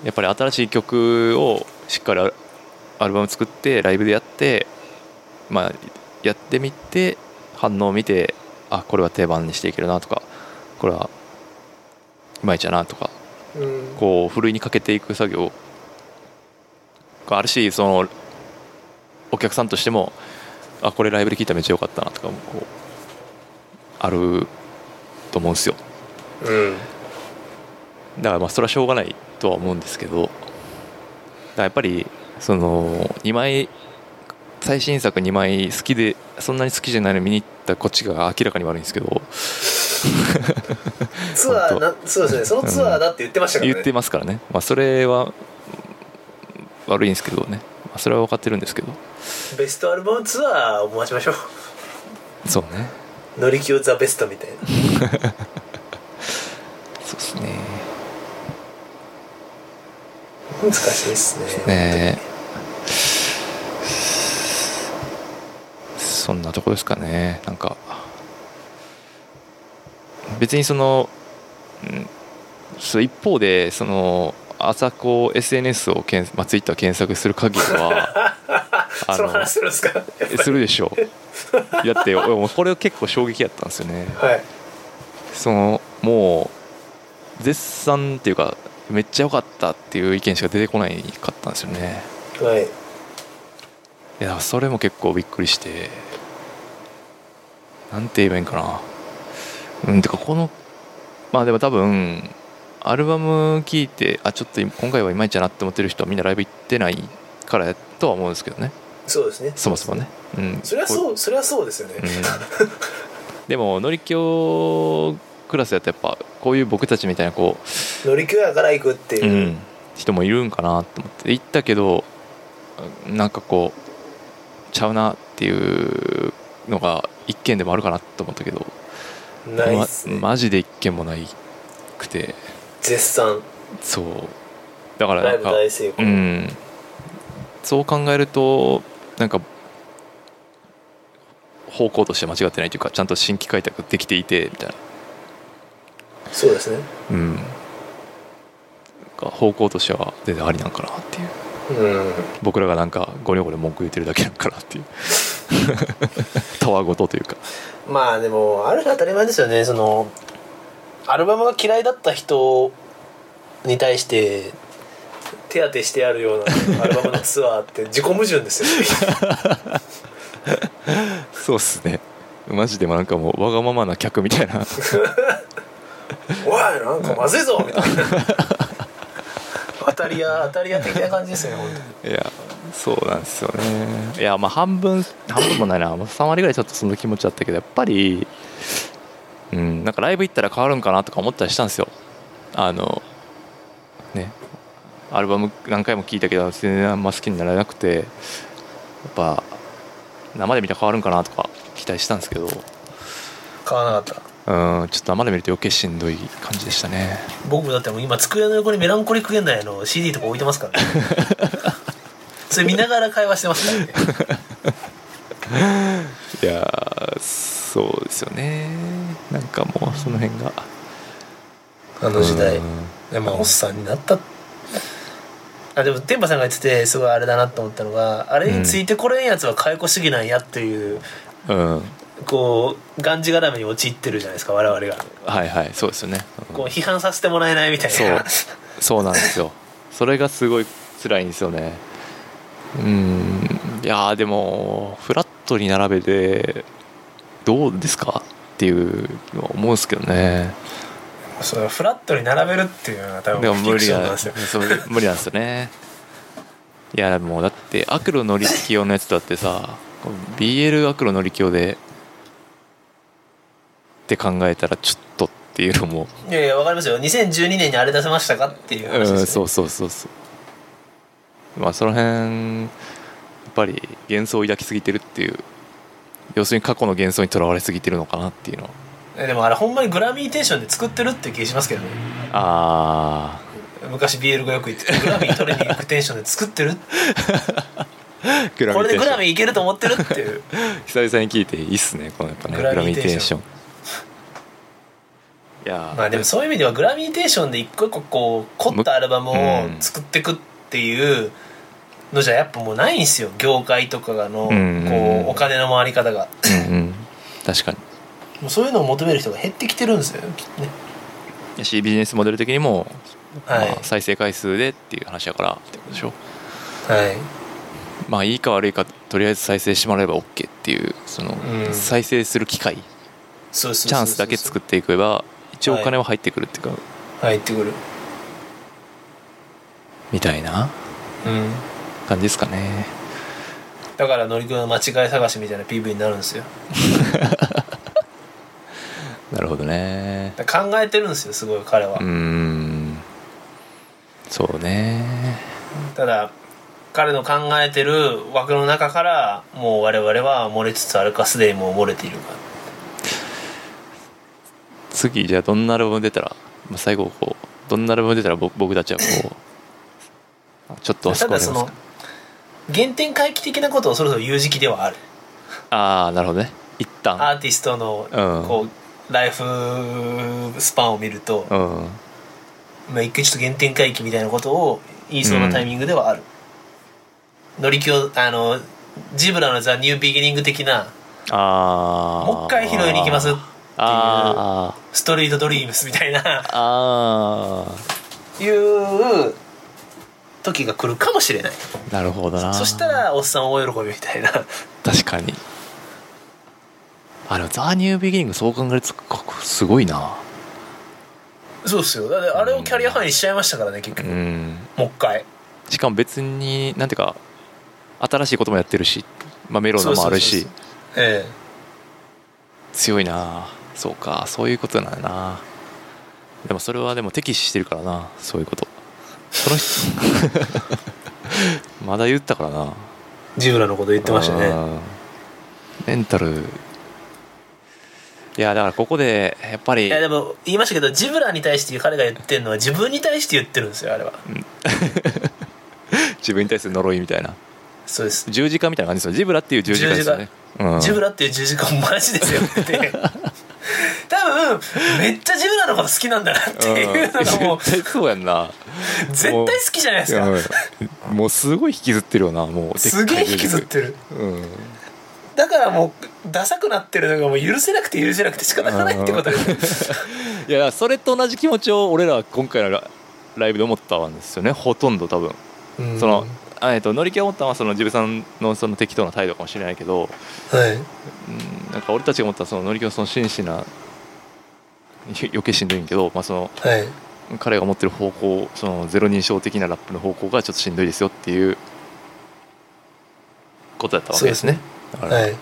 A: やっぱり新しい曲をしっかりアルアルバム作ってライブでやってまあやってみて反応を見てあこれは定番にしていけるなとかこれはいまいちだなとか
B: うん
A: こうふるいにかけていく作業があるしそのお客さんとしてもあこれライブで聴いたらめっちゃ良かったなとかもこうあると思うんですよ
B: うん
A: だからまあそれはしょうがないとは思うんですけどだからやっぱりその2枚最新作2枚好きでそんなに好きじゃないのに見に行ったこっちが明らかに悪いんですけど
B: ツアー
A: 本
B: なそうですねそのツアーだって言ってましたからね、
A: 言ってますからね、まあ、それは悪いんですけどねまあそれは分かってるんですけど
B: ベストアルバムツアーを待ちましょう
A: そうね
B: 乗り気をザベストみたいな
A: そうですね
B: 難しいですね
A: ねそんなとこですかねなんか別にその、うん、そう一方でその朝こう SNS をけん、まあ、Twitter 検索する限り はあ
B: その話するんですか
A: するでしょうだ って俺もうこれ結構衝撃やったんですよね
B: はい
A: そのもう絶賛っていうかめっちゃ良かったっていう意見しか出てこないかったんですよね
B: はい
A: いやそれも結構びっくりしてなんて言えばいいんかなうんてかこのまあでも多分アルバム聴いてあちょっと今今回はいまいちだなって思ってる人はみんなライブ行ってないからやとは思うんですけどね
B: そうですね
A: そもそもね、うん、
B: それはそうそれはそうですよね、
A: うんでも乗り気をクラスやとやっぱこういう僕たちみたいなこ
B: 乗り気やから行くって
A: う、う
B: いう、
A: ん、人もいるんかなと思って行ったけどなんかこうちゃうなっていうのが一件でもあるかなと思ったけど、
B: ないっすね、
A: まマジで一件もないくて
B: 絶賛
A: そうだから
B: ラ
A: な
B: イ
A: ん
B: ブ
A: か
B: 大成
A: う
B: 功、
A: ん、そう考えるとなんか方向として間違ってないというかちゃんと新規開拓できていてみたいな
B: そうですね
A: うん、が方向としては全然ありなんかなっていう
B: うん
A: 僕らがなんかゴリョゴリョ文句言ってるだけなんかなっていう たわごとというか
B: まあでもある種当たり前ですよねそのアルバムが嫌いだった人に対して手当てしてやるような アルバムのツアーって自己矛盾ですよね
A: そうっすねマジでもなんかもうわがままな客みたいな
B: おいなんかまずいぞみたいな当たり屋当たり屋的な感じですよね本
A: いやそうなんですよねいやまあ半分半分もないなもう3割ぐらいちょっとその気持ちだったけどやっぱりうんなんかライブ行ったら変わるんかなとか思ったりしたんですよあのねアルバム何回も聴いたけど全然あんま好きにならなくてやっぱ生で見たら変わるんかなとか期待したんですけどうんちょ
B: 当買わなかった
A: っと生で見ると余計しんどい感じでしたね
B: 僕もだってもう今机の横にメランコリック現代の CD とか置いてま すからねそれ見ながら会話してますからね
A: いやーそうですよねなんかもうその辺が
B: あの時代
A: うん
B: でもおっさんになったあでも天馬さんが言っててすごいあれだなと思ったのがあれについてこれんやつは解雇主義なんやっていう、
A: うん
B: こうがんじがらめに陥ってるじゃないですか我々が
A: はいはいそうですよね、うん
B: こう批判させてもらえないみたいな
A: そうなんですよそれがすごい辛いんですよねうんいやーでもフラットに並べてどうですかっていうのは思うんですけどね
B: そのフラットに並べるっていうのが多
A: でも無理
B: フィクション
A: なん
B: ですよ
A: そう無理なんですよねいやもうだってアクロ乗り気用のやつだってさ BL アクロ乗り気用でって考えたらちょっとっていうのも
B: いやいやわかりますよ2012年にあれ出せましたかっていう話です、ね
A: うんそうそうそうそうまあその辺やっぱり幻想を抱きすぎてるっていう要するに過去の幻想にとらわれすぎてるのかなっていうの
B: えでもあれほんまにグラミーテーションで作ってるって気しますけどね
A: あ
B: 昔 BL がよく言ってたグラミー取りに行くテンションで作ってる
A: あグ
B: これでグラミ
A: ー
B: ーいけると思ってるって いう
A: 久々に聞いていいっすねこのやっぱね
B: グ
A: グ
B: ラ
A: ラ
B: ミ
A: ミ
B: ー
A: ー
B: テ
A: テ
B: ン
A: ン
B: シ
A: シ
B: ョ
A: ョ
B: ン
A: ンいやー
B: まあでもそういう意味ではグラミーテーションで一個一個こう凝ったアルバムを
A: うん
B: 作ってくっていうのじゃやっぱもうないんですよ業界とかがの
A: うん
B: こうお金の回り方が
A: うんうん確かに
B: もうそういうのを求める人が減ってきてるんですよきっとね
A: いやしビジネスモデル的にも、
B: はい
A: まあ、再生回数でっていう話だからってことでしょ
B: はい
A: まあいいか悪いかとりあえず再生してもらえば OK っていうその、
B: うん
A: 再生する機会
B: そうそうそうそう
A: チャンスだけ作っていけば一応お金は入ってくるっていうか、
B: 入ってくる
A: みたいな
B: うん
A: 感じですかね
B: だからのりくんの間違い探しみたいな PV になるんですよ
A: なるほどね
B: だから考えてるんですよすごい彼は
A: うーんそうね
B: ただ彼の考えてる枠の中からもう我々は漏れつつあるかすでにもう漏れているか
A: 次じゃあどんなアルバム出たら、まあ、最後こうどんなアルバム出たら僕僕たちはこ うちょっと
B: た
A: 救わ
B: だ
A: れ
B: そ
A: ます
B: の
A: か
B: 原点回帰的なことをそろそろ言う時期ではある
A: ああなるほどね一旦
B: アーティストの
A: うん
B: こうライフスパンを見ると、
A: うん
B: まあ、一回ちょっと原点回帰みたいなことを言いそうなタイミングではある、乗り気をあのジブラの「ザ・ニュー・ビギニング」的な
A: ああ
B: もう一回拾いに行きますっていう
A: あ
B: 「ストリート・ドリームス」みたいな
A: あああ
B: いう時が来るかもしれない
A: なるほどな
B: そしたらおっさん大喜びみたいな
A: 確かにあのザ・ニュー・ビギニングそう考えるとすごいな
B: そうっすよだってあれをキャリア範囲しちゃいましたからね結
A: う
B: 局、
A: ん
B: もう一回
A: しかも別になんていうか新しいこともやってるし、まあ、メロンのもあるし
B: そうええ
A: 強いなそうかそういうことなんだなでもそれはでも敵視してるからなそういうことその 人まだ言ったからな言っ
B: ジブラのこと言ってましたね
A: メンタルいやだからここでやっぱ
B: い
A: り
B: やでも言いましたけどジブラに対して彼が言ってるのは自分に対して言ってるんですよあれは
A: 自分に対する呪いみたいな
B: そうです
A: 十字架みたいな感じですよジブラっていう十字架ですよねうん
B: ジブラっていう十字架マジですよって多分めっちゃジブラのこと好きなんだなっていうのがも
A: う
B: うん
A: 絶対そうやん な
B: 絶対好きじゃないですか
A: うんもうすごい引きずってるよなもうでっか
B: すげえ
A: い
B: 引きずってる
A: うん
B: だからもうダサくなってるのがもう許せなくて許せなくて仕方がないってことが
A: いやそれと同じ気持ちを俺らは今回のラライブで思ったんですよねほとんど多分、
B: うん
A: その
B: は
A: あえっと乗り気を思ったのはその自分さんのその適当な態度かもしれないけど、
B: い
A: うん、なんか俺たちが思ったその乗り気のその真摯なよ余計しんどいんやけど、まあ、その
B: はい
A: 彼が持ってる方向そのゼロ人称的なラップの方向がちょっとしんどいですよっていうことだったわけですねだから
B: はい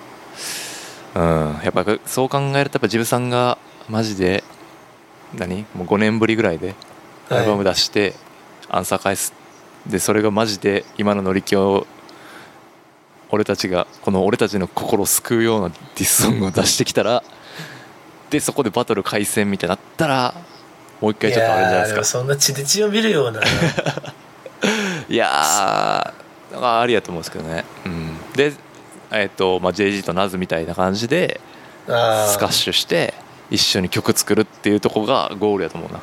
A: うん、やっぱそう考えるとやっぱジブさんがマジで何もう5年ぶりぐらいで
B: はい
A: アルバム出してアンサー返す、でそれがマジで今の乗り気を俺たちがこの俺たちの心を救うようなディスソングを出してきたらでそこでバトル開戦みたいになったらもう一回ちょっとあれじゃない
B: やー
A: で
B: も
A: すか
B: そんな血で血を見るような
A: いやーあありやと思うんですけどね、うん、でえっ、と、まあ、JG とナズみたいな感じで
B: あー
A: スカッシュして一緒に曲作るっていうとこがゴールやと思うな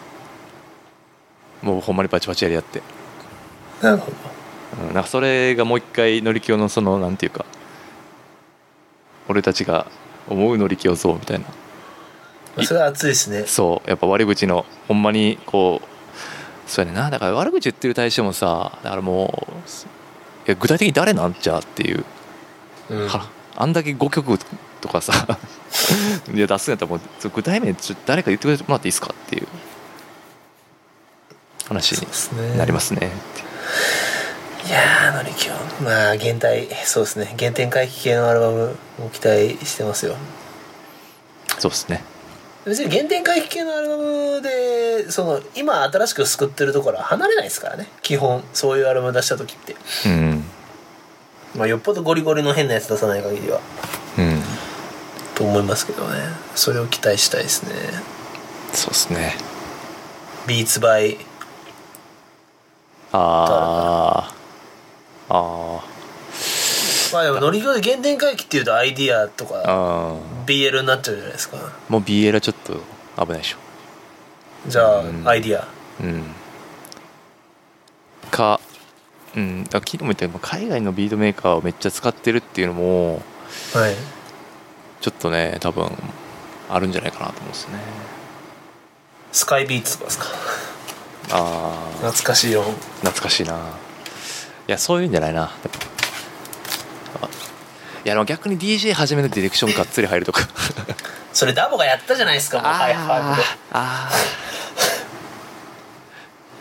A: もうほんまにバチバチやり合って、
B: なるほど
A: うん、なんかそれがもう一回乗り気のそのなんていうか俺たちが思う乗り気を像みたいな
B: まあそれは熱いですね
A: そうやっぱ悪口のほんまにこうそうやねんなだから悪口言ってる対象もさだからもういや具体的に誰なんじゃあっていう
B: うん
A: はあんだけ5曲とかさ いや出すんやったらもう具体名ちょっと誰か言ってくれてもらっていいですかっていう話
B: そうですね
A: になりますね
B: いやーのりきょうまあ現代そうですね原点回帰系のアルバムも期待してますよ
A: そうですね
B: 別に原点回帰系のアルバムでその今新しく救ってるところは離れないですからね基本そういうアルバム出した時って、
A: うん
B: まあ、よっぽどゴリゴリの変なやつ出さない限りは
A: うん
B: と思いますけどねそれを期待したいですね
A: そうですね
B: ビーツバイ
A: あーあ
B: まあでもノリゴで原点回帰っていうとアイディアと
A: ー
B: か
A: あー
B: BL になっちゃうじゃないですか
A: もう BL はちょっと危ないでしょ
B: じゃあ、
A: うん
B: アイディア
A: うんかうんだから昨日も言ったけど海外のビートメーカーをめっちゃ使ってるっていうのも
B: はい
A: ちょっとね多分あるんじゃないかなと思うんですね
B: スカイビーツとかですか
A: ああ
B: 懐かしいよ
A: 懐かしいないやそういうんじゃないなやっぱあいやでも逆に DJ 始めのディレクションがっつり入るとか
B: それダボがやったじゃないですかもうハイハイで
A: あ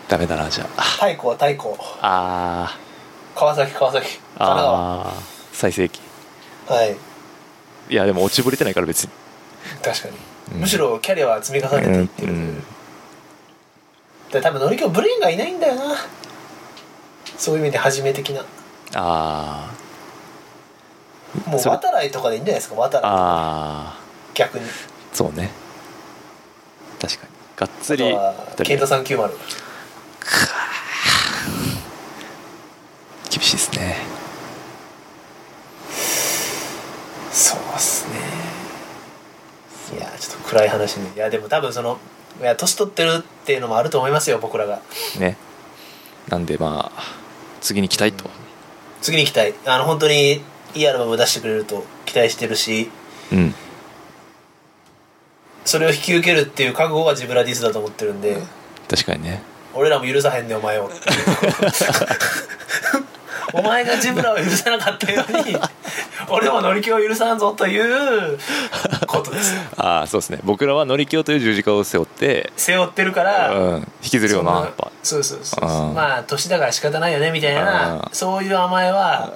A: ー ダメだなじゃあ
B: 太鼓は太鼓
A: あ
B: 川崎川崎神
A: ー
B: 奈川
A: あー最盛期
B: はい
A: いやでも落ちぶれてないから別に
B: 確かに、
A: うん
B: むしろキャリアは積み重ねていってる、
A: うん
B: で多分ノリキョブレーンがいないんだよなそういう意味で初め的な
A: あ
B: もう
A: それ
B: 渡来とかでいいんじゃないですか渡
A: あ
B: 来
A: あ
B: 逆に
A: あそうね確かにがっつ
B: あと
A: り
B: は
A: 二人
B: ケン
A: で
B: タ390
A: 厳しいですね
B: そうっすねいやちょっと暗い話にいやでも多分そのいや年取ってるっていうのもあると思いますよ僕らが
A: ねなんでまあ次に期待と
B: 次に期待あの本当にいいアルバムを出してくれると期待してるし
A: うん、
B: それを引き受けるっていう覚悟がジブラディスだと思ってるんで、
A: 確かにね
B: 俺らも許さへんねんお 前をお前がジブラを許さなかったように俺も乗り気を許さんぞということです
A: ああそうですね僕らは乗り気をという十字架を背負って、
B: 背負ってるか
A: う
B: ら、
A: ん、引きずるよな
B: そん
A: やっぱ
B: そうそうそう
A: あー
B: まあ年だから仕方ないよねみたいな
A: あー
B: そういう甘えは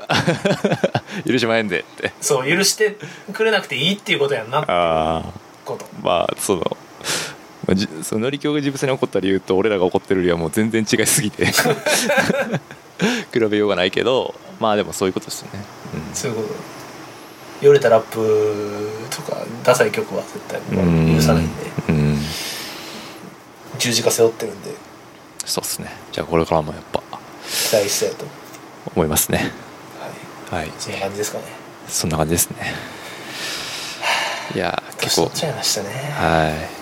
A: 許しまへんでって
B: そう許してくれなくていいっていうことやんな
A: ああ
B: こと
A: まあそのまあじその乗り気が自分に怒った理由と俺らが怒ってる理由はもう全然違いすぎ て比べようがないけどまあでもそういうことですよね、
B: そういうことよれたラップとかダサい曲は絶対
A: うん、
B: もう許さないんで
A: うん
B: 十字架背負ってるんで
A: そうですねじゃあこれからもやっぱ
B: 期待したいと、は
A: 思いますね
B: い、
A: はい
B: そんな感じですかね
A: そんな感じですねいや
B: 年
A: 結
B: 取
A: 構
B: っちゃいましたね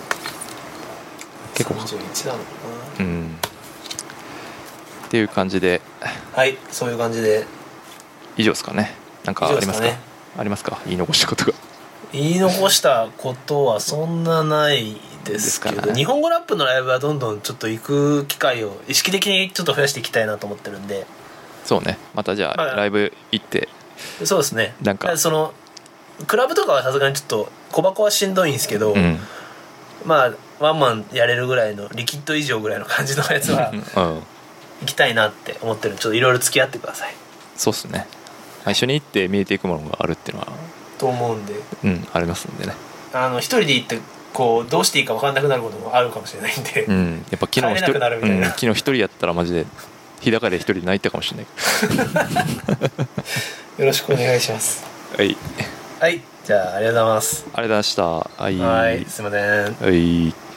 A: はい結構
B: 31だもんな
A: うんっていう感じで
B: はいそういう感じで
A: 以上ですかねなんか
B: 以上
A: あ
B: で
A: り
B: す
A: ま
B: か
A: すか
B: ね
A: ありますか言い残したことが
B: 言い残したことはそんなないですけ
A: です
B: ど、
A: かね
B: 日本語ラップのライブはどんどんちょっと行く機会を意識的にちょっと増やしていきたいなと思ってるんで
A: そうねまたじゃあ
B: まあ
A: ライブ行って
B: そうですね
A: なんか
B: そのクラブとかはさすがにちょっと小箱はしんどいんですけど、
A: うん
B: まあワンマンやれるぐらいのリキッド以上ぐらいの感じのやつは
A: うん
B: 行きたいなって思ってるんでちょっといろいろ付き合ってください
A: そうっすねまあ一緒に行って見えていくものがあるっていうのは
B: と思うんで
A: うんありますんでね
B: あの一人で行ってこうどうしていいか分かんなくなることもあるかもしれないんで、
A: うんやっぱ昨日
B: 帰れなくなるみたいな
A: うん昨日一人やったらマジで日高で一人で泣いたかもしれない
B: よろしくお願いします
A: はいありがとう
B: はいじゃあありがとうございます
A: ございましたはい
B: はいすいません
A: はい